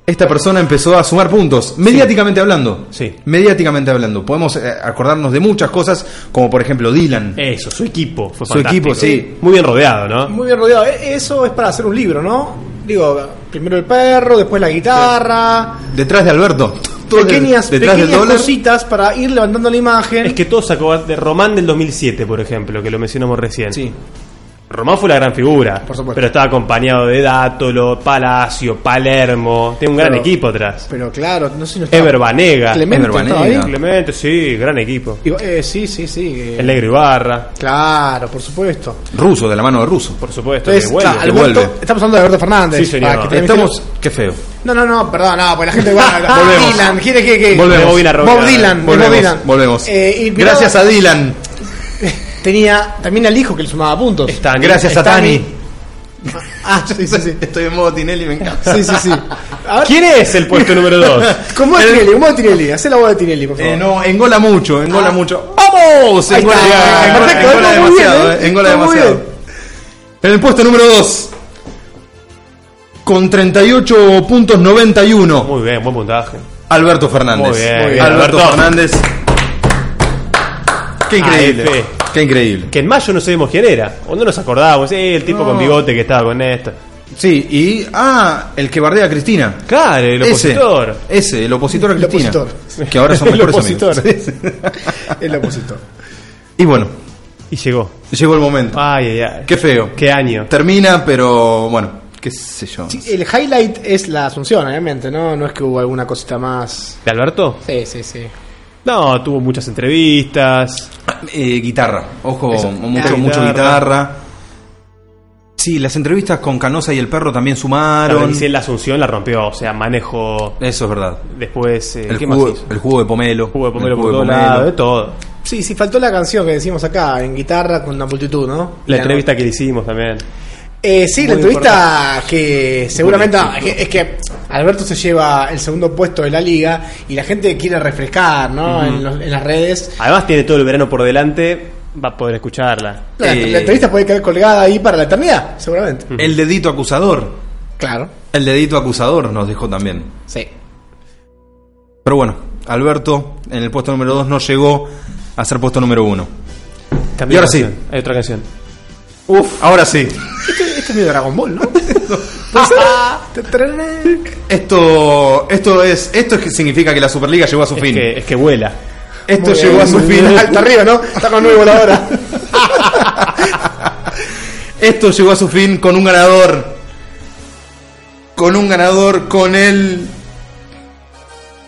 [SPEAKER 5] esta persona empezó a sumar puntos, mediáticamente hablando.
[SPEAKER 3] Sí.
[SPEAKER 5] Mediáticamente hablando. Podemos eh, acordarnos de muchas cosas, como por ejemplo Dylan.
[SPEAKER 4] Eh.
[SPEAKER 3] Eso, su equipo. Fue
[SPEAKER 5] Su
[SPEAKER 3] fantástico.
[SPEAKER 5] equipo, sí.
[SPEAKER 3] Muy bien rodeado, ¿no?
[SPEAKER 4] Muy bien rodeado. E- Eso es para hacer un libro, ¿no? Digo, primero el perro, después la guitarra.
[SPEAKER 5] Detrás de Alberto. Todo
[SPEAKER 4] Pequeñas,
[SPEAKER 5] de- detrás del
[SPEAKER 4] pequeñas
[SPEAKER 5] dólar.
[SPEAKER 4] cositas para ir levantando la imagen.
[SPEAKER 3] Es que todo sacó de Román del 2007, por ejemplo, que lo mencionamos recién. Sí. Román fue la gran figura, pero estaba acompañado de Dátolo, Palacio, Palermo, tiene un gran
[SPEAKER 4] Pero-
[SPEAKER 3] equipo atrás.
[SPEAKER 4] Pero claro, no sé si no está-
[SPEAKER 3] Ever Banega.
[SPEAKER 4] Clemente
[SPEAKER 3] Ever
[SPEAKER 4] estaba
[SPEAKER 3] Banega.
[SPEAKER 4] ahí.
[SPEAKER 3] Clemente, sí, gran equipo.
[SPEAKER 4] Digo, eh, sí, sí, sí. eh,
[SPEAKER 3] El Negro Ibarra,
[SPEAKER 4] Claro, por supuesto.
[SPEAKER 5] Ruso, de la mano de Ruso.
[SPEAKER 3] por supuesto,
[SPEAKER 4] Entonces,
[SPEAKER 3] que vuelve,
[SPEAKER 4] claro,
[SPEAKER 3] que
[SPEAKER 4] Alberto-
[SPEAKER 3] vuelve.
[SPEAKER 4] estamos hablando de Alberto Fernández.
[SPEAKER 3] Sí, señor.
[SPEAKER 4] para que termine-
[SPEAKER 5] Estamos. Qué feo.
[SPEAKER 4] No, no, no, perdón, no, pues la
[SPEAKER 3] *laughs*
[SPEAKER 4] gente va a
[SPEAKER 5] Volvemos.
[SPEAKER 4] Dylan, ¿quién es que- que-
[SPEAKER 5] Volvemos.
[SPEAKER 4] Bob Dylan, Bob Dylan,
[SPEAKER 5] Volvemos.
[SPEAKER 4] Bob Dylan.
[SPEAKER 5] volvemos.
[SPEAKER 4] Eh, y Miró-
[SPEAKER 5] Gracias a Dylan.
[SPEAKER 4] Tenía también al hijo que le sumaba puntos.
[SPEAKER 5] Gracias a
[SPEAKER 4] Stani.
[SPEAKER 5] Tani.
[SPEAKER 4] Ah, sí, sí, sí.
[SPEAKER 5] *laughs* Estoy en modo Tinelli, me
[SPEAKER 4] *laughs*
[SPEAKER 5] encanta.
[SPEAKER 4] Sí, sí, sí.
[SPEAKER 3] ¿Quién es el
[SPEAKER 5] *laughs*
[SPEAKER 3] puesto número 2?
[SPEAKER 4] *laughs* ¿Cómo es Tinelli? ¿Cómo es Tinelli? Hacé la voz de Tinelli, por favor.
[SPEAKER 5] Eh, no, engola mucho, engola
[SPEAKER 4] Ah.
[SPEAKER 5] mucho. ¡Vamos!
[SPEAKER 4] Ahí
[SPEAKER 5] Engola,
[SPEAKER 4] está.
[SPEAKER 5] engola- engola
[SPEAKER 4] Perfecto, está muy bien,
[SPEAKER 5] demasiado,
[SPEAKER 4] ¿eh?
[SPEAKER 5] eh, engola
[SPEAKER 4] Está muy
[SPEAKER 5] demasiado. En el puesto número 2. Con 38.91.
[SPEAKER 3] Muy bien, buen puntaje.
[SPEAKER 5] Alberto Fernández.
[SPEAKER 3] Muy bien, muy bien,
[SPEAKER 5] Alberto
[SPEAKER 3] Alberto.
[SPEAKER 5] Fernández. Qué increíble.
[SPEAKER 3] AF.
[SPEAKER 5] Qué increíble.
[SPEAKER 3] Que en mayo no sabíamos quién era. O no nos acordábamos. Eh, el tipo
[SPEAKER 5] No.
[SPEAKER 3] con bigote que estaba con esto.
[SPEAKER 5] Sí, y. Ah, el que bardea a Cristina.
[SPEAKER 3] Claro, el
[SPEAKER 5] Ese.
[SPEAKER 3] opositor.
[SPEAKER 5] Ese, el opositor a
[SPEAKER 4] El
[SPEAKER 5] Cristina.
[SPEAKER 4] opositor.
[SPEAKER 5] Que
[SPEAKER 3] *laughs*
[SPEAKER 5] ahora son
[SPEAKER 4] El
[SPEAKER 5] mejores *laughs*
[SPEAKER 4] opositor.
[SPEAKER 5] amigos.
[SPEAKER 4] El opositor.
[SPEAKER 5] Y bueno,
[SPEAKER 3] Y llegó.
[SPEAKER 5] llegó el momento.
[SPEAKER 3] Ay, ay, ay.
[SPEAKER 5] Qué feo.
[SPEAKER 3] Ah. Qué año.
[SPEAKER 5] Termina, pero bueno, qué sé yo.
[SPEAKER 4] Sí, El highlight es la Asunción, obviamente, ¿no? No es que hubo alguna cosita más.
[SPEAKER 3] ¿De Alberto?
[SPEAKER 4] Sí, sí, sí.
[SPEAKER 3] No, tuvo muchas entrevistas.
[SPEAKER 5] Eh, guitarra, ojo,
[SPEAKER 3] Eso.
[SPEAKER 5] mucho,
[SPEAKER 3] Ah,
[SPEAKER 5] mucho
[SPEAKER 3] guitarra.
[SPEAKER 5] guitarra. Sí, las entrevistas con Canosa y el perro también
[SPEAKER 3] Claro,
[SPEAKER 5] sumaron.
[SPEAKER 3] Giselle la Asunción la rompió. O sea, manejo.
[SPEAKER 5] Eso es verdad.
[SPEAKER 3] Después. eh,
[SPEAKER 5] El
[SPEAKER 3] ¿Qué
[SPEAKER 5] jugo,
[SPEAKER 3] más hizo?
[SPEAKER 5] el jugo de pomelo.
[SPEAKER 3] Jugo de
[SPEAKER 5] el
[SPEAKER 3] pomelo por
[SPEAKER 5] jugo
[SPEAKER 3] todos
[SPEAKER 5] de pomelo.
[SPEAKER 3] lados, de todo.
[SPEAKER 4] Sí, sí, faltó la canción que decimos acá, en guitarra con la multitud, ¿no?
[SPEAKER 3] La entrevista que le hicimos también.
[SPEAKER 4] Eh, sí, la
[SPEAKER 3] Muy
[SPEAKER 4] entrevista que seguramente ah, que- es que Alberto se lleva el segundo puesto de la liga y la gente quiere refrescar, ¿no?
[SPEAKER 3] Ujú.
[SPEAKER 4] en, los- en las redes.
[SPEAKER 3] Además, tiene todo el verano por delante. Va a poder escucharla.
[SPEAKER 4] La,
[SPEAKER 5] Eh.
[SPEAKER 4] la entrevista puede quedar colgada ahí para la eternidad, seguramente.
[SPEAKER 5] El dedito acusador.
[SPEAKER 4] Claro,
[SPEAKER 5] El dedito acusador nos dejó también.
[SPEAKER 4] sí.
[SPEAKER 5] Pero bueno, Alberto en el puesto número 2 no llegó a ser puesto número 1.
[SPEAKER 3] Cambió
[SPEAKER 5] Y ahora
[SPEAKER 3] la
[SPEAKER 5] sí.
[SPEAKER 3] canción. Hay otra canción.
[SPEAKER 5] Uf, ahora sí.
[SPEAKER 4] Este es mi Dragon
[SPEAKER 5] *laughs*
[SPEAKER 4] Ball, ¿no? Pues,
[SPEAKER 5] Ah. Esto, esto es, esto es que significa que la Superliga llegó a su fin.
[SPEAKER 3] Que- es que vuela.
[SPEAKER 5] esto
[SPEAKER 4] Muy
[SPEAKER 5] llegó
[SPEAKER 4] bien,
[SPEAKER 5] a su
[SPEAKER 4] muy
[SPEAKER 5] fin.
[SPEAKER 4] bien. Está arriba, ¿no? Está con nueve voladora.
[SPEAKER 5] Esto llegó a su fin con un ganador. Con un ganador con el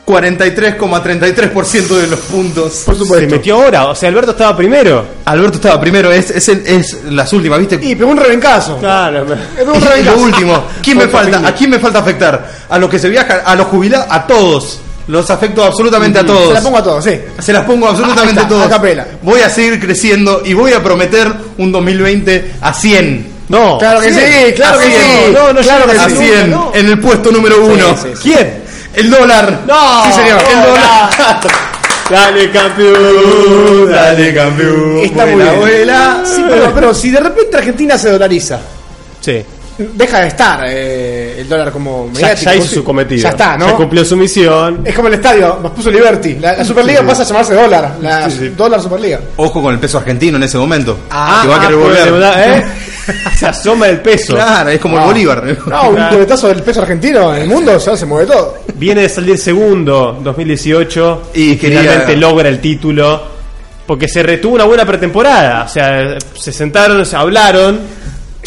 [SPEAKER 5] 43,33% de los puntos. Por
[SPEAKER 3] Se metió ahora. O sea, Alberto estaba primero.
[SPEAKER 5] Alberto estaba primero, es, es, el- es las últimas, ¿viste?
[SPEAKER 4] Y pegó un rebencazo.
[SPEAKER 3] Claro.
[SPEAKER 4] Pegó un
[SPEAKER 5] Y lo
[SPEAKER 4] rebencazo.
[SPEAKER 5] último, ¿quién me
[SPEAKER 4] Otra
[SPEAKER 5] falta?
[SPEAKER 4] piña.
[SPEAKER 5] ¿A quién me falta afectar? A los que se viajan, a los jubilados, a todos. Los afecto absolutamente a todos.
[SPEAKER 4] Se la pongo a todos, sí.
[SPEAKER 5] Se las pongo absolutamente
[SPEAKER 4] Ahí está,
[SPEAKER 5] todos.
[SPEAKER 4] a capela.
[SPEAKER 5] Voy a seguir creciendo y voy a prometer un 2020 a 100.
[SPEAKER 3] No.
[SPEAKER 4] Claro que sí, claro
[SPEAKER 5] a
[SPEAKER 4] que
[SPEAKER 5] 100.
[SPEAKER 4] sí.
[SPEAKER 3] No, no
[SPEAKER 4] claro que
[SPEAKER 5] a
[SPEAKER 4] sí.
[SPEAKER 5] 100
[SPEAKER 4] No.
[SPEAKER 5] en el puesto número uno.
[SPEAKER 4] sí, sí.
[SPEAKER 5] ¿Quién? El dólar.
[SPEAKER 3] No.
[SPEAKER 5] Sí, señor. El
[SPEAKER 3] No.
[SPEAKER 5] dólar. Uh, *laughs*
[SPEAKER 3] Dale, campeón.
[SPEAKER 5] Dale, campeón.
[SPEAKER 4] Está muy
[SPEAKER 5] Buena,
[SPEAKER 4] bien.
[SPEAKER 5] abuela.
[SPEAKER 4] Sí, pero, pero si de repente Argentina se dolariza,
[SPEAKER 3] Sí.
[SPEAKER 4] deja de estar eh, el dólar como
[SPEAKER 3] Ya,
[SPEAKER 4] mediático.
[SPEAKER 3] ya hizo su cometido.
[SPEAKER 4] Ya está, ¿no?
[SPEAKER 3] Ya cumplió su misión.
[SPEAKER 4] Es como el estadio, nos puso Liberty. La, la Superliga pasa a llamarse dólar. La
[SPEAKER 3] Sí, sí.
[SPEAKER 4] dólar Superliga.
[SPEAKER 5] Ojo con el peso argentino en ese momento.
[SPEAKER 4] Ah,
[SPEAKER 5] que va a querer
[SPEAKER 3] pues, de
[SPEAKER 5] volver.
[SPEAKER 3] verdad, ¿eh?
[SPEAKER 5] *laughs*
[SPEAKER 3] Se asoma el peso.
[SPEAKER 5] Claro, es como el
[SPEAKER 4] Ah.
[SPEAKER 5] Bolívar.
[SPEAKER 4] No, un
[SPEAKER 3] Claro.
[SPEAKER 4] cubetazo del peso argentino en el mundo, ya se mueve todo.
[SPEAKER 3] Viene de salir segundo 2018
[SPEAKER 5] Y quería-
[SPEAKER 3] finalmente logra el título porque se retuvo una buena pretemporada. O sea, se sentaron, se hablaron,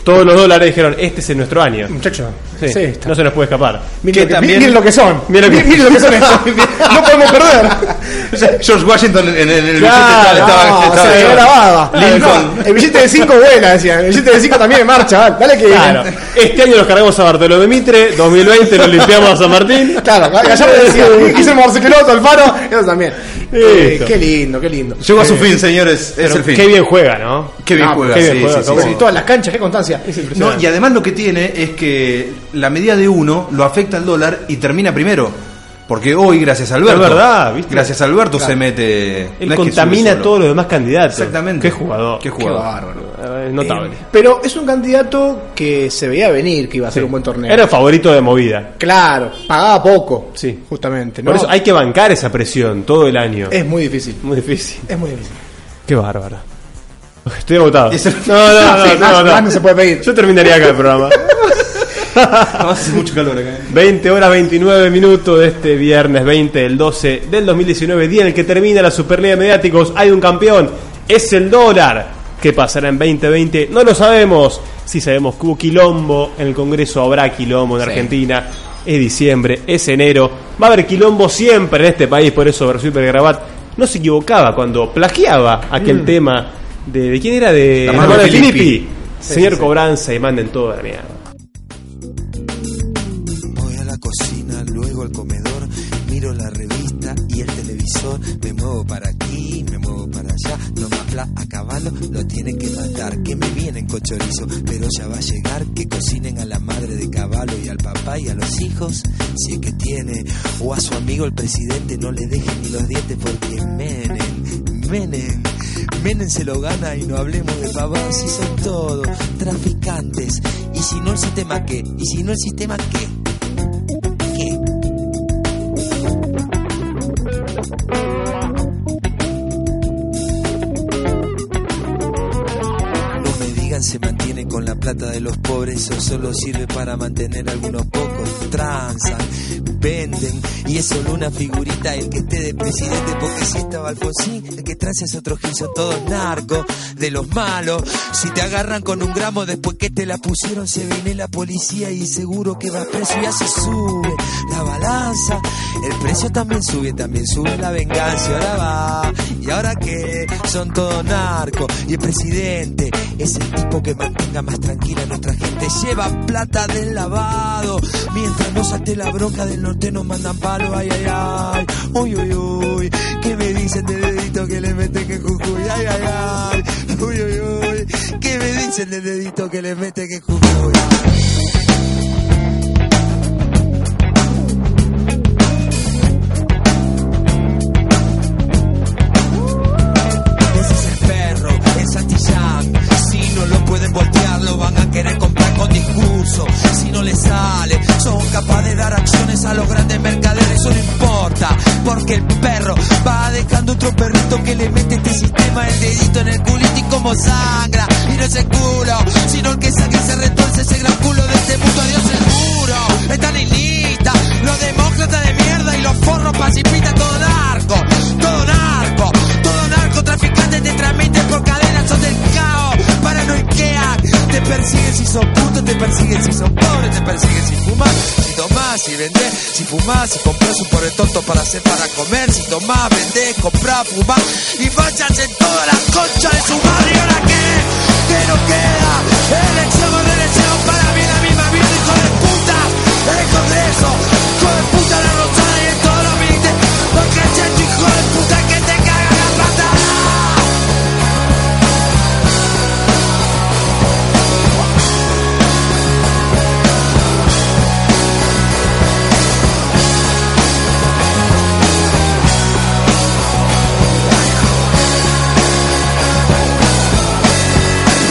[SPEAKER 3] todos los dólares dijeron, este es nuestro año.
[SPEAKER 4] Muchachos,
[SPEAKER 3] Sí,
[SPEAKER 4] sí, está.
[SPEAKER 3] no se nos puede escapar.
[SPEAKER 5] que
[SPEAKER 4] miren, lo que,
[SPEAKER 5] también-
[SPEAKER 4] miren lo que son.
[SPEAKER 3] Miren lo que-
[SPEAKER 4] Miren lo que
[SPEAKER 3] *laughs*
[SPEAKER 4] son estos. No podemos perder.
[SPEAKER 5] *laughs* O sea, George Washington en, en- en el
[SPEAKER 3] Claro,
[SPEAKER 5] billete tal, estaba,
[SPEAKER 4] No,
[SPEAKER 5] estaba-
[SPEAKER 4] se quedó la baba.
[SPEAKER 5] Lincoln.
[SPEAKER 4] No, el billete de 5 buena, decían. El billete de 5 también en marcha. Dale que.
[SPEAKER 3] Claro, este año los cargamos a Bartolomé Mitre, 2020 los limpiamos a San
[SPEAKER 4] *laughs*
[SPEAKER 3] Martín.
[SPEAKER 4] Claro, Gallardo decía, Guillermo Barcelonato, Alfaro, eso también. Eh,
[SPEAKER 3] Listo.
[SPEAKER 4] qué lindo, qué lindo.
[SPEAKER 5] Llegó a su fin, señores. Es
[SPEAKER 3] Pero
[SPEAKER 5] el fin.
[SPEAKER 3] Qué bien juega, ¿no?
[SPEAKER 5] Qué bien
[SPEAKER 4] No,
[SPEAKER 5] juega,
[SPEAKER 3] qué bien
[SPEAKER 5] sí,
[SPEAKER 3] juega,
[SPEAKER 5] sí, sí,
[SPEAKER 3] cómo
[SPEAKER 5] sí.
[SPEAKER 4] En todas las canchas, qué constancia.
[SPEAKER 5] No, y además lo que tiene es que la medida de uno lo afecta al dólar y termina primero. Porque hoy, gracias a Alberto.
[SPEAKER 3] Es verdad, ¿viste?
[SPEAKER 5] Gracias a Alberto se mete. no es
[SPEAKER 3] Él
[SPEAKER 5] que sube
[SPEAKER 3] contamina a
[SPEAKER 5] solo.
[SPEAKER 3] todos los demás candidatos.
[SPEAKER 5] Exactamente.
[SPEAKER 3] Qué jugador.
[SPEAKER 5] Qué jugador.
[SPEAKER 3] Eh, Notable.
[SPEAKER 4] Eh, Pero es un candidato que se veía venir que iba a ser un buen torneo.
[SPEAKER 3] Era el favorito de movida.
[SPEAKER 4] Claro, pagaba poco.
[SPEAKER 3] Sí.
[SPEAKER 4] Justamente, ¿no?
[SPEAKER 3] Por eso hay que bancar esa presión todo el año.
[SPEAKER 4] Es muy difícil.
[SPEAKER 3] muy difícil.
[SPEAKER 4] Es muy difícil.
[SPEAKER 3] Qué bárbaro. Estoy agotado.
[SPEAKER 5] Es el-
[SPEAKER 3] No, no, no,
[SPEAKER 4] *laughs* Sí,
[SPEAKER 3] no,
[SPEAKER 4] más-
[SPEAKER 3] no.
[SPEAKER 4] más no se puede pedir.
[SPEAKER 3] Yo terminaría acá el programa.
[SPEAKER 5] No, hace mucho calor acá.
[SPEAKER 3] 20 horas 29 minutos de este viernes 20 del 12 del 2019, día en el que termina la Superliga de Mediáticos. Hay un campeón, es el dólar. ¿Qué pasará en 2020? No lo sabemos. Sí sabemos que hubo quilombo en el Congreso, habrá quilombo en Argentina. Es diciembre, es enero. Va a haber quilombo siempre en este país, por eso Versuit Grabat no se equivocaba cuando plagiaba aquel tema de, ¿de quién era? De
[SPEAKER 5] Mm. La mano de
[SPEAKER 3] de
[SPEAKER 5] Filippi.
[SPEAKER 3] Señor Cobranza y manden toda la mierda.
[SPEAKER 8] Voy a la cocina.
[SPEAKER 16] llego al comedor, miro la revista y el televisor, me muevo para aquí, me muevo para allá, no más a caballo, lo tienen que matar, que me vienen con chorizo, pero ya va a llegar, que cocinen a la madre de caballo y al papá y a los hijos, si es que tiene, o a su amigo el presidente, no le dejen ni los dientes porque menen, menen. Menem se lo gana y no hablemos de pavos si son todos traficantes. Y si no el sistema qué, y si no el sistema qué. ¿Qué? No me digan se mantiene con la plata de los pobres o solo sirve para mantener a algunos pocos. Transan, venden y es solo una figurita el que esté de presidente porque si estaba Alfonsín, el que transa es otro gil, son todos narcos de los malos. Si te agarran con un gramo después que te la pusieron se viene la policía y seguro que va preso y así sube la balanza. El precio también sube, también sube la venganza. Y ahora va, y ahora que son todos narcos. Y el presidente es el tipo que mantenga más tranquila a nuestra gente. Lleva plata del lavado. Mientras no salte la bronca del norte, nos mandan palo. Ay, ay, ay. Uy, uy, uy. ¿Qué me dicen del dedito que le meten que Jujuy? Ay, ay, ay. Uy, uy, uy. ¿Qué me dicen del dedito que le meten que Jujuy? Ese es el perro, es Santillán. Si no lo pueden voltear, lo van a querer comprar con discurso. Si no les sale, son capaces de dar acciones a los grandes mercaderes. Eso no importa, porque el perro va dejando otro perrito que le mete este sistema el dedito en el culito y como sangra. Y no es el culo, sino el que sangre se retorce ese gran culo de este mundo. Adiós el muro, están en lista. Los demócratas de mierda y los forros pacifistas, todo narco, todo narco, todo narcotraficantes te transmiten por cadenas, son del caos, paranoiquean, te persiguen si son putos, te persiguen si son pobres, te persiguen si fumas, si tomás, si vendés, si fumás, si compras un pobre tonto para hacer para comer, si tomás, vendés, comprás, fumás, y fachas en toda la concha de su madre, ¿y ahora qué? ¿Qué nos queda? Elección o reelección para mí la misma vida, hijo de puta, el congreso, hijo de puta la rosada y todos los milites, porque es este hijo de puta que te caga la patada.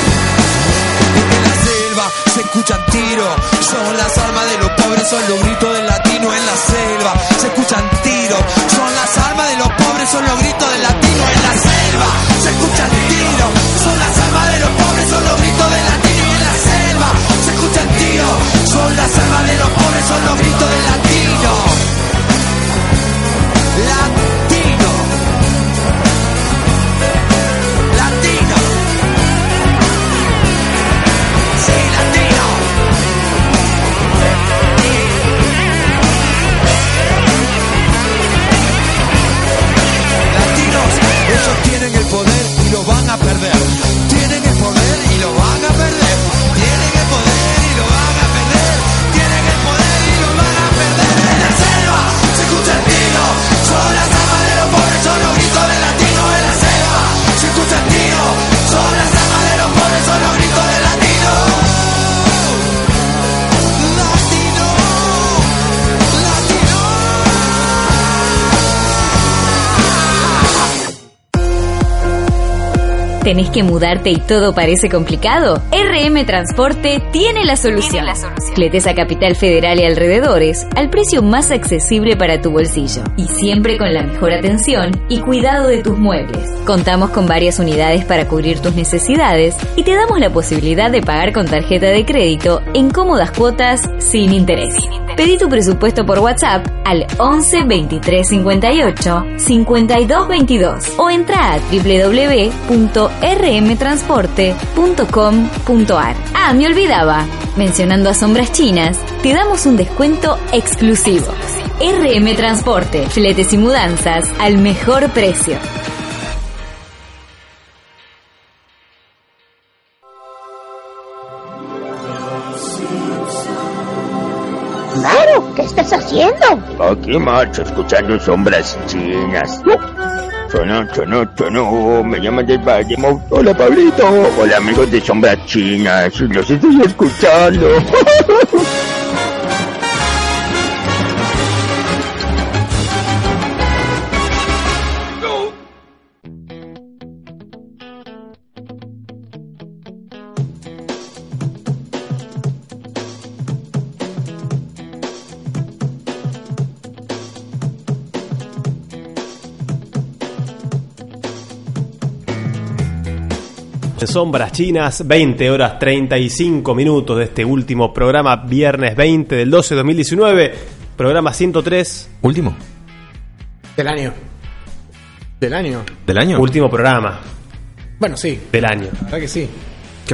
[SPEAKER 16] En la selva se escuchan tiros, son las armas de los pobres, son los gritos del latino en la selva. Se escuchan tiros, son las armas de los pobres, son los gritos del latino en la selva. Se escuchan tiros, son las armas de los pobres, son los gritos del latino en la selva. Se escuchan tiros, son las armas de los pobres, son los gritos del latino. Latino. Latino. Sí, latino. Latinos, ellos tienen el poder y lo van a perder. Tienen el poder y lo van a perder. Tienen el poder y lo van a perder. Tienen el poder y lo van a perder. En la selva se escucha el tiro. Son las armas de los pobres, son los gritos de latino. En la selva se escucha el tiro. Son las armas de los pobres, son los gritos de latino.
[SPEAKER 7] ¿Tenés que mudarte y todo parece complicado? RM Transporte tiene la solución. Cletes a Capital Federal y alrededores al precio más accesible para tu bolsillo y siempre con la mejor atención y cuidado de tus muebles. Contamos con varias unidades para cubrir tus necesidades y te damos la posibilidad de pagar con tarjeta de crédito en cómodas cuotas sin interés. Pedí tu presupuesto por WhatsApp al 11 23 58 52 22 o entra a www.rmtransporte.com.ar. Ah, me olvidaba. Mencionando a Sombras Chinas, te damos un descuento exclusivo. RM Transporte, fletes y mudanzas al mejor precio.
[SPEAKER 9] Claro, ¿qué estás haciendo?
[SPEAKER 17] Aquí, macho, escuchando sombras chinas. Sonó, sonó, sonó, me llaman del Valle Mau- Hola, Pablito. Hola, amigos de sombras chinas. Los estoy escuchando.
[SPEAKER 9] *laughs*
[SPEAKER 11] Sombras Chinas, 20 horas 35 minutos de este último programa, viernes 20 del 12 de 2019, programa 103.
[SPEAKER 5] ¿Último?
[SPEAKER 4] Del año. Del año.
[SPEAKER 5] ¿Del año?
[SPEAKER 11] Último programa
[SPEAKER 4] Bueno, sí,
[SPEAKER 11] del año.
[SPEAKER 4] la verdad que sí.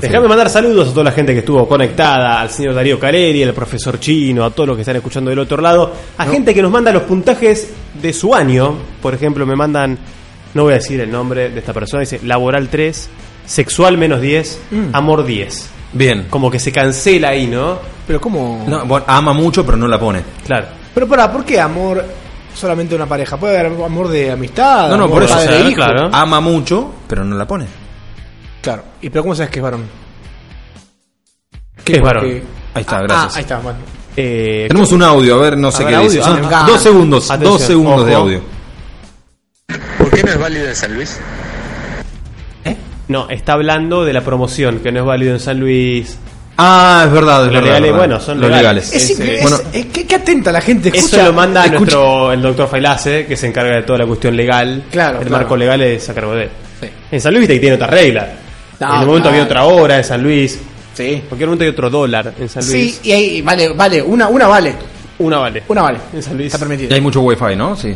[SPEAKER 11] Déjame mandar saludos a toda la gente que estuvo conectada, al señor Darío Caleri, al profesor Chino, a todos los que están escuchando del otro lado, a gente que nos manda los puntajes de su año. Por ejemplo, me mandan, no voy a decir el nombre de esta persona, dice laboral 3, sexual menos 10, amor 10.
[SPEAKER 5] Bien.
[SPEAKER 11] Como que se cancela ahí, ¿no?
[SPEAKER 4] Pero ¿cómo?
[SPEAKER 5] No, bueno, ama mucho, pero no la pone.
[SPEAKER 11] Claro.
[SPEAKER 4] Pero pará, ¿por qué amor solamente de una pareja? Puede haber amor de amistad.
[SPEAKER 5] No, no,
[SPEAKER 4] amor
[SPEAKER 5] por eso. o
[SPEAKER 4] padre e
[SPEAKER 5] sea,
[SPEAKER 4] hijo.
[SPEAKER 5] Ama mucho, pero no la pone.
[SPEAKER 4] Claro. ¿Y pero cómo sabes que es varón?
[SPEAKER 5] ¿Qué es varón?
[SPEAKER 4] Porque-
[SPEAKER 5] Ahí está,
[SPEAKER 4] Ah,
[SPEAKER 5] gracias.
[SPEAKER 4] ah, ahí está, bueno.
[SPEAKER 11] Eh,
[SPEAKER 5] Tenemos un audio, a ver, no sé
[SPEAKER 4] A
[SPEAKER 5] qué
[SPEAKER 4] ver,
[SPEAKER 5] dice.
[SPEAKER 4] audio,
[SPEAKER 5] Ah,
[SPEAKER 4] ah,
[SPEAKER 5] dos segundos,
[SPEAKER 4] atención,
[SPEAKER 5] dos segundos de
[SPEAKER 4] ojo.
[SPEAKER 5] audio.
[SPEAKER 18] ¿Por qué no es válido en San Luis?
[SPEAKER 11] No, está hablando de la promoción, que no es válido en San Luis.
[SPEAKER 5] Ah, es verdad, es
[SPEAKER 11] Los
[SPEAKER 5] verdad,
[SPEAKER 11] legales,
[SPEAKER 5] verdad.
[SPEAKER 11] bueno, son
[SPEAKER 5] Los
[SPEAKER 11] legales.
[SPEAKER 4] Es,
[SPEAKER 11] Ese-
[SPEAKER 4] es-
[SPEAKER 11] bueno,
[SPEAKER 4] es que, que atenta la gente. Escucha,
[SPEAKER 11] Eso lo manda
[SPEAKER 4] escucha-
[SPEAKER 11] nuestro el doctor Failase, que se encarga de toda la cuestión legal.
[SPEAKER 4] Claro,
[SPEAKER 11] El
[SPEAKER 4] claro.
[SPEAKER 11] marco legal es Sacramento. En San Luis viste que tiene otra regla.
[SPEAKER 4] No,
[SPEAKER 11] en el
[SPEAKER 4] claro.
[SPEAKER 11] momento había otra hora en San Luis. Sí. En cualquier momento hay otro dólar en San Luis.
[SPEAKER 4] Sí, y ahí vale, vale, una, una vale.
[SPEAKER 11] Una vale.
[SPEAKER 4] Una vale.
[SPEAKER 11] En San Luis.
[SPEAKER 4] Está permitido.
[SPEAKER 5] Y hay mucho wifi, ¿no? Sí.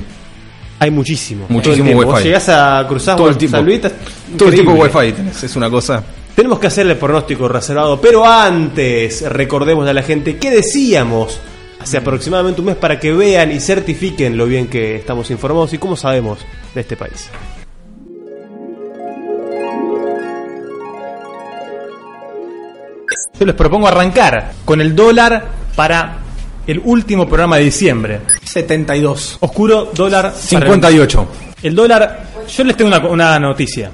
[SPEAKER 11] Hay muchísimo. Todo el
[SPEAKER 5] Muchísimo
[SPEAKER 11] tiempo. Vos
[SPEAKER 5] wifi.
[SPEAKER 11] llegás a cruzar
[SPEAKER 5] Todo el
[SPEAKER 11] por
[SPEAKER 5] tiempo.
[SPEAKER 11] San Luis. estás
[SPEAKER 5] Todo el tiempo
[SPEAKER 11] increíble.
[SPEAKER 5] wifi tenés, es una cosa.
[SPEAKER 11] Tenemos que hacer el pronóstico reservado, pero antes recordemos a la gente qué decíamos hace aproximadamente un mes para que vean y certifiquen lo bien que estamos informados y cómo sabemos de este país.
[SPEAKER 3] Yo les propongo arrancar con el dólar para el último programa de diciembre. 72. Oscuro, dólar.
[SPEAKER 5] 58.
[SPEAKER 3] El dólar. Yo les tengo una, una noticia.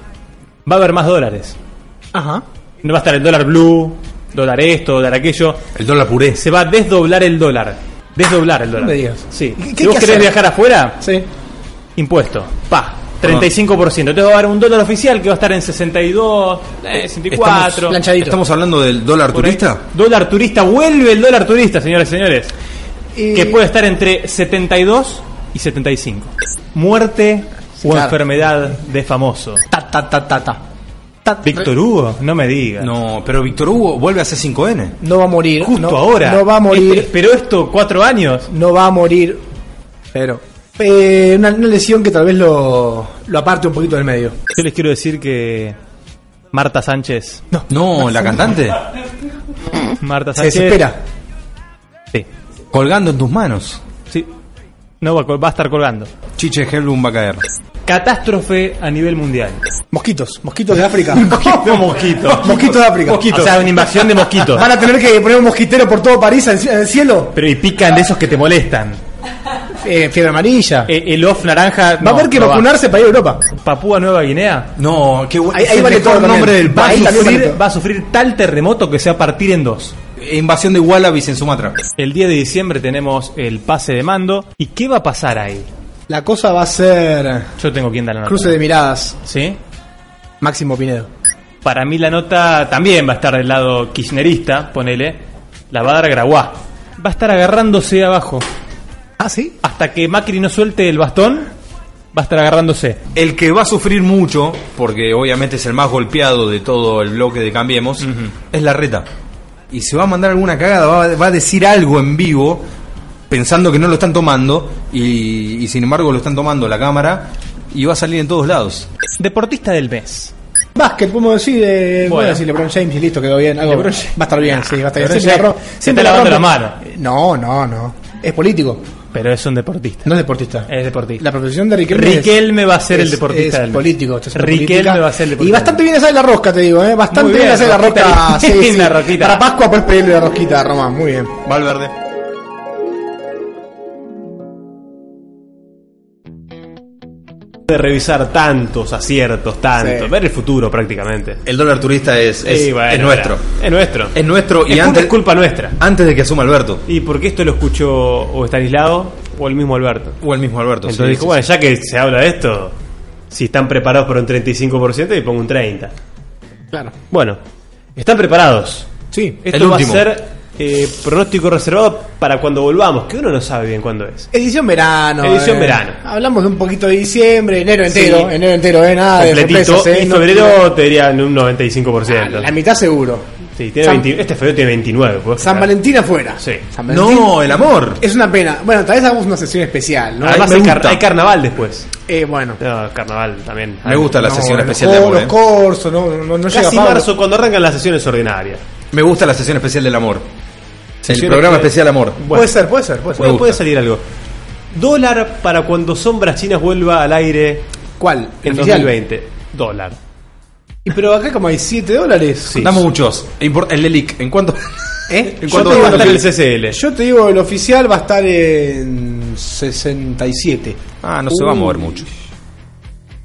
[SPEAKER 3] Va a haber más dólares.
[SPEAKER 4] Ajá.
[SPEAKER 3] No va a estar el dólar blue, dólar esto, dólar aquello.
[SPEAKER 5] El dólar puré.
[SPEAKER 3] Se va a desdoblar el dólar. Desdoblar el dólar.
[SPEAKER 4] me digas.
[SPEAKER 3] Sí.
[SPEAKER 4] ¿Qué- qué
[SPEAKER 3] si vos
[SPEAKER 4] hay que
[SPEAKER 3] querés
[SPEAKER 4] hacer?
[SPEAKER 3] viajar afuera,
[SPEAKER 4] sí. Ah.
[SPEAKER 3] impuesto. Pa. 35%. Entonces va a haber un dólar oficial que va a estar en 62, eh, 64.
[SPEAKER 5] Estamos hablando del dólar
[SPEAKER 3] Por ahí.
[SPEAKER 5] turista.
[SPEAKER 3] Dólar turista, vuelve el dólar turista, señoras y señores. Que puede estar entre 72 y 75. Muerte o
[SPEAKER 4] Claro.
[SPEAKER 3] enfermedad de famoso.
[SPEAKER 4] Ta, ta, ta, ta, ta.
[SPEAKER 3] Víctor Hugo, no me digas.
[SPEAKER 5] No, pero Víctor Hugo vuelve a ser 5N.
[SPEAKER 4] No va a morir.
[SPEAKER 3] Justo
[SPEAKER 4] no,
[SPEAKER 3] ahora. Eh,
[SPEAKER 4] No va a morir.
[SPEAKER 3] Pero esto cuatro años.
[SPEAKER 4] No va a morir.
[SPEAKER 3] Pero.
[SPEAKER 4] Eh, una, una lesión que tal vez lo, lo aparte un poquito del medio.
[SPEAKER 3] Yo les quiero decir que. Marta Sánchez. No,
[SPEAKER 5] No, la cantante.
[SPEAKER 4] ¿Mm?
[SPEAKER 3] Marta
[SPEAKER 5] Se
[SPEAKER 3] Sánchez.
[SPEAKER 5] desespera.
[SPEAKER 3] Sí.
[SPEAKER 5] Colgando en tus manos.
[SPEAKER 3] Sí. No va a, col- va a estar colgando.
[SPEAKER 5] Chiche Hellblum va a caer.
[SPEAKER 3] Catástrofe a nivel mundial.
[SPEAKER 4] *laughs* Mosquitos, mosquitos de África.
[SPEAKER 3] *laughs* Mosquitos,
[SPEAKER 4] *laughs*
[SPEAKER 3] mosquitos.
[SPEAKER 4] Mosquitos de África.
[SPEAKER 3] Mosquitos. O sea, una invasión de mosquitos.
[SPEAKER 4] Van a tener que poner un mosquitero por todo París en, el cielo.
[SPEAKER 3] Pero y pican de esos que te molestan.
[SPEAKER 4] Eh, fiebre amarilla.
[SPEAKER 3] Eh, el off naranja.
[SPEAKER 4] va a haber que vacunarse para ir a Europa.
[SPEAKER 3] Papúa Nueva Guinea.
[SPEAKER 5] No, qué bueno.
[SPEAKER 4] Ahí- ahí
[SPEAKER 5] Es el
[SPEAKER 4] vale
[SPEAKER 5] mejor
[SPEAKER 4] todo también.
[SPEAKER 5] nombre del
[SPEAKER 3] Va a,
[SPEAKER 5] país.
[SPEAKER 3] sufrir, va a sufrir tal terremoto que se va a partir en dos.
[SPEAKER 5] Invasión de Wallabies en Sumatra.
[SPEAKER 3] El 10 de diciembre tenemos el pase de mando. ¿Y qué va a pasar ahí?
[SPEAKER 4] La cosa va a ser
[SPEAKER 3] Yo tengo quien dar la nota.
[SPEAKER 4] cruce de miradas.
[SPEAKER 3] ¿Sí?
[SPEAKER 4] Máximo Pinedo.
[SPEAKER 3] Para mí la nota también va a estar del lado kirchnerista, ponele. La va a dar Graguá. Va a estar agarrándose abajo.
[SPEAKER 4] ¿Ah, sí?
[SPEAKER 3] Hasta que Macri no suelte el bastón, va a estar agarrándose.
[SPEAKER 5] El que va a sufrir mucho, porque obviamente es el más golpeado de todo el bloque de Cambiemos, es la reta. Y se va a mandar alguna cagada, va, a- va a decir algo en vivo, pensando que no lo están tomando, y, y sin embargo lo están tomando la cámara, y va a salir en todos lados.
[SPEAKER 3] Deportista del mes.
[SPEAKER 4] Básquet, podemos decir, eh, bueno,
[SPEAKER 3] Bueno.
[SPEAKER 4] si LeBron James y listo, quedó bien. algo-
[SPEAKER 3] LeBron
[SPEAKER 4] va a estar bien, sí, va a estar bien.
[SPEAKER 3] LeBron
[SPEAKER 4] Siempre la
[SPEAKER 3] James
[SPEAKER 4] ro-
[SPEAKER 3] se
[SPEAKER 4] siempre
[SPEAKER 3] está lavando
[SPEAKER 4] rompe.
[SPEAKER 3] la mano.
[SPEAKER 4] Eh, No, no, no. Es político,
[SPEAKER 3] Pero es un deportista.
[SPEAKER 4] no es deportista.
[SPEAKER 3] Es deportista.
[SPEAKER 4] La profesión de Riquelme. es-
[SPEAKER 3] Eh, Riquelme va a ser el
[SPEAKER 4] es-
[SPEAKER 3] deportista
[SPEAKER 4] es
[SPEAKER 3] del mes.
[SPEAKER 4] político. esto es una
[SPEAKER 3] Riquelme
[SPEAKER 4] política.
[SPEAKER 3] va a ser el deportista
[SPEAKER 4] Y bastante bien hacer la rosca, te digo, ¿eh? Bastante
[SPEAKER 3] Muy
[SPEAKER 4] bien,
[SPEAKER 3] bien,
[SPEAKER 4] hacer la
[SPEAKER 3] rosquita *laughs*
[SPEAKER 4] rosca.
[SPEAKER 3] bien.
[SPEAKER 4] sí, sí.
[SPEAKER 3] La rosquita.
[SPEAKER 4] Para Pascua puedes pedirle la rosquita, Román, muy bien.
[SPEAKER 5] Valverde.
[SPEAKER 3] de revisar tantos aciertos, tantos,
[SPEAKER 5] Sí.
[SPEAKER 3] ver el futuro prácticamente.
[SPEAKER 5] El dólar turista es, es,
[SPEAKER 3] Sí, bueno,
[SPEAKER 5] es nuestro.
[SPEAKER 3] Es nuestro.
[SPEAKER 5] Es nuestro y
[SPEAKER 3] Es
[SPEAKER 5] antes.
[SPEAKER 3] culpa- culpa nuestra.
[SPEAKER 5] Antes de que asuma Alberto.
[SPEAKER 3] Y porque esto lo escuchó o está aislado o el mismo Alberto.
[SPEAKER 5] O el mismo Alberto.
[SPEAKER 3] Entonces dijo, bueno, ya que se habla de esto, si están preparados por un 35% y pongo un 30%.
[SPEAKER 4] Claro.
[SPEAKER 3] Bueno, están preparados. Sí, esto
[SPEAKER 4] el
[SPEAKER 3] va
[SPEAKER 4] último.
[SPEAKER 3] a ser eh, pronóstico reservado para cuando volvamos, que uno no sabe bien cuándo es.
[SPEAKER 4] Edición verano. eh.
[SPEAKER 3] Edición verano.
[SPEAKER 4] Hablamos de un poquito de diciembre, enero entero,
[SPEAKER 3] Sí.
[SPEAKER 4] enero entero, eh, nada de
[SPEAKER 3] Completito.
[SPEAKER 4] sorpresas, eh,
[SPEAKER 3] y
[SPEAKER 4] no- Ah,
[SPEAKER 3] febrero te dirían un 95%.
[SPEAKER 4] La mitad seguro.
[SPEAKER 3] Sí, tiene
[SPEAKER 4] San-
[SPEAKER 3] 20 este febrero tiene 29. ¿puedes
[SPEAKER 4] San
[SPEAKER 3] creer?
[SPEAKER 4] Valentín afuera.
[SPEAKER 3] Sí.
[SPEAKER 4] San Valentín.
[SPEAKER 5] No, el amor.
[SPEAKER 4] Es una pena. Bueno, tal vez hagamos una sesión especial, ¿no?
[SPEAKER 3] Además hay, car- hay carnaval después.
[SPEAKER 4] Eh, bueno.
[SPEAKER 3] No, carnaval también.
[SPEAKER 5] Me gusta la
[SPEAKER 3] No,
[SPEAKER 5] sesión
[SPEAKER 3] bueno.
[SPEAKER 5] especial de amor.
[SPEAKER 4] Los
[SPEAKER 5] eh.
[SPEAKER 4] corsos, no, no, no llega
[SPEAKER 3] Casi
[SPEAKER 4] Pablo.
[SPEAKER 3] marzo, cuando arrancan las sesiones ordinarias.
[SPEAKER 5] Me gusta la sesión especial del amor. El
[SPEAKER 3] Sesión
[SPEAKER 5] programa
[SPEAKER 3] espe-
[SPEAKER 5] especial amor.
[SPEAKER 3] Bueno.
[SPEAKER 4] puede ser, puede
[SPEAKER 5] ser.
[SPEAKER 3] Puede,
[SPEAKER 5] Me
[SPEAKER 3] puede
[SPEAKER 5] gusta.
[SPEAKER 3] salir algo. Dólar para cuando Sombras Chinas vuelva al aire.
[SPEAKER 4] ¿Cuál?
[SPEAKER 3] En
[SPEAKER 4] ¿Oficial?
[SPEAKER 3] 2020. Dólar.
[SPEAKER 4] Y Pero acá como hay 7 dólares.
[SPEAKER 5] Damos muchos. Import- El Lelic, ¿en cuánto?
[SPEAKER 4] ¿Eh?
[SPEAKER 5] ¿En
[SPEAKER 4] Yo
[SPEAKER 5] cuánto
[SPEAKER 4] te
[SPEAKER 5] va a
[SPEAKER 4] digo
[SPEAKER 5] estar el
[SPEAKER 4] que-
[SPEAKER 5] CCL?
[SPEAKER 4] Yo te digo, el oficial va a estar en 67.
[SPEAKER 5] Ah, no se va a mover mucho.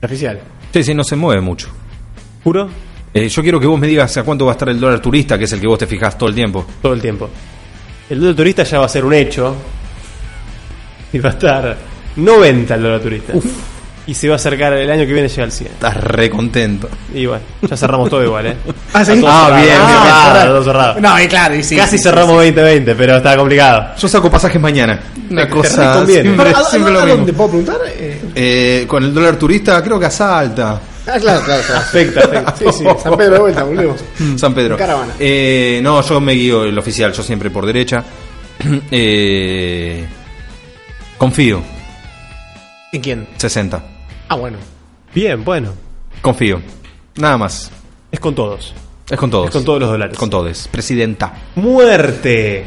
[SPEAKER 4] El oficial.
[SPEAKER 5] Sí, sí, no se mueve mucho.
[SPEAKER 3] ¿Juro?
[SPEAKER 5] Eh, yo quiero que vos me digas a cuánto va a estar el dólar turista, que es el que vos te fijás todo el tiempo.
[SPEAKER 3] Todo el tiempo. El dólar turista ya va a ser un hecho. Y va a estar 90 el dólar turista. Y se va a acercar el año que viene llega al 100.
[SPEAKER 5] Estás re contento.
[SPEAKER 3] Y bueno, ya cerramos todo igual, ¿eh?
[SPEAKER 4] *laughs* Ah, ¿seguís?
[SPEAKER 3] Está todo
[SPEAKER 5] Ah, bien,
[SPEAKER 3] cerrado,
[SPEAKER 5] bien.
[SPEAKER 3] todo cerrado, todo cerrado.
[SPEAKER 4] No, y claro, y sí.
[SPEAKER 3] Casi
[SPEAKER 4] sí,
[SPEAKER 3] cerramos 2020, pero está complicado.
[SPEAKER 5] Yo saco pasajes mañana. Una
[SPEAKER 3] Te- te
[SPEAKER 5] cosa.
[SPEAKER 3] reconviene.
[SPEAKER 5] siempre-
[SPEAKER 4] ¿A, a-
[SPEAKER 5] siempre lo
[SPEAKER 4] a
[SPEAKER 5] mismo.
[SPEAKER 4] dónde puedo preguntar? Eh,
[SPEAKER 5] Eh, con el dólar turista creo que asalta.
[SPEAKER 4] ah, claro, claro, claro.
[SPEAKER 3] Afecta, afecta.
[SPEAKER 4] Sí, sí, San Pedro de vuelta, volvemos.
[SPEAKER 5] San Pedro.
[SPEAKER 4] En caravana.
[SPEAKER 5] Eh, no, yo me guío el oficial, yo siempre por derecha. *clears throat* Eh, confío,
[SPEAKER 4] ¿En quién?
[SPEAKER 5] 60.
[SPEAKER 4] Ah, bueno.
[SPEAKER 3] Bien, bueno.
[SPEAKER 5] Confío. Nada más.
[SPEAKER 3] Es con todos.
[SPEAKER 5] Es con todos.
[SPEAKER 3] Es con todos los dólares.
[SPEAKER 5] Con todos. Presidenta.
[SPEAKER 3] Muerte.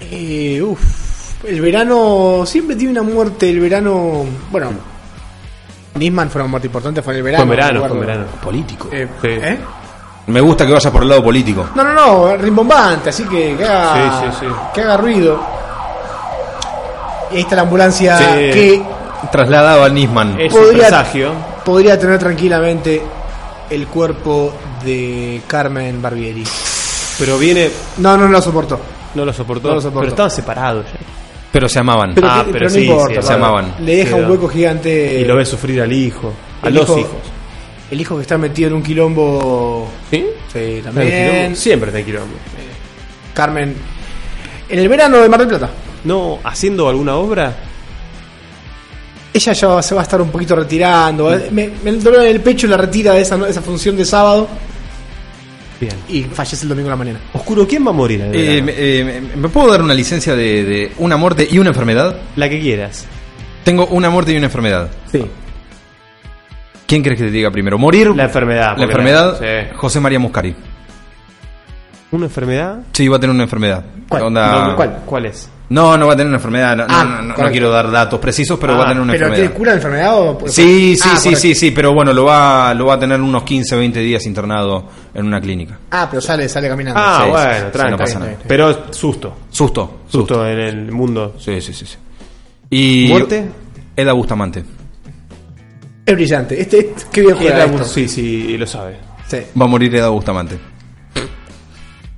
[SPEAKER 4] Eh, uf, el verano siempre tiene una muerte. El verano. Bueno, Nisman fue una muerte importante, fue en el verano.
[SPEAKER 3] Con verano,
[SPEAKER 4] me
[SPEAKER 3] con
[SPEAKER 4] acuerdo.
[SPEAKER 3] verano.
[SPEAKER 5] Político.
[SPEAKER 4] Eh, ¿eh?
[SPEAKER 5] Me gusta que vayas por el lado político.
[SPEAKER 4] No, no, no, rimbombante, así que que haga,
[SPEAKER 5] Sí, sí, sí.
[SPEAKER 4] Que haga ruido. Y ahí está la ambulancia
[SPEAKER 5] Sí.
[SPEAKER 4] que
[SPEAKER 5] Trasladado al Nisman.
[SPEAKER 3] Eh.
[SPEAKER 4] Es un Podría- presagio. podría tener tranquilamente el cuerpo de Carmen Barbieri.
[SPEAKER 3] Pero viene.
[SPEAKER 4] No, no, no lo soportó.
[SPEAKER 3] No lo soportó.
[SPEAKER 4] No lo soportó.
[SPEAKER 3] Pero estaban separados ya.
[SPEAKER 5] Pero se amaban. Ah,
[SPEAKER 4] Pero que- Pues pero no importa,
[SPEAKER 5] se
[SPEAKER 4] Pablo.
[SPEAKER 5] amaban.
[SPEAKER 4] Le deja
[SPEAKER 3] Sí,
[SPEAKER 4] un
[SPEAKER 3] no.
[SPEAKER 4] hueco gigante.
[SPEAKER 3] Y lo ve sufrir al hijo. A
[SPEAKER 4] el
[SPEAKER 3] los
[SPEAKER 4] hijo-
[SPEAKER 3] hijos.
[SPEAKER 4] El hijo que está metido en un quilombo.
[SPEAKER 3] ¿Sí?
[SPEAKER 4] Sí,
[SPEAKER 3] Está en
[SPEAKER 4] también.
[SPEAKER 3] quilombo. Siempre está en quilombo.
[SPEAKER 4] Carmen. En el verano de Mar del Plata.
[SPEAKER 3] No, haciendo alguna obra.
[SPEAKER 4] Ella ya va- se va a estar un poquito retirando. eh, me- me- el dolor en el pecho la retira de esa, de esa función de sábado
[SPEAKER 3] Bien.
[SPEAKER 4] y fallece el domingo a la mañana.
[SPEAKER 3] Oscuro, ¿quién va a morir? en el
[SPEAKER 5] Eh,
[SPEAKER 3] verano?
[SPEAKER 5] me, eh, me- ¿me puedo dar una licencia de, de una muerte y una enfermedad?
[SPEAKER 3] La que quieras.
[SPEAKER 5] Tengo una muerte y una enfermedad.
[SPEAKER 4] Sí.
[SPEAKER 5] ¿Quién crees que te diga primero? ¿Morir?
[SPEAKER 3] La enfermedad.
[SPEAKER 5] La
[SPEAKER 3] porque
[SPEAKER 5] enfermedad,
[SPEAKER 3] sí.
[SPEAKER 5] José María Muscari.
[SPEAKER 3] ¿Una enfermedad?
[SPEAKER 5] Sí, va a tener una enfermedad.
[SPEAKER 4] ¿Cuál?
[SPEAKER 3] Ah.
[SPEAKER 5] Onda-
[SPEAKER 4] No, ¿cuál?
[SPEAKER 3] ¿Cuál es?
[SPEAKER 5] No, no va a tener una enfermedad. No,
[SPEAKER 4] Ah,
[SPEAKER 5] no, no, no
[SPEAKER 4] correcto.
[SPEAKER 5] quiero dar datos precisos, pero
[SPEAKER 4] Ah,
[SPEAKER 5] va a tener una
[SPEAKER 4] ¿Pero
[SPEAKER 5] enfermedad.
[SPEAKER 4] tiene cura de enfermedad o.?
[SPEAKER 5] Sí, sí,
[SPEAKER 4] Ah,
[SPEAKER 5] sí,
[SPEAKER 4] correcto.
[SPEAKER 5] sí, sí, pero bueno, lo va, lo va a tener unos 15, 20 días internado en una clínica.
[SPEAKER 4] Ah, pero sale, sale caminando.
[SPEAKER 3] Ah,
[SPEAKER 5] sí, sí,
[SPEAKER 3] bueno,
[SPEAKER 5] sí,
[SPEAKER 3] tranca.
[SPEAKER 5] no pasa nada.
[SPEAKER 3] Pero susto.
[SPEAKER 5] Susto,
[SPEAKER 3] Susto, en el mundo.
[SPEAKER 5] Sí, sí, sí. sí. Y
[SPEAKER 3] ¿Muerte?
[SPEAKER 5] Eda Bustamante.
[SPEAKER 4] Es brillante. Este, este- qué bien juega
[SPEAKER 3] Era
[SPEAKER 4] esto.
[SPEAKER 3] un- Sí, sí, lo sabe.
[SPEAKER 4] Sí.
[SPEAKER 5] Va a morir Eda
[SPEAKER 4] *laughs*
[SPEAKER 5] Bustamante.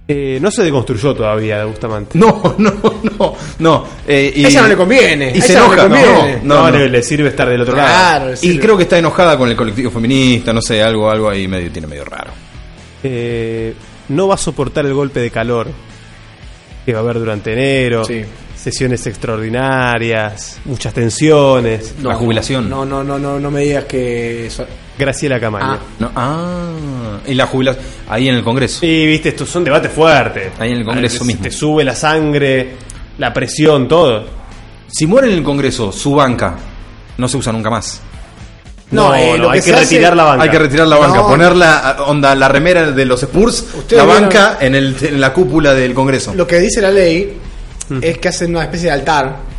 [SPEAKER 3] Eh, no se deconstruyó todavía de Bustamante.
[SPEAKER 5] No, no, no, no. eh, y-
[SPEAKER 4] Ella no le conviene,
[SPEAKER 5] Y
[SPEAKER 4] a
[SPEAKER 5] se
[SPEAKER 4] ella no
[SPEAKER 5] enoja,
[SPEAKER 4] le
[SPEAKER 5] no,
[SPEAKER 4] conviene.
[SPEAKER 5] no, no, no.
[SPEAKER 3] Le, le sirve estar del otro lado.
[SPEAKER 4] Claro,
[SPEAKER 5] Y
[SPEAKER 4] sí.
[SPEAKER 5] creo que está enojada con el colectivo feminista, no sé, algo, algo ahí medio tiene medio raro.
[SPEAKER 3] Eh, no va a soportar el golpe de calor que va a haber durante enero.
[SPEAKER 4] Sí.
[SPEAKER 3] Sesiones extraordinarias, muchas tensiones.
[SPEAKER 5] la jubilación.
[SPEAKER 4] No, no, no, no, no me digas que. eso-
[SPEAKER 3] Graciela Camaño.
[SPEAKER 4] Ah.
[SPEAKER 5] No, ah, y la jubilación. Ahí en el Congreso.
[SPEAKER 3] Sí, viste, estos son debates fuertes.
[SPEAKER 5] Ahí en el Congreso
[SPEAKER 3] Te-
[SPEAKER 5] mismo.
[SPEAKER 3] Te sube la sangre, la presión, todo.
[SPEAKER 5] Si muere en el Congreso, su banca no se usa nunca más.
[SPEAKER 4] No, eh, lo
[SPEAKER 3] hay
[SPEAKER 4] que
[SPEAKER 3] que,
[SPEAKER 4] se hace-
[SPEAKER 3] retirar la banca.
[SPEAKER 5] Hay que retirar la banca,
[SPEAKER 4] No.
[SPEAKER 5] poner la onda, la remera de los Spurs,
[SPEAKER 4] Ustedes
[SPEAKER 5] la
[SPEAKER 4] vieron-
[SPEAKER 5] banca en, el, en la cúpula del Congreso.
[SPEAKER 4] Lo que dice la ley es que hacen una especie de altar.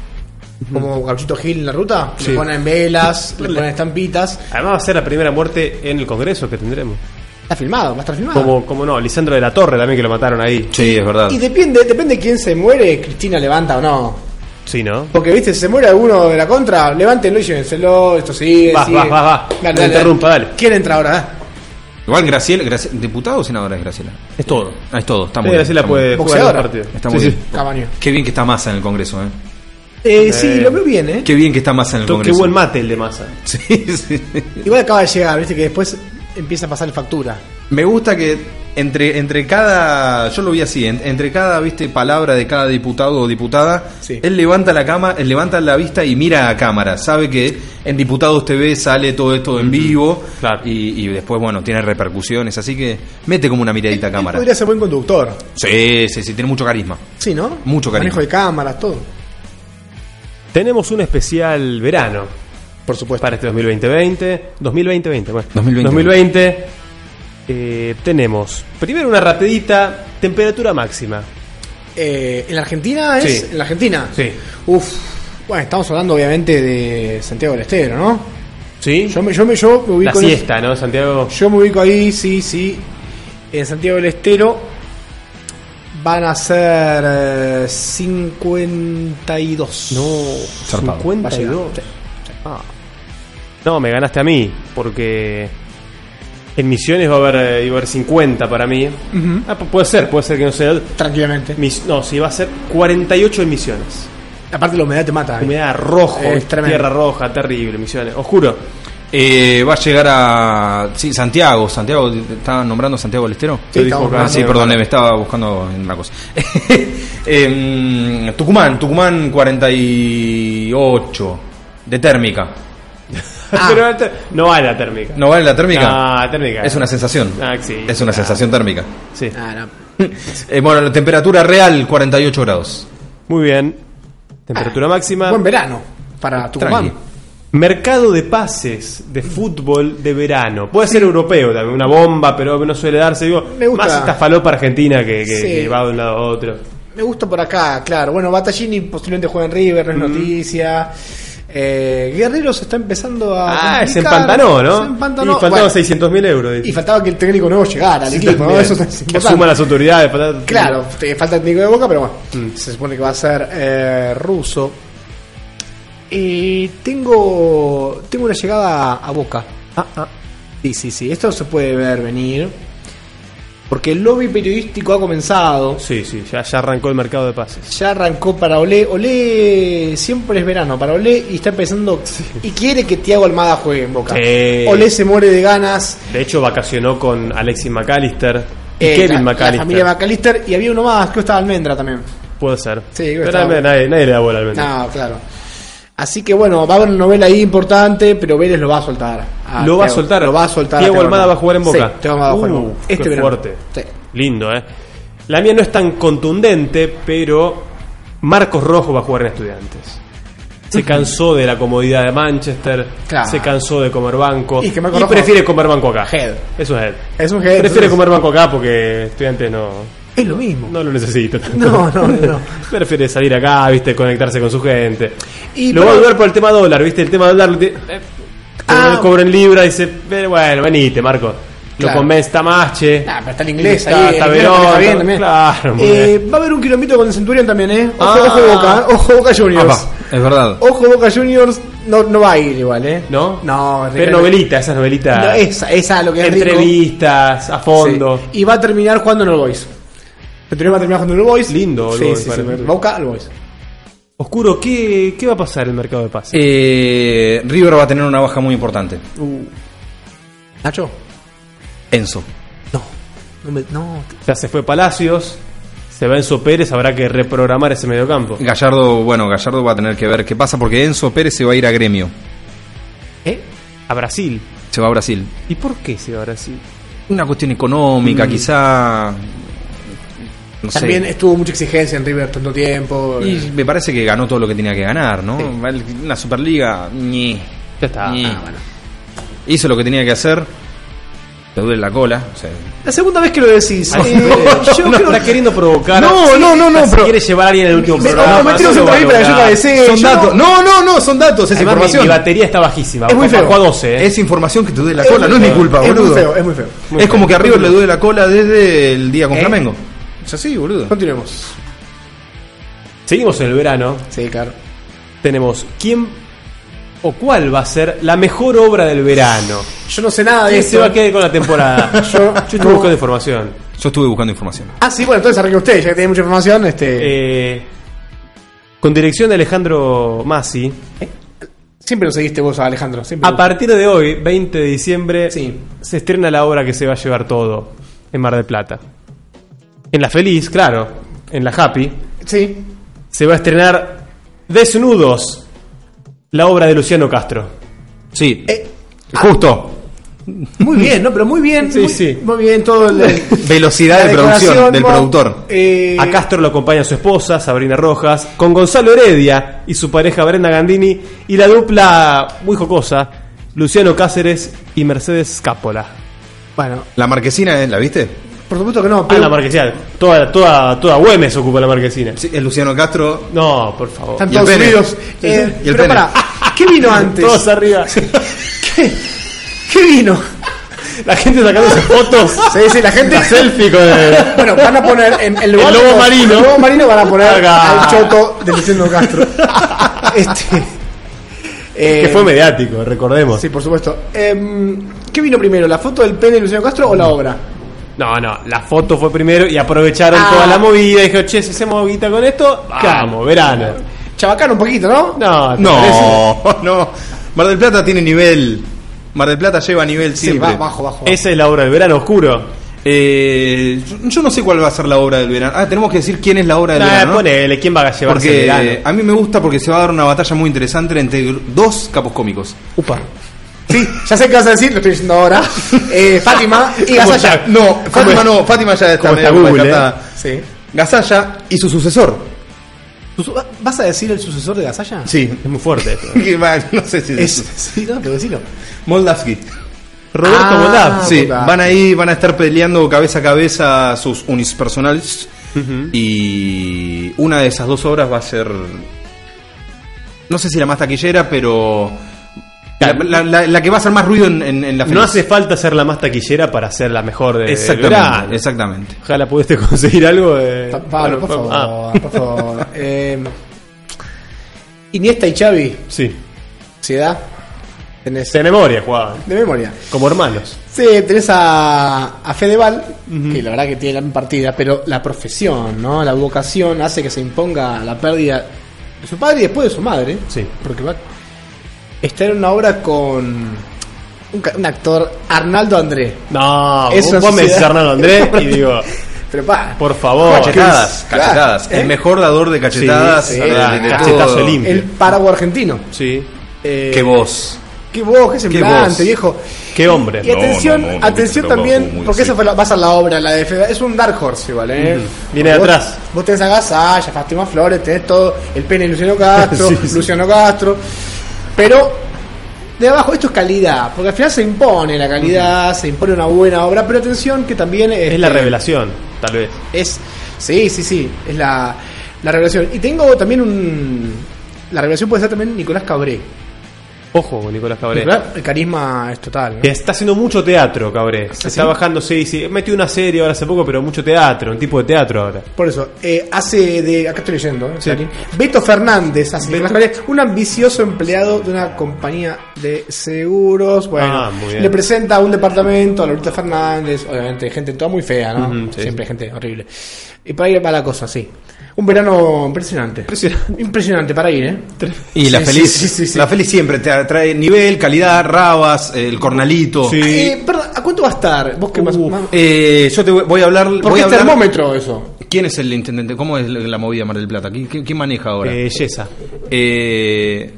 [SPEAKER 4] Como Gauchito Gil en la ruta.
[SPEAKER 5] Sí.
[SPEAKER 4] Le ponen velas, le ponen estampitas.
[SPEAKER 3] Además va a ser la primera muerte en el Congreso que tendremos.
[SPEAKER 4] Está filmado, va a estar
[SPEAKER 5] Ah.
[SPEAKER 4] filmado.
[SPEAKER 3] Como, como no, Lisandro de la Torre también que lo mataron ahí.
[SPEAKER 5] Sí, es verdad.
[SPEAKER 4] Y depende, depende de quién se muere, Cristina levanta o no.
[SPEAKER 3] Sí, ¿no?
[SPEAKER 4] Porque, viste, se muere alguno de la contra, levántenlo y llévenselo, esto sigue,
[SPEAKER 3] Vas,
[SPEAKER 4] sigue.
[SPEAKER 3] vas, vas, vas.
[SPEAKER 4] Dale,
[SPEAKER 3] No
[SPEAKER 4] dale,
[SPEAKER 3] interrumpa,
[SPEAKER 4] dale. ¿Quién entra ahora? eh?
[SPEAKER 5] Igual Graciela, Graci- ¿diputado o senadora es Graciela?
[SPEAKER 3] Es todo.
[SPEAKER 5] Ah, es todo, está
[SPEAKER 3] Sí,
[SPEAKER 5] muy bien.
[SPEAKER 3] Graciela
[SPEAKER 5] está muy
[SPEAKER 3] puede
[SPEAKER 5] bien.
[SPEAKER 3] jugar
[SPEAKER 4] Boxeadora.
[SPEAKER 3] los partidos.
[SPEAKER 5] Está muy
[SPEAKER 3] Sí,
[SPEAKER 5] bien.
[SPEAKER 3] sí.
[SPEAKER 4] Cabaño.
[SPEAKER 5] Qué bien que está Massa en el Congreso, ¿eh?
[SPEAKER 4] Eh, sí, lo veo bien, ¿eh?
[SPEAKER 5] Qué bien que está Massa en el
[SPEAKER 3] Qué
[SPEAKER 5] Congreso.
[SPEAKER 3] buen mate el de masa.
[SPEAKER 5] Sí, *laughs* sí.
[SPEAKER 4] Igual acaba de llegar, viste, que después empieza a pasar factura.
[SPEAKER 5] Me gusta que entre, entre cada. Yo lo vi así, en- entre cada viste palabra de cada diputado o diputada, él levanta la cama, él levanta la vista y mira a cámara. Sabe que en Diputados TV sale todo esto en vivo. Y, y después, bueno, tiene repercusiones. Así que mete como una miradita a cámara.
[SPEAKER 4] Eh, Podría ser buen conductor.
[SPEAKER 5] Sí, sí, sí, tiene mucho carisma.
[SPEAKER 4] Sí, ¿no?
[SPEAKER 5] Mucho carisma.
[SPEAKER 4] Manejo de cámaras, todo.
[SPEAKER 3] Tenemos un especial verano.
[SPEAKER 4] Por supuesto.
[SPEAKER 3] Para este 2020. 2020, bueno.
[SPEAKER 5] 2020.
[SPEAKER 3] 2020. Eh, tenemos primero una rapidita. Temperatura máxima.
[SPEAKER 4] Eh, en la Argentina es.
[SPEAKER 3] Sí.
[SPEAKER 4] En la Argentina.
[SPEAKER 3] Sí.
[SPEAKER 4] Uf. Bueno, estamos hablando obviamente de Santiago del Estero, ¿no?
[SPEAKER 3] Sí.
[SPEAKER 4] Yo me, yo me, yo me
[SPEAKER 3] La
[SPEAKER 4] ubico en-
[SPEAKER 3] siesta, ¿no, Santiago?
[SPEAKER 4] yo me ubico ahí, sí, sí. En Santiago del Estero van a ser eh, 52. No,
[SPEAKER 3] Zarpado. 52. Ah. No, me ganaste a mí. Porque en Misiones va a haber, eh, iba a haber 50 para mí.
[SPEAKER 4] Mm.
[SPEAKER 3] Ah, pu- puede ser, puede ser que no sea.
[SPEAKER 4] Tranquilamente.
[SPEAKER 3] no, sí, va a ser 48 en Misiones.
[SPEAKER 4] Aparte la humedad te mata. eh.
[SPEAKER 3] Humedad rojo,
[SPEAKER 4] Es tremendo.
[SPEAKER 3] tierra roja, terrible, Misiones. Os juro.
[SPEAKER 5] Eh, va a llegar a. Sí, Santiago. Santiago, ¿estaba nombrando a Santiago del Estero?
[SPEAKER 3] Sí, Lo dijo estamos acá.
[SPEAKER 5] Ah, sí,
[SPEAKER 3] nombrando.
[SPEAKER 5] perdón, me estaba buscando en una cosa. *laughs* Em, Tucumán, Tucumán 48. De térmica.
[SPEAKER 3] Pero la ter- no va la térmica.
[SPEAKER 5] ¿No vale la térmica?
[SPEAKER 3] Ah, térmica.
[SPEAKER 5] Es una sensación.
[SPEAKER 3] Ah, sí.
[SPEAKER 5] Es una sensación térmica.
[SPEAKER 3] Sí.
[SPEAKER 4] Ah.
[SPEAKER 5] Eh, bueno, la temperatura real 48 grados.
[SPEAKER 3] Muy bien. Temperatura máxima.
[SPEAKER 4] Ah. Buen verano para Tucumán.
[SPEAKER 3] Tranqui. Mercado de pases de fútbol de verano. Puede ser europeo también, una bomba, pero no suele darse. Digo,
[SPEAKER 4] Me gusta.
[SPEAKER 3] Más esta falopa argentina que, que-
[SPEAKER 4] Sí.
[SPEAKER 3] que va de un lado a otro.
[SPEAKER 4] Me gusta por acá, claro. Bueno, Battaglini posiblemente juega en River, no es noticia. Eh, Guerrero se está empezando a.
[SPEAKER 3] Ah, es
[SPEAKER 4] complicar.
[SPEAKER 3] empantanó, ¿no?
[SPEAKER 4] Se empantanó.
[SPEAKER 3] Y faltaban
[SPEAKER 4] Bueno,
[SPEAKER 3] 600 mil euros. dice.
[SPEAKER 4] y faltaba que el técnico nuevo llegara al
[SPEAKER 3] Sí,
[SPEAKER 4] equipo, ¿no?
[SPEAKER 3] también.
[SPEAKER 4] Eso es
[SPEAKER 3] que
[SPEAKER 4] importante.
[SPEAKER 3] asuman las autoridades. faltaba-
[SPEAKER 4] Claro, te falta el técnico de boca, pero bueno.
[SPEAKER 3] Mm.
[SPEAKER 4] Se supone que va a ser eh, ruso. Eh, tengo, tengo una llegada a boca. Ah, ah. Sí, sí, sí. Esto se puede ver venir. Porque el lobby periodístico ha comenzado.
[SPEAKER 3] Sí, sí, ya, ya arrancó el mercado de pases.
[SPEAKER 4] Ya arrancó para Olé. Olé siempre es verano para Olé y está empezando. Y quiere que Tiago Almada juegue en boca.
[SPEAKER 3] Sí.
[SPEAKER 4] Olé se muere de ganas.
[SPEAKER 3] De hecho, vacacionó con Alexis McAllister y
[SPEAKER 4] Eh, la-
[SPEAKER 3] Kevin
[SPEAKER 4] La
[SPEAKER 3] McAllister.
[SPEAKER 4] familia McAllister. Y había uno más, creo que estaba Almendra también.
[SPEAKER 3] Puede ser.
[SPEAKER 4] Sí, creo que
[SPEAKER 3] Pero
[SPEAKER 4] estaba-
[SPEAKER 3] nadie, nadie- nadie le da bola al menos.
[SPEAKER 4] No, claro. Así que bueno, va a haber una novela ahí importante, pero Vélez lo va a soltar. a
[SPEAKER 3] lo va a
[SPEAKER 4] Thiago.
[SPEAKER 3] soltar.
[SPEAKER 4] Ah, Lo va a soltar.
[SPEAKER 3] Diego
[SPEAKER 4] a Thiago
[SPEAKER 3] Almada va a jugar en Boca.
[SPEAKER 4] Sí, Thiago Almada va a jugar en
[SPEAKER 3] Uh,
[SPEAKER 4] Boca.
[SPEAKER 3] qué
[SPEAKER 4] Este verano.
[SPEAKER 3] fuerte.
[SPEAKER 4] Sí.
[SPEAKER 3] Lindo, ¿eh? La mía no es tan contundente, pero Marcos Rojo va a jugar en Estudiantes. Se cansó de la comodidad de Manchester,
[SPEAKER 4] Claro.
[SPEAKER 3] se cansó de comer banco
[SPEAKER 4] Y
[SPEAKER 3] y,
[SPEAKER 4] que Marcos Rojo-
[SPEAKER 3] prefiere comer banco acá.
[SPEAKER 4] Head.
[SPEAKER 3] Eso es él.
[SPEAKER 4] Es un head,
[SPEAKER 3] Prefiere
[SPEAKER 4] entonces-
[SPEAKER 3] comer banco acá porque Estudiantes no
[SPEAKER 4] Es lo mismo.
[SPEAKER 3] no lo necesita. tanto.
[SPEAKER 4] *laughs* No, no, no.
[SPEAKER 3] *laughs* Prefiere salir acá, viste, conectarse con su gente.
[SPEAKER 4] Y
[SPEAKER 3] lo
[SPEAKER 4] pero-
[SPEAKER 3] va a dudar por el tema dólar, viste, el tema dólar. lo tiene- eh,
[SPEAKER 4] Ah.
[SPEAKER 3] cobra- Cobra en libra, dice, pero bueno, venite, Marco. Lo
[SPEAKER 4] Claro.
[SPEAKER 3] convence, está Mache.
[SPEAKER 4] Ah, pero está el inglés
[SPEAKER 3] Está-
[SPEAKER 4] ahí. el
[SPEAKER 3] está
[SPEAKER 4] inglés lo
[SPEAKER 3] Verón,
[SPEAKER 4] maneja bien
[SPEAKER 3] está-
[SPEAKER 4] también.
[SPEAKER 3] claro, muy
[SPEAKER 4] Eh,
[SPEAKER 3] bien.
[SPEAKER 4] va a haber un kilómetro con el Centurión también, ¿eh? Ojo,
[SPEAKER 3] Ah.
[SPEAKER 4] ojo Boca, ¿eh? ojo Boca Juniors.
[SPEAKER 5] Apa, Ah, es verdad.
[SPEAKER 4] Ojo Boca Juniors no, no va a ir igual, ¿eh?
[SPEAKER 3] ¿No?
[SPEAKER 4] No,
[SPEAKER 3] Pero
[SPEAKER 4] Ricardo.
[SPEAKER 3] novelita, esas novelitas.
[SPEAKER 4] No, esa, esa lo que es rico.
[SPEAKER 3] entrevistas, a fondo.
[SPEAKER 4] Sí. Y va a terminar jugando en el Boys. Centurión va a terminar jugando en el Boys.
[SPEAKER 3] Lindo, All
[SPEAKER 4] sí,
[SPEAKER 3] Boys,
[SPEAKER 4] sí, sí,
[SPEAKER 3] parece.
[SPEAKER 4] Boca, el Boys.
[SPEAKER 3] Oscuro, ¿qué, ¿qué va a pasar en el mercado de pases?
[SPEAKER 5] Eh, River va a tener una baja muy importante.
[SPEAKER 4] Nacho.
[SPEAKER 5] Enzo.
[SPEAKER 4] No, me- no.
[SPEAKER 3] Ya se fue Palacios, se va Enzo Pérez, habrá que reprogramar ese mediocampo.
[SPEAKER 5] Gallardo, bueno, Gallardo va a tener que ver qué pasa porque Enzo Pérez se va a ir a gremio.
[SPEAKER 3] ¿Eh? A Brasil.
[SPEAKER 5] Se va a Brasil.
[SPEAKER 3] ¿Y por qué se va a Brasil?
[SPEAKER 5] Una cuestión económica,
[SPEAKER 3] Mm.
[SPEAKER 5] quizá. No sé.
[SPEAKER 4] También eh, estuvo mucha exigencia en River tanto tiempo.
[SPEAKER 5] Y me parece que ganó todo lo que tenía que ganar, ¿no? Una Superliga, ñe.
[SPEAKER 3] Ya está.
[SPEAKER 5] ñe.
[SPEAKER 4] Ah, bueno.
[SPEAKER 5] Hizo lo que tenía que hacer. Te duele la cola. o sea.
[SPEAKER 4] La segunda vez que lo decís. eh, yo creo
[SPEAKER 3] está queriendo provocar.
[SPEAKER 5] No, no, no, no,
[SPEAKER 3] Si
[SPEAKER 5] pero-
[SPEAKER 3] quiere llevar a alguien en el último
[SPEAKER 5] Me-
[SPEAKER 3] programa.
[SPEAKER 5] no, me tiro
[SPEAKER 3] eso
[SPEAKER 5] centro
[SPEAKER 3] lo
[SPEAKER 5] ahí
[SPEAKER 3] va a
[SPEAKER 5] para que yo
[SPEAKER 3] lograr.
[SPEAKER 5] la desee,
[SPEAKER 3] Son
[SPEAKER 5] yo-
[SPEAKER 3] datos.
[SPEAKER 5] No, no, no, son datos, es
[SPEAKER 3] Además, mi,
[SPEAKER 5] información.
[SPEAKER 3] mi batería está bajísima.
[SPEAKER 5] Es muy
[SPEAKER 3] bajó
[SPEAKER 5] feo.
[SPEAKER 3] a 12, eh.
[SPEAKER 5] Es información que te duele la cola, no es mi culpa,
[SPEAKER 4] es muy
[SPEAKER 5] boludo.
[SPEAKER 4] feo, es Eh. muy feo.
[SPEAKER 5] Es como que a River le duele la cola desde el día con Flamengo. Es así, boludo.
[SPEAKER 4] Continuemos.
[SPEAKER 3] Seguimos en el verano.
[SPEAKER 4] Sí, claro.
[SPEAKER 3] Tenemos quién o cuál va a ser la mejor obra del verano.
[SPEAKER 4] Yo no sé nada de
[SPEAKER 3] ¿Quién
[SPEAKER 4] eso.
[SPEAKER 3] se va a quedar con la temporada?
[SPEAKER 5] *laughs*
[SPEAKER 3] yo, estuve
[SPEAKER 4] no.
[SPEAKER 3] buscando información.
[SPEAKER 5] Yo estuve buscando información.
[SPEAKER 4] Ah, sí, bueno, entonces arregle usted, ya que tiene mucha información.
[SPEAKER 3] Eh,
[SPEAKER 4] Este,
[SPEAKER 3] con dirección de Alejandro Masi.
[SPEAKER 4] Siempre lo seguiste vos a Alejandro. Siempre
[SPEAKER 3] A partir de hoy, 20 de diciembre, se estrena la obra que se va a llevar todo en Mar del Plata. En la feliz, claro, en la happy.
[SPEAKER 4] Sí.
[SPEAKER 3] Se va a estrenar Desnudos, la obra de Luciano Castro.
[SPEAKER 5] Sí.
[SPEAKER 4] Eh, ah.
[SPEAKER 3] Justo.
[SPEAKER 4] Muy bien, ¿no? Pero muy bien.
[SPEAKER 3] Sí,
[SPEAKER 4] muy,
[SPEAKER 3] sí.
[SPEAKER 4] Muy bien todo el.
[SPEAKER 5] Velocidad
[SPEAKER 4] La
[SPEAKER 5] de producción
[SPEAKER 4] decoración,
[SPEAKER 5] del
[SPEAKER 4] vos,
[SPEAKER 5] productor.
[SPEAKER 4] eh,
[SPEAKER 3] A Castro lo acompaña su esposa, Sabrina Rojas, con Gonzalo Heredia y su pareja Brenda Gandini, y la dupla muy jocosa, Luciano Cáceres y Mercedes Cápola.
[SPEAKER 4] Bueno,
[SPEAKER 5] La marquesina, ¿eh? ¿la viste?
[SPEAKER 4] por supuesto que no.
[SPEAKER 3] Ah,
[SPEAKER 4] Pero
[SPEAKER 3] la marquesina. Toda, toda, toda Güemes ocupa la marquesina.
[SPEAKER 5] el Luciano Castro.
[SPEAKER 3] No, por favor.
[SPEAKER 4] Están
[SPEAKER 5] Y el
[SPEAKER 4] todos
[SPEAKER 5] pene.
[SPEAKER 4] unidos.
[SPEAKER 5] Sí,
[SPEAKER 4] Eh,
[SPEAKER 5] sí. Y el
[SPEAKER 4] pero
[SPEAKER 5] pene.
[SPEAKER 4] pará,
[SPEAKER 5] *laughs*
[SPEAKER 4] ¿qué vino antes?
[SPEAKER 3] Todos arriba.
[SPEAKER 4] ¿Qué vino?
[SPEAKER 3] *laughs* La gente sacando sus fotos.
[SPEAKER 4] Sí, sí, la
[SPEAKER 3] *laughs*
[SPEAKER 4] gente.
[SPEAKER 3] La selfie con el-
[SPEAKER 4] Bueno, van a poner en el lugar
[SPEAKER 3] El lobo
[SPEAKER 4] de-
[SPEAKER 3] marino.
[SPEAKER 4] El lobo marino van a poner
[SPEAKER 3] Acá.
[SPEAKER 4] al choto de
[SPEAKER 5] *laughs*
[SPEAKER 4] Luciano Castro. Este. eh,
[SPEAKER 3] Que fue mediático, recordemos.
[SPEAKER 4] Sí, por supuesto. Em, ¿Qué vino primero, la foto del pene de Luciano Castro o la obra?
[SPEAKER 3] No, no, la foto fue primero y aprovecharon
[SPEAKER 4] Ah.
[SPEAKER 3] toda la movida. Y dije, che, si hacemos moguita con esto, vamos, verano.
[SPEAKER 4] Chabacano un poquito, ¿no?
[SPEAKER 3] No, ¿te parece?
[SPEAKER 5] No, *laughs* no. Mar del Plata tiene nivel. Mar del Plata lleva nivel
[SPEAKER 4] Sí,
[SPEAKER 5] siempre.
[SPEAKER 4] va, bajo, bajo.
[SPEAKER 3] Esa es la obra del verano oscuro.
[SPEAKER 5] Eh, yo- yo no sé cuál va a ser la obra del verano. Ah, tenemos que decir quién es la obra del
[SPEAKER 3] Nah,
[SPEAKER 5] verano. ¿no?
[SPEAKER 3] Eh, ponele, ¿quién va a llevarse el
[SPEAKER 5] Porque
[SPEAKER 3] verano?
[SPEAKER 5] eh, a mí me gusta porque se va a dar una batalla muy interesante entre dos capos cómicos.
[SPEAKER 4] Upa. Sí, ya sé qué vas a decir, lo estoy diciendo *laughs* ahora. Eh, Fátima y
[SPEAKER 5] ¿Cómo
[SPEAKER 4] Gasalla.
[SPEAKER 5] está? No, Fátima
[SPEAKER 4] es?
[SPEAKER 5] no, Fátima ya está,
[SPEAKER 3] ¿Cómo está
[SPEAKER 5] medio
[SPEAKER 3] Google,
[SPEAKER 5] descartada.
[SPEAKER 4] Sí.
[SPEAKER 5] Gasalla y su sucesor.
[SPEAKER 4] ¿Vas a decir el sucesor de Gasalla?
[SPEAKER 5] Sí.
[SPEAKER 3] Es muy fuerte esto.
[SPEAKER 5] *laughs*
[SPEAKER 3] *laughs*
[SPEAKER 5] Que va, no sé si
[SPEAKER 4] Es, sí, no, pero decilo.
[SPEAKER 5] Moldavski.
[SPEAKER 3] Roberto
[SPEAKER 4] Ah,
[SPEAKER 3] Moldavsky.
[SPEAKER 5] Sí,
[SPEAKER 4] Moldavsky.
[SPEAKER 5] van ahí, van a estar peleando cabeza a cabeza sus unipersonales. Y una de esas dos obras va a ser. No sé si la más taquillera, pero. La, la- la- la que va a hacer más ruido en, en- en la
[SPEAKER 3] No
[SPEAKER 5] feliz.
[SPEAKER 3] hace falta ser la más taquillera para ser la mejor de
[SPEAKER 5] Exactamente.
[SPEAKER 3] del verano.
[SPEAKER 5] exactamente.
[SPEAKER 3] Ojalá pudiste *laughs* conseguir algo de.
[SPEAKER 4] Pa- Pablo, Eh, por
[SPEAKER 3] Bueno,
[SPEAKER 4] favor,
[SPEAKER 3] ah,
[SPEAKER 4] por favor. Eh, Iniesta y Xavi,
[SPEAKER 3] sí.
[SPEAKER 4] ¿ciudad? Tenés
[SPEAKER 3] De memoria jugaban.
[SPEAKER 4] de memoria.
[SPEAKER 3] Como hermanos.
[SPEAKER 4] Sí, tenés a, a Fedeval, que la verdad que tiene la misma partida, pero la profesión, ¿no? La vocación hace que se imponga la pérdida de su padre y después de su madre.
[SPEAKER 3] Sí.
[SPEAKER 4] Porque va estar en una obra con un, ca- un actor, Arnaldo André.
[SPEAKER 3] No,
[SPEAKER 4] Es una
[SPEAKER 3] Ah, vos me decís
[SPEAKER 4] sociedad.
[SPEAKER 3] Hernán Andrés
[SPEAKER 4] *laughs*
[SPEAKER 3] y digo,
[SPEAKER 4] Pero pa,
[SPEAKER 3] por
[SPEAKER 5] Oh,
[SPEAKER 3] favor.
[SPEAKER 5] Cachetadas,
[SPEAKER 4] Claro,
[SPEAKER 5] cachetadas.
[SPEAKER 4] ¿eh?
[SPEAKER 5] El mejor dador de cachetadas.
[SPEAKER 3] Sí,
[SPEAKER 5] de-
[SPEAKER 3] sí,
[SPEAKER 5] de-
[SPEAKER 3] verdad,
[SPEAKER 5] de
[SPEAKER 3] cachetazo
[SPEAKER 5] todo.
[SPEAKER 3] limpio.
[SPEAKER 4] el paraguay argentino.
[SPEAKER 3] Sí.
[SPEAKER 4] Eh,
[SPEAKER 5] Qué voz.
[SPEAKER 4] Qué voz, qué semblante,
[SPEAKER 5] voz.
[SPEAKER 4] viejo.
[SPEAKER 3] Qué hombre.
[SPEAKER 4] Y atención,
[SPEAKER 10] no, no, no,
[SPEAKER 4] atención
[SPEAKER 10] no, no,
[SPEAKER 4] también,
[SPEAKER 10] muy
[SPEAKER 4] porque
[SPEAKER 10] así.
[SPEAKER 4] esa fue la, va a ser la obra, la de Fede. Es un Dark Horse igual, ¿eh?
[SPEAKER 3] Viene de
[SPEAKER 4] Vos-
[SPEAKER 3] atrás.
[SPEAKER 4] Vos tenés a Gasalla, Fátima Flores, tenés todo, el pene de Luciano
[SPEAKER 3] *laughs*
[SPEAKER 4] Castro,
[SPEAKER 3] Sí, sí.
[SPEAKER 4] Luciano Castro. Pero de abajo esto es calidad, porque al final se impone la calidad, se impone una buena obra, pero atención que también este,
[SPEAKER 3] Es la revelación, tal vez.
[SPEAKER 4] es, sí, sí, sí, es la, la revelación. Y tengo también un... La revelación puede ser también Nicolás Cabré.
[SPEAKER 3] Ojo con Nicolás Cabré.
[SPEAKER 4] Nicolás, el carisma es total. ¿no?
[SPEAKER 3] Que está haciendo mucho teatro, Cabré. Se está bajando, sí, sí. Metió una serie ahora hace poco, pero mucho teatro, un tipo de teatro ahora.
[SPEAKER 4] Por eso, eh, hace de. Acá estoy leyendo, eh, Clarín. Beto Fernández hace de Nicolás Cabré, un ambicioso empleado de una compañía de seguros. Bueno,
[SPEAKER 3] Ah, muy bien.
[SPEAKER 4] le presenta un departamento a Lorita Fernández, obviamente, gente toda muy fea, ¿no?
[SPEAKER 3] Ujú, sí,
[SPEAKER 4] Siempre gente horrible. Y para ir a la cosa, sí. Un verano impresionante. Impresionante, para ir, ¿eh?
[SPEAKER 5] Y la
[SPEAKER 4] Sí,
[SPEAKER 5] feliz.
[SPEAKER 4] sí, sí, sí, sí.
[SPEAKER 5] La feliz siempre te trae nivel, calidad, rabas, el cornalito.
[SPEAKER 3] Sí.
[SPEAKER 4] Eh, perdón, ¿a cuánto va a estar? ¿Vos qué más?
[SPEAKER 5] Uh,
[SPEAKER 4] más-
[SPEAKER 5] eh, yo te voy- voy a hablar.
[SPEAKER 4] Porque
[SPEAKER 5] voy a
[SPEAKER 4] es
[SPEAKER 3] este
[SPEAKER 5] hablar-
[SPEAKER 4] termómetro eso.
[SPEAKER 5] ¿Quién es el intendente? ¿Cómo es la movida Mar del Plata? ¿Qui- qui- ¿Quién, maneja ahora?
[SPEAKER 3] Eh, Yesa.
[SPEAKER 5] Eh,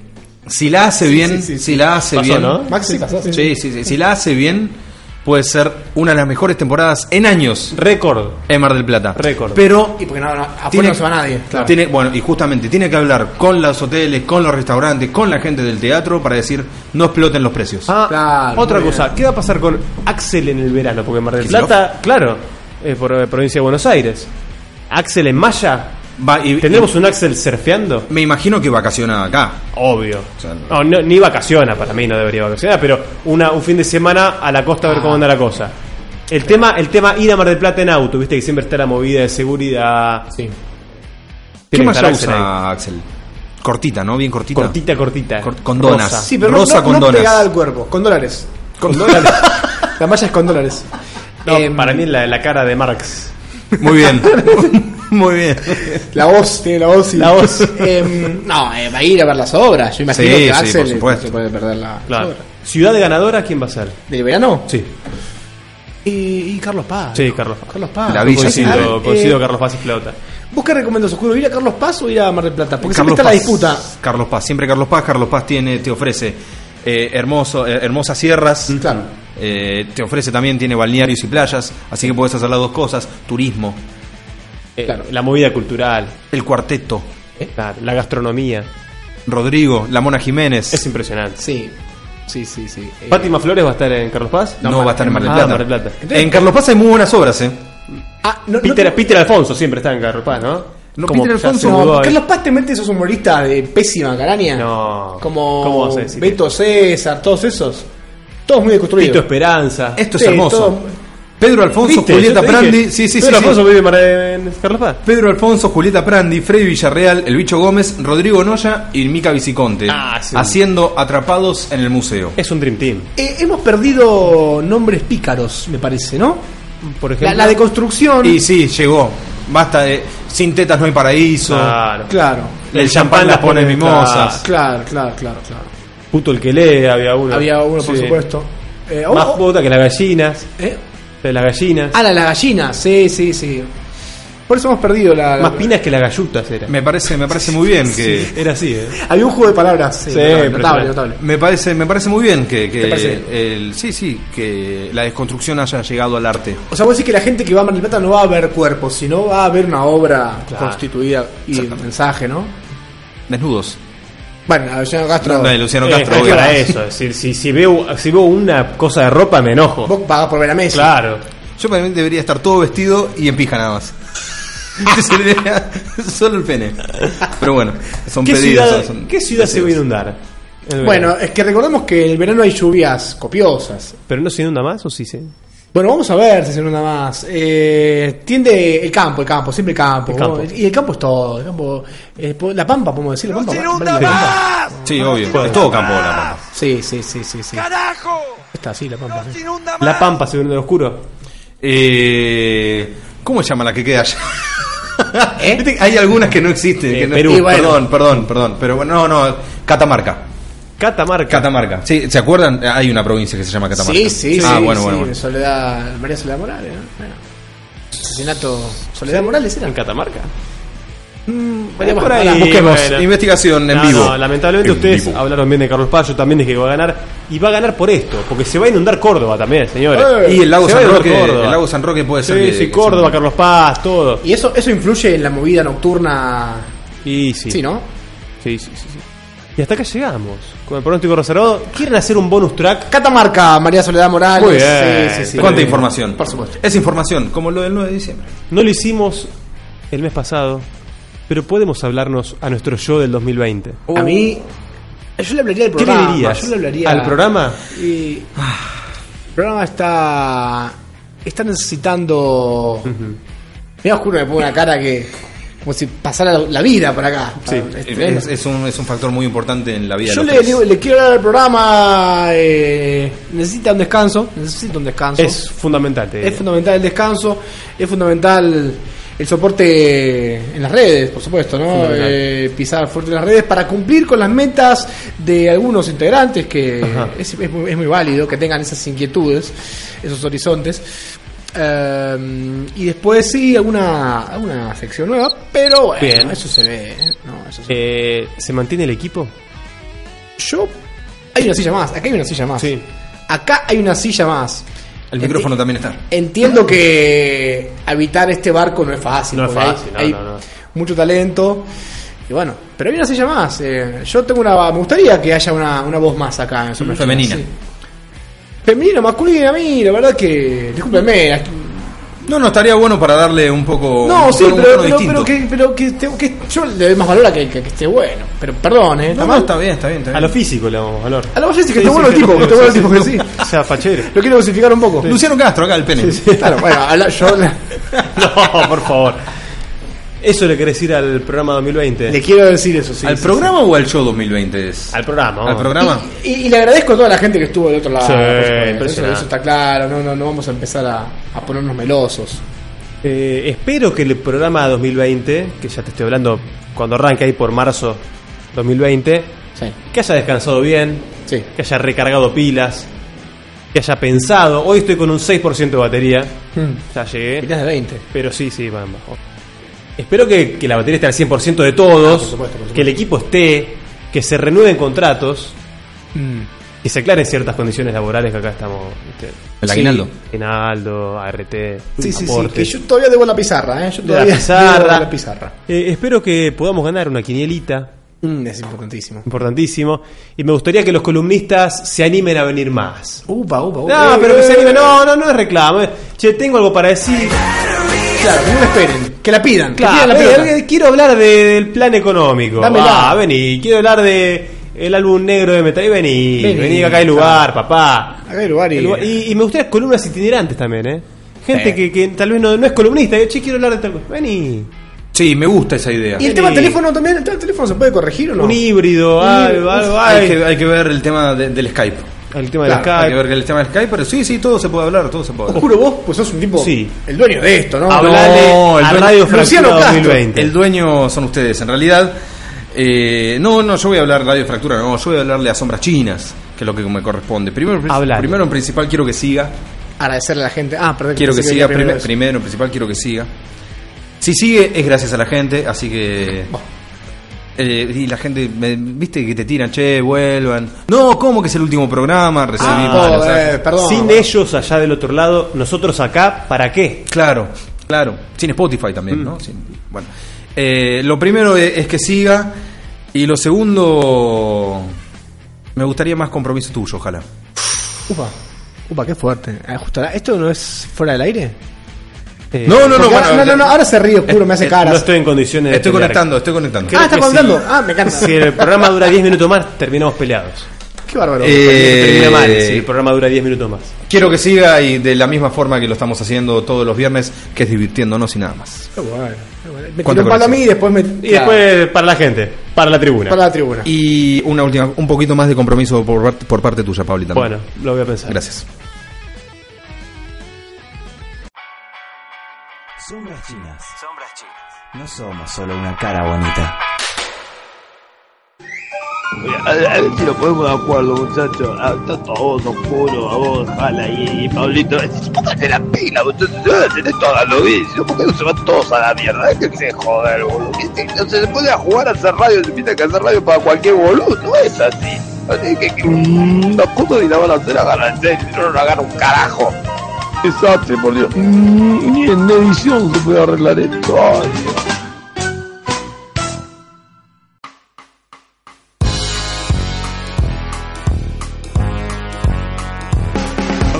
[SPEAKER 5] si la hace bien,
[SPEAKER 4] sí, sí.
[SPEAKER 5] si la hace
[SPEAKER 3] Pasó,
[SPEAKER 5] bien.
[SPEAKER 3] ¿no?
[SPEAKER 4] Maxi,
[SPEAKER 5] Sí, sí, sí. Si la hace bien, puede ser una de las mejores temporadas en años
[SPEAKER 3] Récord.
[SPEAKER 5] en Mar del Plata.
[SPEAKER 3] Récord. Ah, pues
[SPEAKER 5] Pero
[SPEAKER 4] Y porque no, no, afuera
[SPEAKER 5] tiene-
[SPEAKER 4] no se va nadie. claro.
[SPEAKER 5] tiene- bueno, y justamente tiene que hablar con los hoteles, con los restaurantes, con la gente del teatro para decir no exploten los precios.
[SPEAKER 3] Ah,
[SPEAKER 4] Claro,
[SPEAKER 3] otra
[SPEAKER 4] muy
[SPEAKER 3] cosa, ¿qué va a pasar con Axel en el verano? Porque Mar del
[SPEAKER 5] Kicillof.
[SPEAKER 3] Plata, claro, eh, por eh, provincia de Buenos Aires. Axel en Maya.
[SPEAKER 5] Va, Ah, y-
[SPEAKER 3] ¿Tendremos un Axel surfeando?
[SPEAKER 5] Me imagino que vacaciona acá.
[SPEAKER 3] Obvio.
[SPEAKER 5] sea,
[SPEAKER 3] No, no, ni vacaciona, para mí no debería vacacionar, pero una, un fin de semana a la costa a ver cómo anda la cosa. El tema, el tema ir a Mar del Plata en auto, viste que siempre está la movida de seguridad.
[SPEAKER 4] Sí.
[SPEAKER 5] ¿Qué
[SPEAKER 3] Tiene que
[SPEAKER 5] malla
[SPEAKER 3] estar Axel
[SPEAKER 5] usa Axel? Cortita, ¿no? Bien cortita.
[SPEAKER 3] Cortita, cortita.
[SPEAKER 5] Cor- con donas.
[SPEAKER 3] Ah, Rosa.
[SPEAKER 4] Sí, pero no-
[SPEAKER 5] Rosa
[SPEAKER 4] no,
[SPEAKER 5] con
[SPEAKER 4] no
[SPEAKER 5] donas.
[SPEAKER 4] pegada al cuerpo, con dólares.
[SPEAKER 5] Con
[SPEAKER 4] dólares. La malla es con dólares. Em,
[SPEAKER 3] No, para mí la, la cara de Marx.
[SPEAKER 5] *laughs* Muy bien. Muy bien.
[SPEAKER 4] La voz, tiene la voz. Y...
[SPEAKER 3] La voz.
[SPEAKER 4] Em, no, eh, va a ir a ver las obras. Yo imagino
[SPEAKER 3] Sí,
[SPEAKER 4] que
[SPEAKER 3] sí,
[SPEAKER 4] Axel
[SPEAKER 3] por supuesto.
[SPEAKER 4] se puede perder la.
[SPEAKER 3] Claro. Ciudad ganadora, ¿quién va a ser?
[SPEAKER 4] ¿Del verano?
[SPEAKER 3] Sí.
[SPEAKER 4] Y, y Carlos Paz.
[SPEAKER 3] Sí, Carlos Paz.
[SPEAKER 4] Carlos Paz.
[SPEAKER 3] La
[SPEAKER 4] villa
[SPEAKER 3] villa, coincido,
[SPEAKER 4] sí.
[SPEAKER 3] coincido
[SPEAKER 4] Eh,
[SPEAKER 3] Carlos Paz y Flauta.
[SPEAKER 4] ¿Vos qué recomendás, Oscuro? ¿Ir a Carlos Paz o ir a Mar del Plata? Porque siempre
[SPEAKER 5] Carlos
[SPEAKER 4] está la
[SPEAKER 5] Paz.
[SPEAKER 4] disputa.
[SPEAKER 5] Carlos Paz, siempre Carlos Paz. Carlos Paz tiene, te ofrece eh, hermoso, eh, hermosas sierras.
[SPEAKER 4] Mm.
[SPEAKER 5] Eh, te ofrece también, tiene balnearios y playas. Así que puedes hacer las dos cosas: turismo.
[SPEAKER 3] Eh, La movida cultural.
[SPEAKER 5] El cuarteto.
[SPEAKER 4] ¿Eh?
[SPEAKER 3] La, la gastronomía.
[SPEAKER 5] Rodrigo, la Mona Jiménez.
[SPEAKER 3] Es impresionante.
[SPEAKER 4] Sí. Sí, sí, sí. Eh,
[SPEAKER 3] ¿Fátima Flores va a estar en Carlos Paz?
[SPEAKER 5] No, va a estar en Mar del
[SPEAKER 3] Ah,
[SPEAKER 5] Plata.
[SPEAKER 3] Mar del Plata.
[SPEAKER 5] En Carlos Paz hay muy buenas obras, ¿eh?
[SPEAKER 4] Ah, no,
[SPEAKER 3] *laughs*
[SPEAKER 4] no
[SPEAKER 3] Peter,
[SPEAKER 4] te-
[SPEAKER 3] Peter Alfonso siempre está en Carlos Paz, ¿no?
[SPEAKER 4] No,
[SPEAKER 3] Como
[SPEAKER 4] Peter
[SPEAKER 3] ya
[SPEAKER 4] Alfonso.
[SPEAKER 3] se
[SPEAKER 4] no,
[SPEAKER 3] mudó ahí.
[SPEAKER 4] Carlos Paz te mete esos humoristas de pésima caraña.
[SPEAKER 3] No.
[SPEAKER 4] Como
[SPEAKER 3] ¿Cómo vas a decir?
[SPEAKER 4] Beto César, todos esos. Todos muy
[SPEAKER 3] Tito
[SPEAKER 4] desconstruidos. Este,
[SPEAKER 3] Esperanza.
[SPEAKER 5] Esto es hermoso. Pedro Alfonso,
[SPEAKER 3] ¿Viste?
[SPEAKER 5] Julieta
[SPEAKER 3] Yo te
[SPEAKER 5] Prandi.
[SPEAKER 3] dije.
[SPEAKER 5] Sí, sí,
[SPEAKER 3] Pedro
[SPEAKER 5] sí, sí.
[SPEAKER 3] Alfonso vive en Mar- en Carlos Paz.
[SPEAKER 5] Pedro Alfonso, Julieta Prandi, Freddy Villarreal, El Bicho Gómez, Rodrigo Noya y Mica Viciconte.
[SPEAKER 3] Ah, sí.
[SPEAKER 5] Haciendo atrapados en el museo.
[SPEAKER 3] Es un Dream Team.
[SPEAKER 4] Eh, hemos perdido nombres pícaros, me parece, ¿no?
[SPEAKER 3] Por
[SPEAKER 4] La, la deconstrucción.
[SPEAKER 5] Y sí, llegó. Basta de. Sin tetas no hay paraíso.
[SPEAKER 3] Claro.
[SPEAKER 4] Claro.
[SPEAKER 5] El champán las pone mimosas.
[SPEAKER 4] Claro, claro, claro, claro.
[SPEAKER 3] Puto el que lee, había uno.
[SPEAKER 4] Había uno, por
[SPEAKER 3] Sí.
[SPEAKER 4] supuesto. Eh,
[SPEAKER 3] Más
[SPEAKER 4] oh, oh,
[SPEAKER 3] puta que las gallinas.
[SPEAKER 4] ¿Eh?
[SPEAKER 3] De las gallinas.
[SPEAKER 4] Ah, la, la gallina, sí, sí, sí. Por eso hemos perdido la. la-
[SPEAKER 3] Más pinas que las gallutas era.
[SPEAKER 5] Me parece, me parece muy bien que.
[SPEAKER 3] Era así, ¿eh?
[SPEAKER 4] Había un juego de palabras. Sí,
[SPEAKER 3] Sí,
[SPEAKER 4] notable, notable,
[SPEAKER 3] impresionante.
[SPEAKER 4] notable.
[SPEAKER 5] Me parece, me parece muy bien que, que
[SPEAKER 4] ¿Te parece?
[SPEAKER 5] el, sí, sí, que la desconstrucción haya llegado al arte.
[SPEAKER 4] O sea, vos decís que la gente que va a Mar del Plata no va a ver cuerpos, sino va a ver una obra
[SPEAKER 5] Claro.
[SPEAKER 4] constituida y un mensaje, ¿no?
[SPEAKER 5] Desnudos.
[SPEAKER 4] Bueno, Luciano Castro.
[SPEAKER 5] No, de Luciano
[SPEAKER 3] Eh,
[SPEAKER 5] Castro,
[SPEAKER 3] es
[SPEAKER 5] obvio.
[SPEAKER 3] para eso. Es decir, si, si, veo, si veo una cosa de ropa, me enojo.
[SPEAKER 4] Vos pagás por ver a Messi.
[SPEAKER 3] Claro.
[SPEAKER 5] Yo para mí debería estar todo vestido y en pija nada más. Entonces, debería- Solo el pene. Pero bueno, son
[SPEAKER 3] ¿Qué
[SPEAKER 5] pedidos.
[SPEAKER 3] ciudad,
[SPEAKER 5] son-
[SPEAKER 3] ¿qué ciudad se va a
[SPEAKER 5] deseos.
[SPEAKER 3] inundar? En el verano?
[SPEAKER 4] Bueno, es que recordemos que en el verano hay lluvias copiosas.
[SPEAKER 3] ¿Pero no se inunda más o sí se?
[SPEAKER 4] Bueno, vamos a ver si se nota más. Eh, tiende el campo, el campo, siempre el campo.
[SPEAKER 3] El campo.
[SPEAKER 4] Y el campo es todo. El campo, eh, po- la pampa, podemos decir. La pampa,
[SPEAKER 5] Sí. Sí, obvio. Es todo campo de la mano.
[SPEAKER 4] Sí, sí, sí, sí, sí.
[SPEAKER 6] ¡Carajo!
[SPEAKER 4] Está así la pampa. sí.
[SPEAKER 3] La Pampa se inunda en oscuro.
[SPEAKER 5] Eh, ¿Cómo se llama la que queda allá? Viste que Hay algunas que no existen. que no-
[SPEAKER 3] Perú.
[SPEAKER 5] Y
[SPEAKER 3] bueno.
[SPEAKER 5] Perdón, perdón, perdón. Pero bueno, no, no. Catamarca.
[SPEAKER 3] Catamarca.
[SPEAKER 5] Catamarca. Sí, ¿Se acuerdan? Hay una provincia que se llama Catamarca.
[SPEAKER 4] Sí, sí,
[SPEAKER 5] Ah,
[SPEAKER 4] sí,
[SPEAKER 5] bueno,
[SPEAKER 4] sí,
[SPEAKER 5] bueno, bueno.
[SPEAKER 4] Soledad, María Soledad Morales. ¿no? Bueno. Asesinato. Soledad Morales era.
[SPEAKER 3] ¿En Catamarca?
[SPEAKER 4] Veremos,
[SPEAKER 3] Mm, Por ahí,
[SPEAKER 4] ahora
[SPEAKER 5] Busquemos
[SPEAKER 3] bueno.
[SPEAKER 5] investigación en
[SPEAKER 3] No,
[SPEAKER 5] vivo.
[SPEAKER 3] no, lamentablemente
[SPEAKER 5] En
[SPEAKER 3] ustedes
[SPEAKER 5] vivo.
[SPEAKER 3] hablaron bien de Carlos Paz, yo también dije que va a ganar. Y va a ganar por esto, porque se va a inundar Córdoba también, señores.
[SPEAKER 4] Eh,
[SPEAKER 5] Y el lago
[SPEAKER 3] Se va a
[SPEAKER 5] San
[SPEAKER 3] inundar
[SPEAKER 5] Roque.
[SPEAKER 3] Córdoba.
[SPEAKER 5] El lago San Roque puede ser.
[SPEAKER 3] Sí,
[SPEAKER 5] que-
[SPEAKER 3] sí,
[SPEAKER 5] que
[SPEAKER 3] Córdoba,
[SPEAKER 5] sea-
[SPEAKER 3] Carlos Paz, todo.
[SPEAKER 4] Y eso, eso influye en la movida nocturna.
[SPEAKER 3] Y sí.
[SPEAKER 4] Sí, ¿no?
[SPEAKER 3] Sí, sí, sí, sí. Y hasta acá llegamos. Con el pronóstico reservado, ¿quieren hacer un bonus track?
[SPEAKER 4] Catamarca, María Soledad Morales.
[SPEAKER 3] Muy bien.
[SPEAKER 4] Sí, sí, sí.
[SPEAKER 5] ¿Cuánta
[SPEAKER 4] Eh,
[SPEAKER 5] información?
[SPEAKER 4] Por supuesto.
[SPEAKER 5] Es información, como lo del 9 de diciembre.
[SPEAKER 3] No lo hicimos el mes pasado, pero podemos hablarnos a nuestro yo del 2020.
[SPEAKER 4] A mí. Yo le hablaría al
[SPEAKER 3] ¿Qué le
[SPEAKER 4] programa.
[SPEAKER 3] dirías?
[SPEAKER 4] Yo le hablaría
[SPEAKER 3] ¿Al programa?
[SPEAKER 4] Y el programa está. Está necesitando. Mira, oscuro, me pongo una cara que. Como si pasara la, la vida por acá. Este, Es tremendo.
[SPEAKER 5] Es, es un, es un factor muy importante en la vida. de
[SPEAKER 4] Yo
[SPEAKER 5] los
[SPEAKER 4] le,
[SPEAKER 5] tres.
[SPEAKER 4] digo- le quiero hablar al programa. eh, necesita un descanso. Necesita un descanso.
[SPEAKER 3] Es eh, fundamental. te
[SPEAKER 4] Es
[SPEAKER 3] diría.
[SPEAKER 4] fundamental el descanso. Es fundamental el soporte en las redes, por supuesto, ¿no?
[SPEAKER 3] Fundamental.
[SPEAKER 4] Eh, pisar fuerte en las redes para cumplir con las metas de algunos integrantes, que
[SPEAKER 3] Ajá.
[SPEAKER 4] es, es muy, es muy válido que tengan esas inquietudes, esos horizontes. Eh, y después sí, alguna, alguna sección nueva, pero bueno,
[SPEAKER 3] Bien.
[SPEAKER 4] eso se ve. ¿eh? No, eso se ve.
[SPEAKER 3] Eh, ¿Se mantiene el equipo?
[SPEAKER 4] Yo... Hay una silla más, acá hay una silla más.
[SPEAKER 3] Sí.
[SPEAKER 4] Acá hay una silla más.
[SPEAKER 5] El micrófono
[SPEAKER 4] eh,
[SPEAKER 5] también está.
[SPEAKER 4] Entiendo que habitar este barco no es fácil.
[SPEAKER 3] No es
[SPEAKER 4] porque hay-
[SPEAKER 3] fácil, no,
[SPEAKER 4] hay
[SPEAKER 3] no, no.
[SPEAKER 4] mucho talento. Y bueno, pero bien así llamás. eh, yo tengo una. Me gustaría que haya una, una voz más acá en Super Show,
[SPEAKER 5] Femenina.
[SPEAKER 4] sí. Femenina, masculina, a mí, la verdad que. Discúlpenme. la-
[SPEAKER 5] No, no, estaría bueno para darle un poco.
[SPEAKER 4] No,
[SPEAKER 5] un-
[SPEAKER 4] sí,
[SPEAKER 5] un
[SPEAKER 4] pero,
[SPEAKER 5] tono
[SPEAKER 4] pero,
[SPEAKER 5] distinto.
[SPEAKER 4] pero que, pero que, te- que yo le doy más valor a que, que- que esté bueno. Pero perdón, ¿eh?
[SPEAKER 5] No, no, está bien, está bien. Está
[SPEAKER 3] A
[SPEAKER 5] bien.
[SPEAKER 3] lo físico le damos valor.
[SPEAKER 4] A la voz es que esté bueno el tipo, que esté bueno el tipo que sí.
[SPEAKER 3] *laughs* O sea,
[SPEAKER 4] *laughs*
[SPEAKER 3] fachero.
[SPEAKER 4] Lo quiero dosificar un *laughs* poco.
[SPEAKER 3] *laughs*
[SPEAKER 5] Luciano Castro, acá el pene.
[SPEAKER 4] Claro, bueno, habla- yo.
[SPEAKER 3] No, por favor. Eso le querés decir al programa 2020.
[SPEAKER 4] Le quiero decir eso, sí.
[SPEAKER 5] ¿Al
[SPEAKER 4] sí,
[SPEAKER 5] programa o al show 2020 es?
[SPEAKER 3] Al programa.
[SPEAKER 5] ¿Al
[SPEAKER 3] vamos.
[SPEAKER 5] programa?
[SPEAKER 4] sí. Y, y le agradezco a toda la gente que estuvo del otro lado.
[SPEAKER 5] Sí,
[SPEAKER 4] por supuesto. eso,
[SPEAKER 5] impresionante.
[SPEAKER 4] eso está claro, no, no, no vamos a empezar a, a ponernos melosos.
[SPEAKER 3] Eh, espero que el programa 2020, que ya te estoy hablando cuando arranque ahí por marzo 2020, que haya descansado bien, que haya recargado pilas, que haya pensado. Hoy estoy con un 6% de batería.
[SPEAKER 4] Hmm.
[SPEAKER 3] Ya llegué.
[SPEAKER 4] de 20.
[SPEAKER 3] Pero sí, sí, van bajo. Espero que, que la batería esté al 100% de todos, que el equipo esté, que se renueven contratos,
[SPEAKER 4] Hmm.
[SPEAKER 3] que se aclaren ciertas condiciones laborales que acá estamos. ¿viste?
[SPEAKER 5] El aguinaldo.
[SPEAKER 3] Sí, aguinaldo, ART,
[SPEAKER 4] Sí, sí, sí. Que
[SPEAKER 3] aportes.
[SPEAKER 4] yo todavía debo la pizarra, ¿eh? Yo
[SPEAKER 3] De la
[SPEAKER 4] todavía
[SPEAKER 3] pizarra.
[SPEAKER 4] debo la pizarra. Hmm,
[SPEAKER 3] Eh, espero que podamos ganar una quinielita.
[SPEAKER 4] es importantísimo.
[SPEAKER 3] Importantísimo. Y me gustaría que los columnistas se animen a venir más.
[SPEAKER 4] Upa, upa, upa. Eh,
[SPEAKER 3] No, pero que se animen. No, no, no es reclamo. eh. Che, tengo algo para decir.
[SPEAKER 4] Claro, que no me esperen. Que la pidan. que
[SPEAKER 3] Claro,
[SPEAKER 4] pidan la
[SPEAKER 3] eh,
[SPEAKER 4] pelota.
[SPEAKER 3] eh, quiero hablar de- del plan económico.
[SPEAKER 4] Dámela.
[SPEAKER 3] Ah, vení, quiero hablar de el álbum negro de Metal. Y vení,
[SPEAKER 4] Vení,
[SPEAKER 3] vení, que acá hay lugar, papá.
[SPEAKER 4] Acá hay lugar y.
[SPEAKER 3] El lugar- Y, y me gustaría columnas itinerantes también, ¿eh? Gente
[SPEAKER 5] Eh.
[SPEAKER 3] que, que tal vez no, no es columnista. eh, Che, quiero hablar de tal cosa. Vení.
[SPEAKER 5] Sí, me gusta esa idea.
[SPEAKER 4] ¿Y el tema del teléfono también? ¿El tema del teléfono se puede corregir o no?
[SPEAKER 3] Un híbrido, algo, algo,
[SPEAKER 5] Hay
[SPEAKER 3] algo.
[SPEAKER 5] que, hay que ver el tema de- del Skype.
[SPEAKER 3] El tema
[SPEAKER 5] Claro,
[SPEAKER 3] del Skype.
[SPEAKER 5] Hay que ver el tema del Skype, pero sí, sí, todo se puede hablar, todo se puede hablar.
[SPEAKER 4] Oscuro vos, pues sos un tipo.
[SPEAKER 5] Sí.
[SPEAKER 4] El dueño de esto, ¿no?
[SPEAKER 5] Hablale
[SPEAKER 4] No, el
[SPEAKER 5] a
[SPEAKER 4] dueño-
[SPEAKER 5] Radio
[SPEAKER 4] Luciano
[SPEAKER 5] Fractura
[SPEAKER 4] Castro.
[SPEAKER 5] 2020. El dueño son ustedes, en realidad. eh, no, no, yo voy a hablar Radio Fractura, no, yo voy a hablarle a Sombras Chinas, que es lo que me corresponde. Primero,
[SPEAKER 4] Hablale.
[SPEAKER 5] primero en principal quiero que siga,
[SPEAKER 4] Agradecerle a la gente. Ah, perdón.
[SPEAKER 5] quiero que
[SPEAKER 4] pensé
[SPEAKER 5] siga
[SPEAKER 4] había
[SPEAKER 5] primero,
[SPEAKER 4] eso.
[SPEAKER 5] primero en principal quiero que siga. Si sigue es gracias a la gente, así que eh, y la gente, me- viste que te tiran, che, vuelvan. No, ¿cómo que es el último programa?
[SPEAKER 4] Ah,
[SPEAKER 5] Recibí malos
[SPEAKER 4] eh,
[SPEAKER 5] mensajes.
[SPEAKER 3] Sin ellos allá del otro lado, nosotros acá, ¿para qué?
[SPEAKER 5] Claro, claro. Sin Spotify también, ¿no? Sin- bueno. Eh, lo primero e- es que siga. Y lo segundo. Me gustaría más compromiso tuyo, ojalá.
[SPEAKER 4] Upa. Upa, qué fuerte. Ah, justo ahora- ¿Esto no es fuera del aire?
[SPEAKER 5] no, no, no,
[SPEAKER 4] Porque ahora-
[SPEAKER 5] bueno,
[SPEAKER 4] no, no, no, ahora se ríe oscuro, me hace caras.
[SPEAKER 3] eh, No estoy en condiciones de
[SPEAKER 5] Estoy
[SPEAKER 3] pelear.
[SPEAKER 5] conectando, estoy conectando.
[SPEAKER 3] Creo
[SPEAKER 4] Ah, está
[SPEAKER 3] que
[SPEAKER 4] contando.
[SPEAKER 3] si-
[SPEAKER 4] Ah, me encanta.
[SPEAKER 3] Si el programa dura 10 minutos más, terminamos peleados.
[SPEAKER 4] Qué bárbaro.
[SPEAKER 3] Termina mal,
[SPEAKER 5] Eh,
[SPEAKER 3] si el programa dura 10 minutos más.
[SPEAKER 5] Quiero que siga y de la misma forma que lo estamos haciendo todos los viernes, que es divirtiéndonos y nada más.
[SPEAKER 4] Qué bueno, qué bueno. Me tiró
[SPEAKER 5] ¿Cuánta
[SPEAKER 4] un palo a
[SPEAKER 5] conexión?
[SPEAKER 4] mí y después me.
[SPEAKER 3] Y después para la gente, para la tribuna.
[SPEAKER 4] Para la tribuna.
[SPEAKER 5] Y una última, un poquito más de compromiso por, parte- por parte tuya, Pablo. También.
[SPEAKER 3] Bueno, lo voy a pensar.
[SPEAKER 5] Gracias.
[SPEAKER 8] Sombras chinas. Sombras chinas. No somos solo una cara bonita.
[SPEAKER 17] A ver, a ver si lo podemos de acuerdo, muchachos. Ah, Tanto a vos, oscuro, a vos, Jala y, y Pablito. Pónganse la pila, muchachos. No tenés todo a lo vicio. ¿Por qué no se van todos a la mierda? Hay que joder, boludo. ¿Viste? No se puede a jugar a hacer radio. Se piensa que hacer radio para cualquier boludo. No es así. Así que, que mm, las cosas ni la van a hacer agarrar en serio. Yo no la agarro un carajo. Exacto, por Dios. Mm, Ni en edición se puede arreglar esto. Ay, Dios.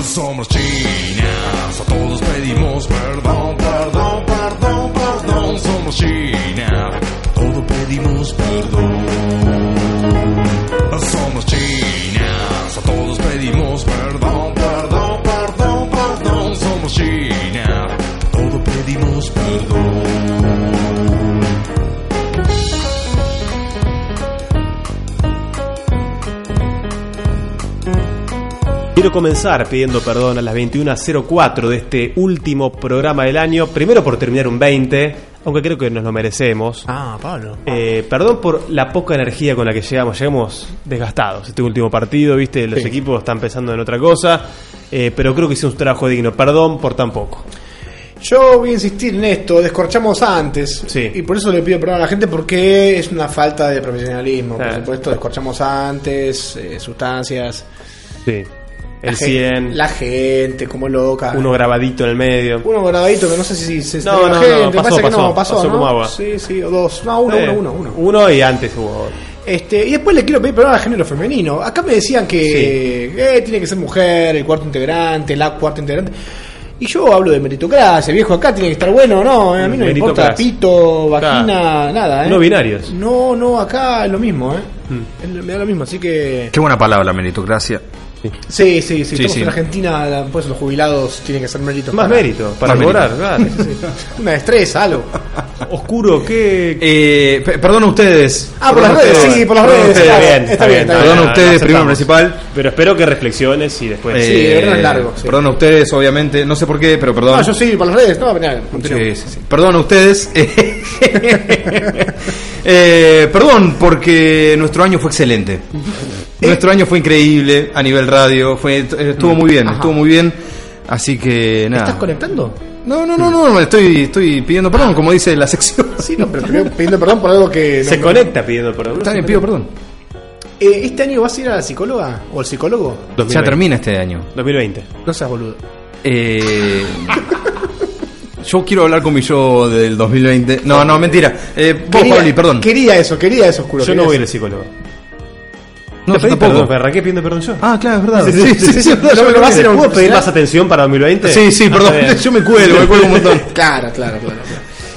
[SPEAKER 10] Somos chinas, a todos pedimos perdón, perdón, perdón, perdón. Somos China, todos pedimos perdón. Somos chinas, a todos pedimos perdón, perdón, perdón, perdón. Somos China, todos pedimos perdón.
[SPEAKER 3] Quiero comenzar pidiendo perdón a las 21.04 de este último programa del año. Primero por terminar un 20, aunque creo que nos lo merecemos.
[SPEAKER 4] Ah, Pablo.
[SPEAKER 3] Eh, perdón por la poca energía con la que llegamos. Llegamos desgastados. Este último partido, viste, los
[SPEAKER 4] Sí.
[SPEAKER 3] equipos están pensando en otra cosa. eh, pero creo que hicimos un trabajo digno. Perdón por tan poco.
[SPEAKER 4] Yo voy a insistir en esto, descorchamos antes. Y por eso le pido perdón a la gente porque es una falta de profesionalismo. Por supuesto, descorchamos antes, eh, sustancias.
[SPEAKER 3] Sí.
[SPEAKER 4] La
[SPEAKER 3] El
[SPEAKER 4] gen-
[SPEAKER 3] 100,
[SPEAKER 4] La gente, como loca.
[SPEAKER 3] uno grabadito en el medio.
[SPEAKER 4] Uno grabadito, que no sé si se
[SPEAKER 3] No,
[SPEAKER 4] se-
[SPEAKER 3] no,
[SPEAKER 4] la
[SPEAKER 3] no,
[SPEAKER 4] gente,
[SPEAKER 3] pasó,
[SPEAKER 4] parece que
[SPEAKER 3] pasó,
[SPEAKER 4] no, pasó,
[SPEAKER 3] pasó
[SPEAKER 4] ¿no?
[SPEAKER 3] como agua.
[SPEAKER 4] Sí, sí, o dos. No, uno,
[SPEAKER 3] Sí.
[SPEAKER 4] uno, uno, uno.
[SPEAKER 3] Uno y antes hubo otro.
[SPEAKER 4] Este, y después le quiero pedir perdón al género femenino. Acá me decían que eh, tiene que ser mujer, el cuarto integrante, la cuarta integrante. Y yo hablo de meritocracia, viejo, acá tiene que estar bueno, no, eh, a mí no me importa
[SPEAKER 3] Meritocracia.
[SPEAKER 4] pito, vagina,
[SPEAKER 3] Claro.
[SPEAKER 4] nada, eh.
[SPEAKER 3] No binarios.
[SPEAKER 4] No, no, acá es lo mismo, eh. Es lo- Me da lo mismo, así que
[SPEAKER 5] Qué buena palabra, meritocracia.
[SPEAKER 4] Sí, sí, sí.
[SPEAKER 5] Sí,
[SPEAKER 4] estamos
[SPEAKER 5] sí.
[SPEAKER 4] en Argentina, la- pues los jubilados tienen que ser méritos.
[SPEAKER 5] Más mérito, para Más cobrar, mérito. claro.
[SPEAKER 4] Sí, sí. *laughs* Una destreza, *laughs* algo.
[SPEAKER 5] Oscuro, ¿qué? Eh, pe- perdón a ustedes.
[SPEAKER 4] Ah, por las
[SPEAKER 5] Perdón a
[SPEAKER 4] redes,
[SPEAKER 5] ustedes.
[SPEAKER 4] sí, por las
[SPEAKER 5] Perdón a
[SPEAKER 4] redes,
[SPEAKER 5] ustedes.
[SPEAKER 4] claro. Está bien, está
[SPEAKER 5] Perdón a
[SPEAKER 4] bien,
[SPEAKER 5] ustedes,
[SPEAKER 4] aceptamos.
[SPEAKER 5] primero principal.
[SPEAKER 3] Pero espero que reflexiones y después.
[SPEAKER 5] Eh, Perdón a ustedes, obviamente. No sé por qué, pero perdón.
[SPEAKER 4] No, yo sí, por las redes. No, mirá,
[SPEAKER 5] Sí, sí, sí. Perdón a ustedes. *laughs* Eh, perdón, porque nuestro año fue
[SPEAKER 4] *laughs*
[SPEAKER 5] excelente. Nuestro año fue increíble a nivel radio. Fue, estuvo muy bien,
[SPEAKER 4] Ajá.
[SPEAKER 5] estuvo muy bien. Así que nada.
[SPEAKER 4] ¿Estás conectando?
[SPEAKER 5] No, no, no, no, estoy, estoy pidiendo perdón, como dice la
[SPEAKER 4] *laughs*
[SPEAKER 5] sección.
[SPEAKER 4] Sí, no, pero estoy pidiendo perdón por algo que. no-
[SPEAKER 5] pidiendo perdón. Está bien, pido perdón.
[SPEAKER 4] Eh, ¿Este año vas a ir a la psicóloga o al psicólogo?
[SPEAKER 5] Ya termina este
[SPEAKER 4] *laughs*
[SPEAKER 5] año.
[SPEAKER 3] 2020.
[SPEAKER 4] No seas boludo.
[SPEAKER 5] Eh, yo quiero hablar con mi yo del 2020. No, no, mentira. Eh, vos,
[SPEAKER 4] Quería-
[SPEAKER 5] Pauli, perdón.
[SPEAKER 4] Quería eso, quería eso, oscuro.
[SPEAKER 5] Yo no voy al
[SPEAKER 3] psicólogo.
[SPEAKER 5] No,
[SPEAKER 3] Te
[SPEAKER 5] yo
[SPEAKER 3] pedí
[SPEAKER 5] tampoco.
[SPEAKER 3] perdón, me arranqué pidiendo perdón yo.
[SPEAKER 5] Ah, claro, es verdad.
[SPEAKER 3] Sí, sí, sí, sí,
[SPEAKER 5] *laughs* No,
[SPEAKER 3] yo
[SPEAKER 5] me
[SPEAKER 3] me
[SPEAKER 5] lo vas a
[SPEAKER 3] olvidé.
[SPEAKER 5] ir a
[SPEAKER 3] ¿Puedo pedir
[SPEAKER 5] buscar.
[SPEAKER 3] más atención para 2020?
[SPEAKER 5] Sí, sí,
[SPEAKER 3] Ah,
[SPEAKER 5] perdón.
[SPEAKER 3] está bien.
[SPEAKER 5] *laughs* Yo me cuelgo, me cuelgo un montón.
[SPEAKER 4] *laughs* Claro, claro, claro.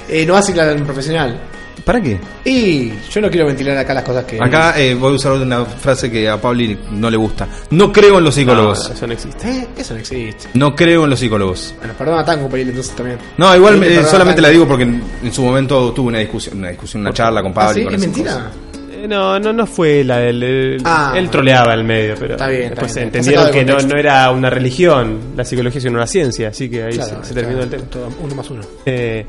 [SPEAKER 4] Eh, no vas a ir al profesional.
[SPEAKER 5] ¿Para qué?
[SPEAKER 4] Y yo no quiero ventilar acá las cosas que.
[SPEAKER 5] Acá eh, voy a usar una frase que a Pauli no le gusta. No creo en los psicólogos.
[SPEAKER 4] No,
[SPEAKER 5] No,
[SPEAKER 4] eso no existe. Eh, Eso no existe.
[SPEAKER 5] creo en los psicólogos.
[SPEAKER 4] Bueno, perdona Tango por ir entonces también.
[SPEAKER 5] No, igual
[SPEAKER 4] Sí,
[SPEAKER 5] eh,
[SPEAKER 4] perdona,
[SPEAKER 5] solamente
[SPEAKER 4] Tango.
[SPEAKER 5] la digo porque en, en su momento tuve una discusión, una discusión, una charla con Pauli.
[SPEAKER 4] Ah, ¿sí?
[SPEAKER 5] con
[SPEAKER 4] ¿Es
[SPEAKER 5] esas
[SPEAKER 4] mentira?
[SPEAKER 3] Eh, No, no, no fue la del. el-
[SPEAKER 4] Ah.
[SPEAKER 3] él troleaba el medio, pero
[SPEAKER 4] Está bien, está
[SPEAKER 3] después
[SPEAKER 4] bien, está bien.
[SPEAKER 3] entendieron
[SPEAKER 4] Está
[SPEAKER 3] que
[SPEAKER 4] sacado
[SPEAKER 3] no,
[SPEAKER 4] de
[SPEAKER 3] no era una religión, la psicología sino una ciencia, así que ahí
[SPEAKER 4] Claro,
[SPEAKER 3] se, se terminó el tema.
[SPEAKER 4] claro, todo, uno más uno.
[SPEAKER 3] Eh,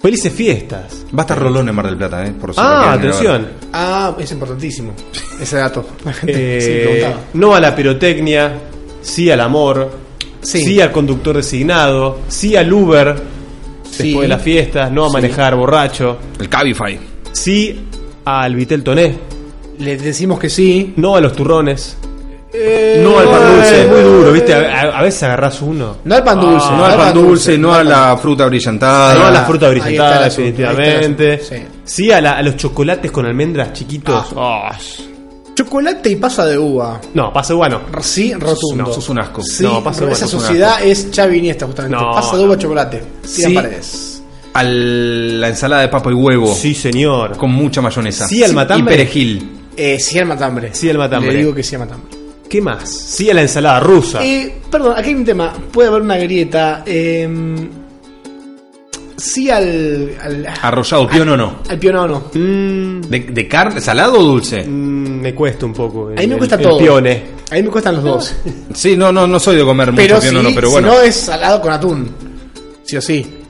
[SPEAKER 3] felices fiestas.
[SPEAKER 5] Va a estar Rolón en Mar del Plata, ¿eh? Por si lo
[SPEAKER 3] ah,
[SPEAKER 5] quieren ir a ver.
[SPEAKER 3] atención.
[SPEAKER 4] Ah, es importantísimo. Ese dato. La gente sí,
[SPEAKER 3] Eh,
[SPEAKER 4] preguntaba.
[SPEAKER 3] no a la pirotecnia, sí al amor, sí,
[SPEAKER 4] Sí.
[SPEAKER 3] al conductor designado, sí al Uber después
[SPEAKER 4] Sí.
[SPEAKER 3] de las fiestas, no a
[SPEAKER 4] Sí.
[SPEAKER 3] manejar borracho,
[SPEAKER 5] El Cabify,
[SPEAKER 3] sí al Vitel Toné,
[SPEAKER 4] Le decimos que sí.
[SPEAKER 3] no a los turrones,
[SPEAKER 4] Eh,
[SPEAKER 3] no al pan
[SPEAKER 5] eh,
[SPEAKER 3] dulce, es muy duro, ¿viste? A, a- a veces agarras uno.
[SPEAKER 4] No al pan dulce.
[SPEAKER 5] Ah, no al pan dulce, no a la fruta brillantada.
[SPEAKER 3] No a la fruta
[SPEAKER 4] ahí está el
[SPEAKER 3] brillantada,
[SPEAKER 4] asunto, ahí
[SPEAKER 3] definitivamente.
[SPEAKER 4] está el asunto,
[SPEAKER 3] Sí, a, la- a los chocolates con almendras chiquitos. Ah.
[SPEAKER 4] Chocolate y pasa de uva.
[SPEAKER 3] No, pasa bueno.
[SPEAKER 4] Sí, rotundo.
[SPEAKER 3] No, sos un asco.
[SPEAKER 4] Sí,
[SPEAKER 3] No, pasa
[SPEAKER 4] pero
[SPEAKER 3] de
[SPEAKER 4] esa
[SPEAKER 3] uva, sos un
[SPEAKER 4] sociedad es chaviniesta justamente.
[SPEAKER 3] No,
[SPEAKER 4] pasa de uva chocolate. Tira
[SPEAKER 5] Sí.
[SPEAKER 4] paredes.
[SPEAKER 5] A la ensalada de papa y huevo.
[SPEAKER 3] Sí, señor.
[SPEAKER 5] Con mucha mayonesa.
[SPEAKER 3] Sí al matambre.
[SPEAKER 5] Y perejil.
[SPEAKER 4] Eh, sí al matambre.
[SPEAKER 3] Sí al matambre.
[SPEAKER 4] Le digo que sí al matambre.
[SPEAKER 3] ¿Qué más? Sí a la ensalada rusa.
[SPEAKER 4] Eh, perdón, aquí hay un tema. Puede haber una grieta. eh, sí al. al,
[SPEAKER 5] Arrollado, piono no.
[SPEAKER 4] al pionono.
[SPEAKER 5] ¿De, de carne? ¿Salado o dulce?
[SPEAKER 3] Mm, me cuesta un poco.
[SPEAKER 4] A mí me cuesta
[SPEAKER 5] el
[SPEAKER 4] todo.
[SPEAKER 5] pione.
[SPEAKER 4] A mí me cuestan los dos.
[SPEAKER 5] Sí, no, no, no soy de comer mucho
[SPEAKER 4] pero si,
[SPEAKER 5] pionono, pero
[SPEAKER 4] si
[SPEAKER 5] bueno.
[SPEAKER 4] no es salado con atún. Sí o sí.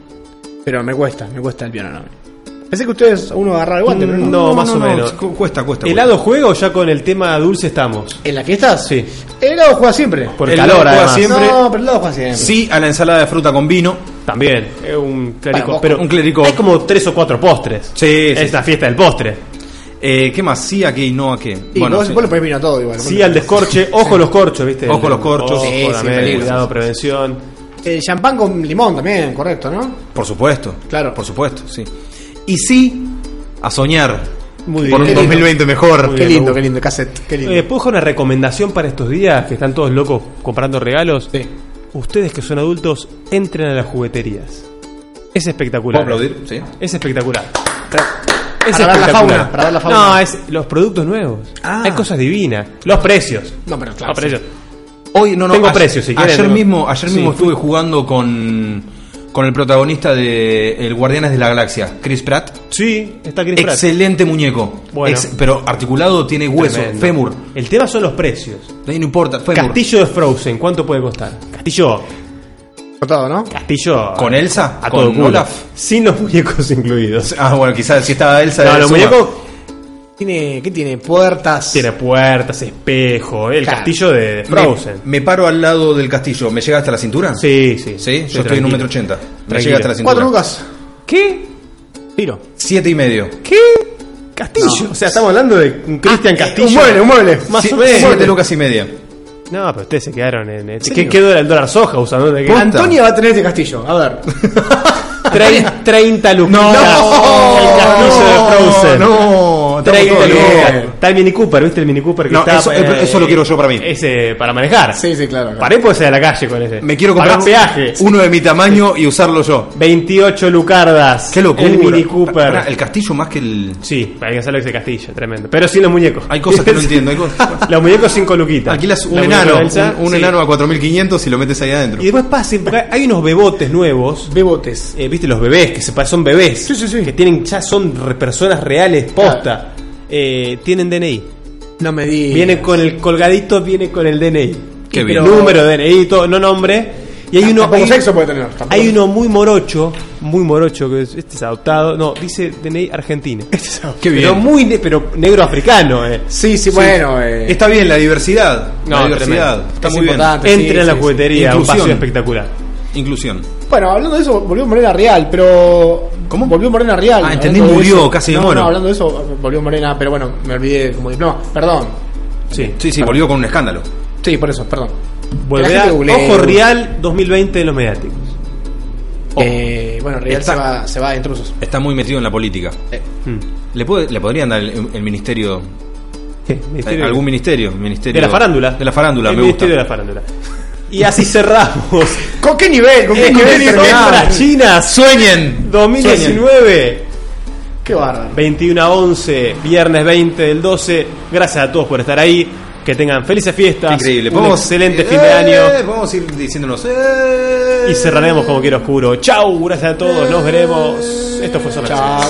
[SPEAKER 4] Pero me cuesta, me cuesta el pionono. Pensé que ustedes uno agarraba el guante, pero no.
[SPEAKER 3] No, más o menos.
[SPEAKER 5] cu- Cuesta, cuesta.
[SPEAKER 3] ¿Helado juega o ya con el tema dulce estamos?
[SPEAKER 4] ¿En las fiestas?
[SPEAKER 3] Sí.
[SPEAKER 4] El helado juega siempre.
[SPEAKER 3] Por
[SPEAKER 5] El
[SPEAKER 3] calor,
[SPEAKER 5] helado juega
[SPEAKER 3] además.
[SPEAKER 5] siempre.
[SPEAKER 4] No, pero el helado juega siempre.
[SPEAKER 5] Sí a la ensalada de fruta con vino.
[SPEAKER 3] También. Es un clérigo.
[SPEAKER 4] Para vos,
[SPEAKER 3] pero
[SPEAKER 5] un clérigo.
[SPEAKER 3] Hay como tres o cuatro postres.
[SPEAKER 5] Sí, sí,
[SPEAKER 3] Es la
[SPEAKER 5] sí.
[SPEAKER 3] fiesta del postre.
[SPEAKER 5] Eh, ¿Qué más? Sí a qué y no a qué.
[SPEAKER 4] Y
[SPEAKER 5] bueno,
[SPEAKER 4] vos,
[SPEAKER 5] sí.
[SPEAKER 4] vos le ponés vino a todo igual.
[SPEAKER 3] Sí al descorche. Ojo los corchos, ¿viste?
[SPEAKER 5] Ojo los corchos.
[SPEAKER 3] Ojo,
[SPEAKER 5] Sí, sí,
[SPEAKER 3] también,
[SPEAKER 5] peligro.
[SPEAKER 3] cuidado, prevención.
[SPEAKER 4] El Eh, champán con limón también, correcto, ¿no?
[SPEAKER 5] Por supuesto.
[SPEAKER 4] Claro.
[SPEAKER 5] Por supuesto, sí. Y sí a soñar.
[SPEAKER 3] Muy
[SPEAKER 5] por
[SPEAKER 3] bien.
[SPEAKER 5] un 2020 mejor.
[SPEAKER 4] Qué lindo, qué lindo, cassette. Qué lindo.
[SPEAKER 3] Eh, ¿Puedo dejar una recomendación para estos días que están todos locos comprando regalos?
[SPEAKER 4] Sí.
[SPEAKER 3] Ustedes que son adultos, entren a las jugueterías. Es espectacular.
[SPEAKER 5] ¿Puedo aplaudir? Sí.
[SPEAKER 3] Es espectacular. Es
[SPEAKER 4] Para ver la
[SPEAKER 3] espectacular.
[SPEAKER 4] fauna, para ver la fauna.
[SPEAKER 3] No, es los productos nuevos.
[SPEAKER 4] Ah.
[SPEAKER 3] Hay cosas divinas. Los precios.
[SPEAKER 4] No, pero claro.
[SPEAKER 3] Los precios.
[SPEAKER 5] Hoy no, no.
[SPEAKER 3] Tengo
[SPEAKER 5] ayer-
[SPEAKER 3] precios, si quieren,
[SPEAKER 5] Ayer
[SPEAKER 3] tengo-
[SPEAKER 5] mismo, ayer mismo
[SPEAKER 3] Sí.
[SPEAKER 5] estuve jugando con, con el protagonista de El Guardianes de la Galaxia, Chris Pratt.
[SPEAKER 3] Sí, está Chris Pratt.
[SPEAKER 5] Excelente muñeco.
[SPEAKER 3] Bueno.
[SPEAKER 5] Ex- pero articulado, tiene hueso,
[SPEAKER 3] Tremendo.
[SPEAKER 5] fémur.
[SPEAKER 3] El tema son los precios.
[SPEAKER 5] No importa, fémur.
[SPEAKER 3] Castillo de Frozen, ¿cuánto puede costar? Castillo.
[SPEAKER 4] Cortado, ¿no?
[SPEAKER 3] Castillo.
[SPEAKER 5] ¿Con Elsa?
[SPEAKER 3] A
[SPEAKER 5] ¿Con
[SPEAKER 3] todo culo.
[SPEAKER 5] Olaf?
[SPEAKER 3] Sin los muñecos *laughs* incluidos.
[SPEAKER 5] Ah, bueno, quizás si estaba Elsa.
[SPEAKER 3] No,
[SPEAKER 5] era
[SPEAKER 3] los
[SPEAKER 5] Suma.
[SPEAKER 3] muñecos
[SPEAKER 4] Tiene, ¿Qué tiene? Puertas.
[SPEAKER 3] tiene puertas, espejo, el
[SPEAKER 4] Claro.
[SPEAKER 3] castillo de de Frozen.
[SPEAKER 5] Me, me paro al lado del castillo. ¿Me llega hasta la cintura?
[SPEAKER 3] Sí, sí.
[SPEAKER 5] Sí, yo estoy en
[SPEAKER 3] Sí,
[SPEAKER 5] un
[SPEAKER 3] tranquilo.
[SPEAKER 5] metro ochenta. Me
[SPEAKER 3] Tranquilo.
[SPEAKER 5] llega hasta la
[SPEAKER 4] Cuatro
[SPEAKER 5] cintura.
[SPEAKER 4] lucas.
[SPEAKER 3] ¿Qué?
[SPEAKER 4] Tiro.
[SPEAKER 5] Siete y medio.
[SPEAKER 3] ¿Qué? Castillo. O sea, estamos hablando de un Cristian Castillo.
[SPEAKER 4] Ah, Un mueble, un mueble.
[SPEAKER 3] Más
[SPEAKER 5] Sie-
[SPEAKER 3] o menos.
[SPEAKER 5] Siete lucas y media.
[SPEAKER 3] No, pero ustedes se quedaron en. eh, ¿Qué,
[SPEAKER 4] serio?
[SPEAKER 3] qué dólar el dólar soja usando? ¿De qué?
[SPEAKER 5] Puta.
[SPEAKER 4] Antonia va a tener este castillo. A
[SPEAKER 3] *laughs*
[SPEAKER 4] ver.
[SPEAKER 3] Trein- 30 lucas.
[SPEAKER 5] No.
[SPEAKER 3] El castillo de Frozen.
[SPEAKER 5] No, No, estamos
[SPEAKER 3] Traigo
[SPEAKER 5] todos
[SPEAKER 3] el-
[SPEAKER 5] bien.
[SPEAKER 3] Está el Mini Cooper, ¿viste el Mini Cooper que
[SPEAKER 5] No,
[SPEAKER 3] está? eh,
[SPEAKER 5] eso- eso lo quiero yo para mí.
[SPEAKER 3] Ese, para manejar. Sí, sí, claro. Paré puede ser a la calle con ese.
[SPEAKER 5] Me quiero
[SPEAKER 3] Pagás
[SPEAKER 5] comprar
[SPEAKER 3] peaje.
[SPEAKER 5] uno de mi tamaño y usarlo yo.
[SPEAKER 3] 28 lucardas.
[SPEAKER 5] Qué locura.
[SPEAKER 3] El Mini
[SPEAKER 5] Pa-
[SPEAKER 3] Cooper.
[SPEAKER 5] pará, el castillo más que el.
[SPEAKER 3] Sí, hay que hacerlo ese castillo, tremendo. Pero sin los muñecos.
[SPEAKER 5] Hay cosas que no entiendo. Hay cosas.
[SPEAKER 3] *laughs* los muñecos 5 luquitas.
[SPEAKER 5] Alquilas un
[SPEAKER 3] La muñeca
[SPEAKER 5] enano,
[SPEAKER 3] Elsa,
[SPEAKER 5] un, un
[SPEAKER 3] sí.
[SPEAKER 5] enano a 4500 y lo metes ahí adentro.
[SPEAKER 3] Y después pasen, porque hay unos bebotes nuevos. Eh,
[SPEAKER 4] Bebotes.
[SPEAKER 3] ¿Viste? Los bebés, que se pa- son bebés. Que tienen, ya son re- personas reales, posta. Eh, tienen DNI.
[SPEAKER 4] No me di.
[SPEAKER 3] Viene con el colgadito, viene con el DNI.
[SPEAKER 4] Qué
[SPEAKER 3] Y
[SPEAKER 4] bien.
[SPEAKER 3] pero- Número, DNI, todo, no nombre. Y hay uno.
[SPEAKER 4] Ah, Tampoco
[SPEAKER 3] hay-
[SPEAKER 4] sexo pues, puede tener. tampoco.
[SPEAKER 3] hay uno muy morocho, muy morocho, que es- este es adoptado. No, dice DNI Argentina. Este es adoptado.
[SPEAKER 5] Qué bien.
[SPEAKER 3] Pero muy ne- pero negro africano, eh.
[SPEAKER 4] Sí, sí, bueno. eh.
[SPEAKER 5] Está bien la diversidad.
[SPEAKER 3] No,
[SPEAKER 5] la diversidad.
[SPEAKER 3] tremendo.
[SPEAKER 5] Está
[SPEAKER 3] Es
[SPEAKER 5] muy bien.
[SPEAKER 3] importante, Entra sí, en la sí, sí. juguetería, un
[SPEAKER 5] Inclusión.
[SPEAKER 3] paseo espectacular.
[SPEAKER 5] Inclusión.
[SPEAKER 4] Bueno, hablando de eso, volvió Morena Real, pero. ¿Cómo? Volvió Morena Real.
[SPEAKER 5] Ah, entendí,
[SPEAKER 4] Hablando de
[SPEAKER 5] murió,
[SPEAKER 4] eso-
[SPEAKER 5] casi me
[SPEAKER 4] no,
[SPEAKER 5] muero.
[SPEAKER 4] No, hablando de eso, volvió Morena, pero bueno, me olvidé como diploma. Perdón.
[SPEAKER 3] Sí,
[SPEAKER 5] sí, sí, volvió con un escándalo.
[SPEAKER 4] Sí, por eso, perdón. La
[SPEAKER 3] Volverá
[SPEAKER 4] gente googlea.
[SPEAKER 3] Ojo Real 2020 de los mediáticos.
[SPEAKER 4] Eh, bueno, Real
[SPEAKER 5] Está-
[SPEAKER 4] se va, se va de intrusos. Eh,
[SPEAKER 5] Está muy metido en la política.
[SPEAKER 3] Mm.
[SPEAKER 5] ¿Le, puede- le podrían dar el, el ministerio? eh,
[SPEAKER 3] Ministerio-
[SPEAKER 5] ¿Algún ministerio? ministerio?
[SPEAKER 3] Eh, De la farándula.
[SPEAKER 5] De la farándula,
[SPEAKER 3] El
[SPEAKER 5] me gusta.
[SPEAKER 3] Ministerio de la farándula. Y así *laughs* cerramos.
[SPEAKER 4] ¿Con qué nivel? ¿Con qué
[SPEAKER 3] Eh,
[SPEAKER 4] nivel?
[SPEAKER 3] con
[SPEAKER 4] terminamos?
[SPEAKER 3] letras chinas.
[SPEAKER 5] Ah, Sueñen.
[SPEAKER 3] 2019.
[SPEAKER 4] Qué bárbaro.
[SPEAKER 3] 21 a 11, viernes 20 del 12. Gracias a todos por estar ahí. Que tengan felices fiestas.
[SPEAKER 5] Increíble. Eh.
[SPEAKER 3] Un excelente fin de año.
[SPEAKER 5] Vamos a ir diciéndonos. eh.
[SPEAKER 3] Y cerraremos como quiero oscuro. Chau, gracias a todos. Nos veremos. Esto fue Zona Chau.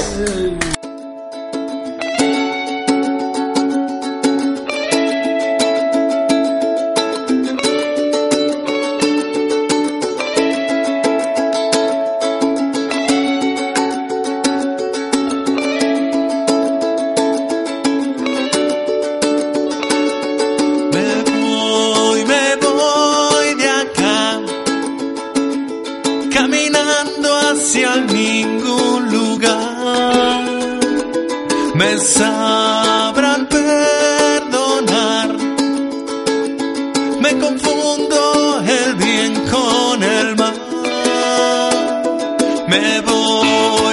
[SPEAKER 1] voy, me voy de acá, caminando hacia ningún lugar. Me sabrán perdonar, me confundo el bien con el mal. Me voy.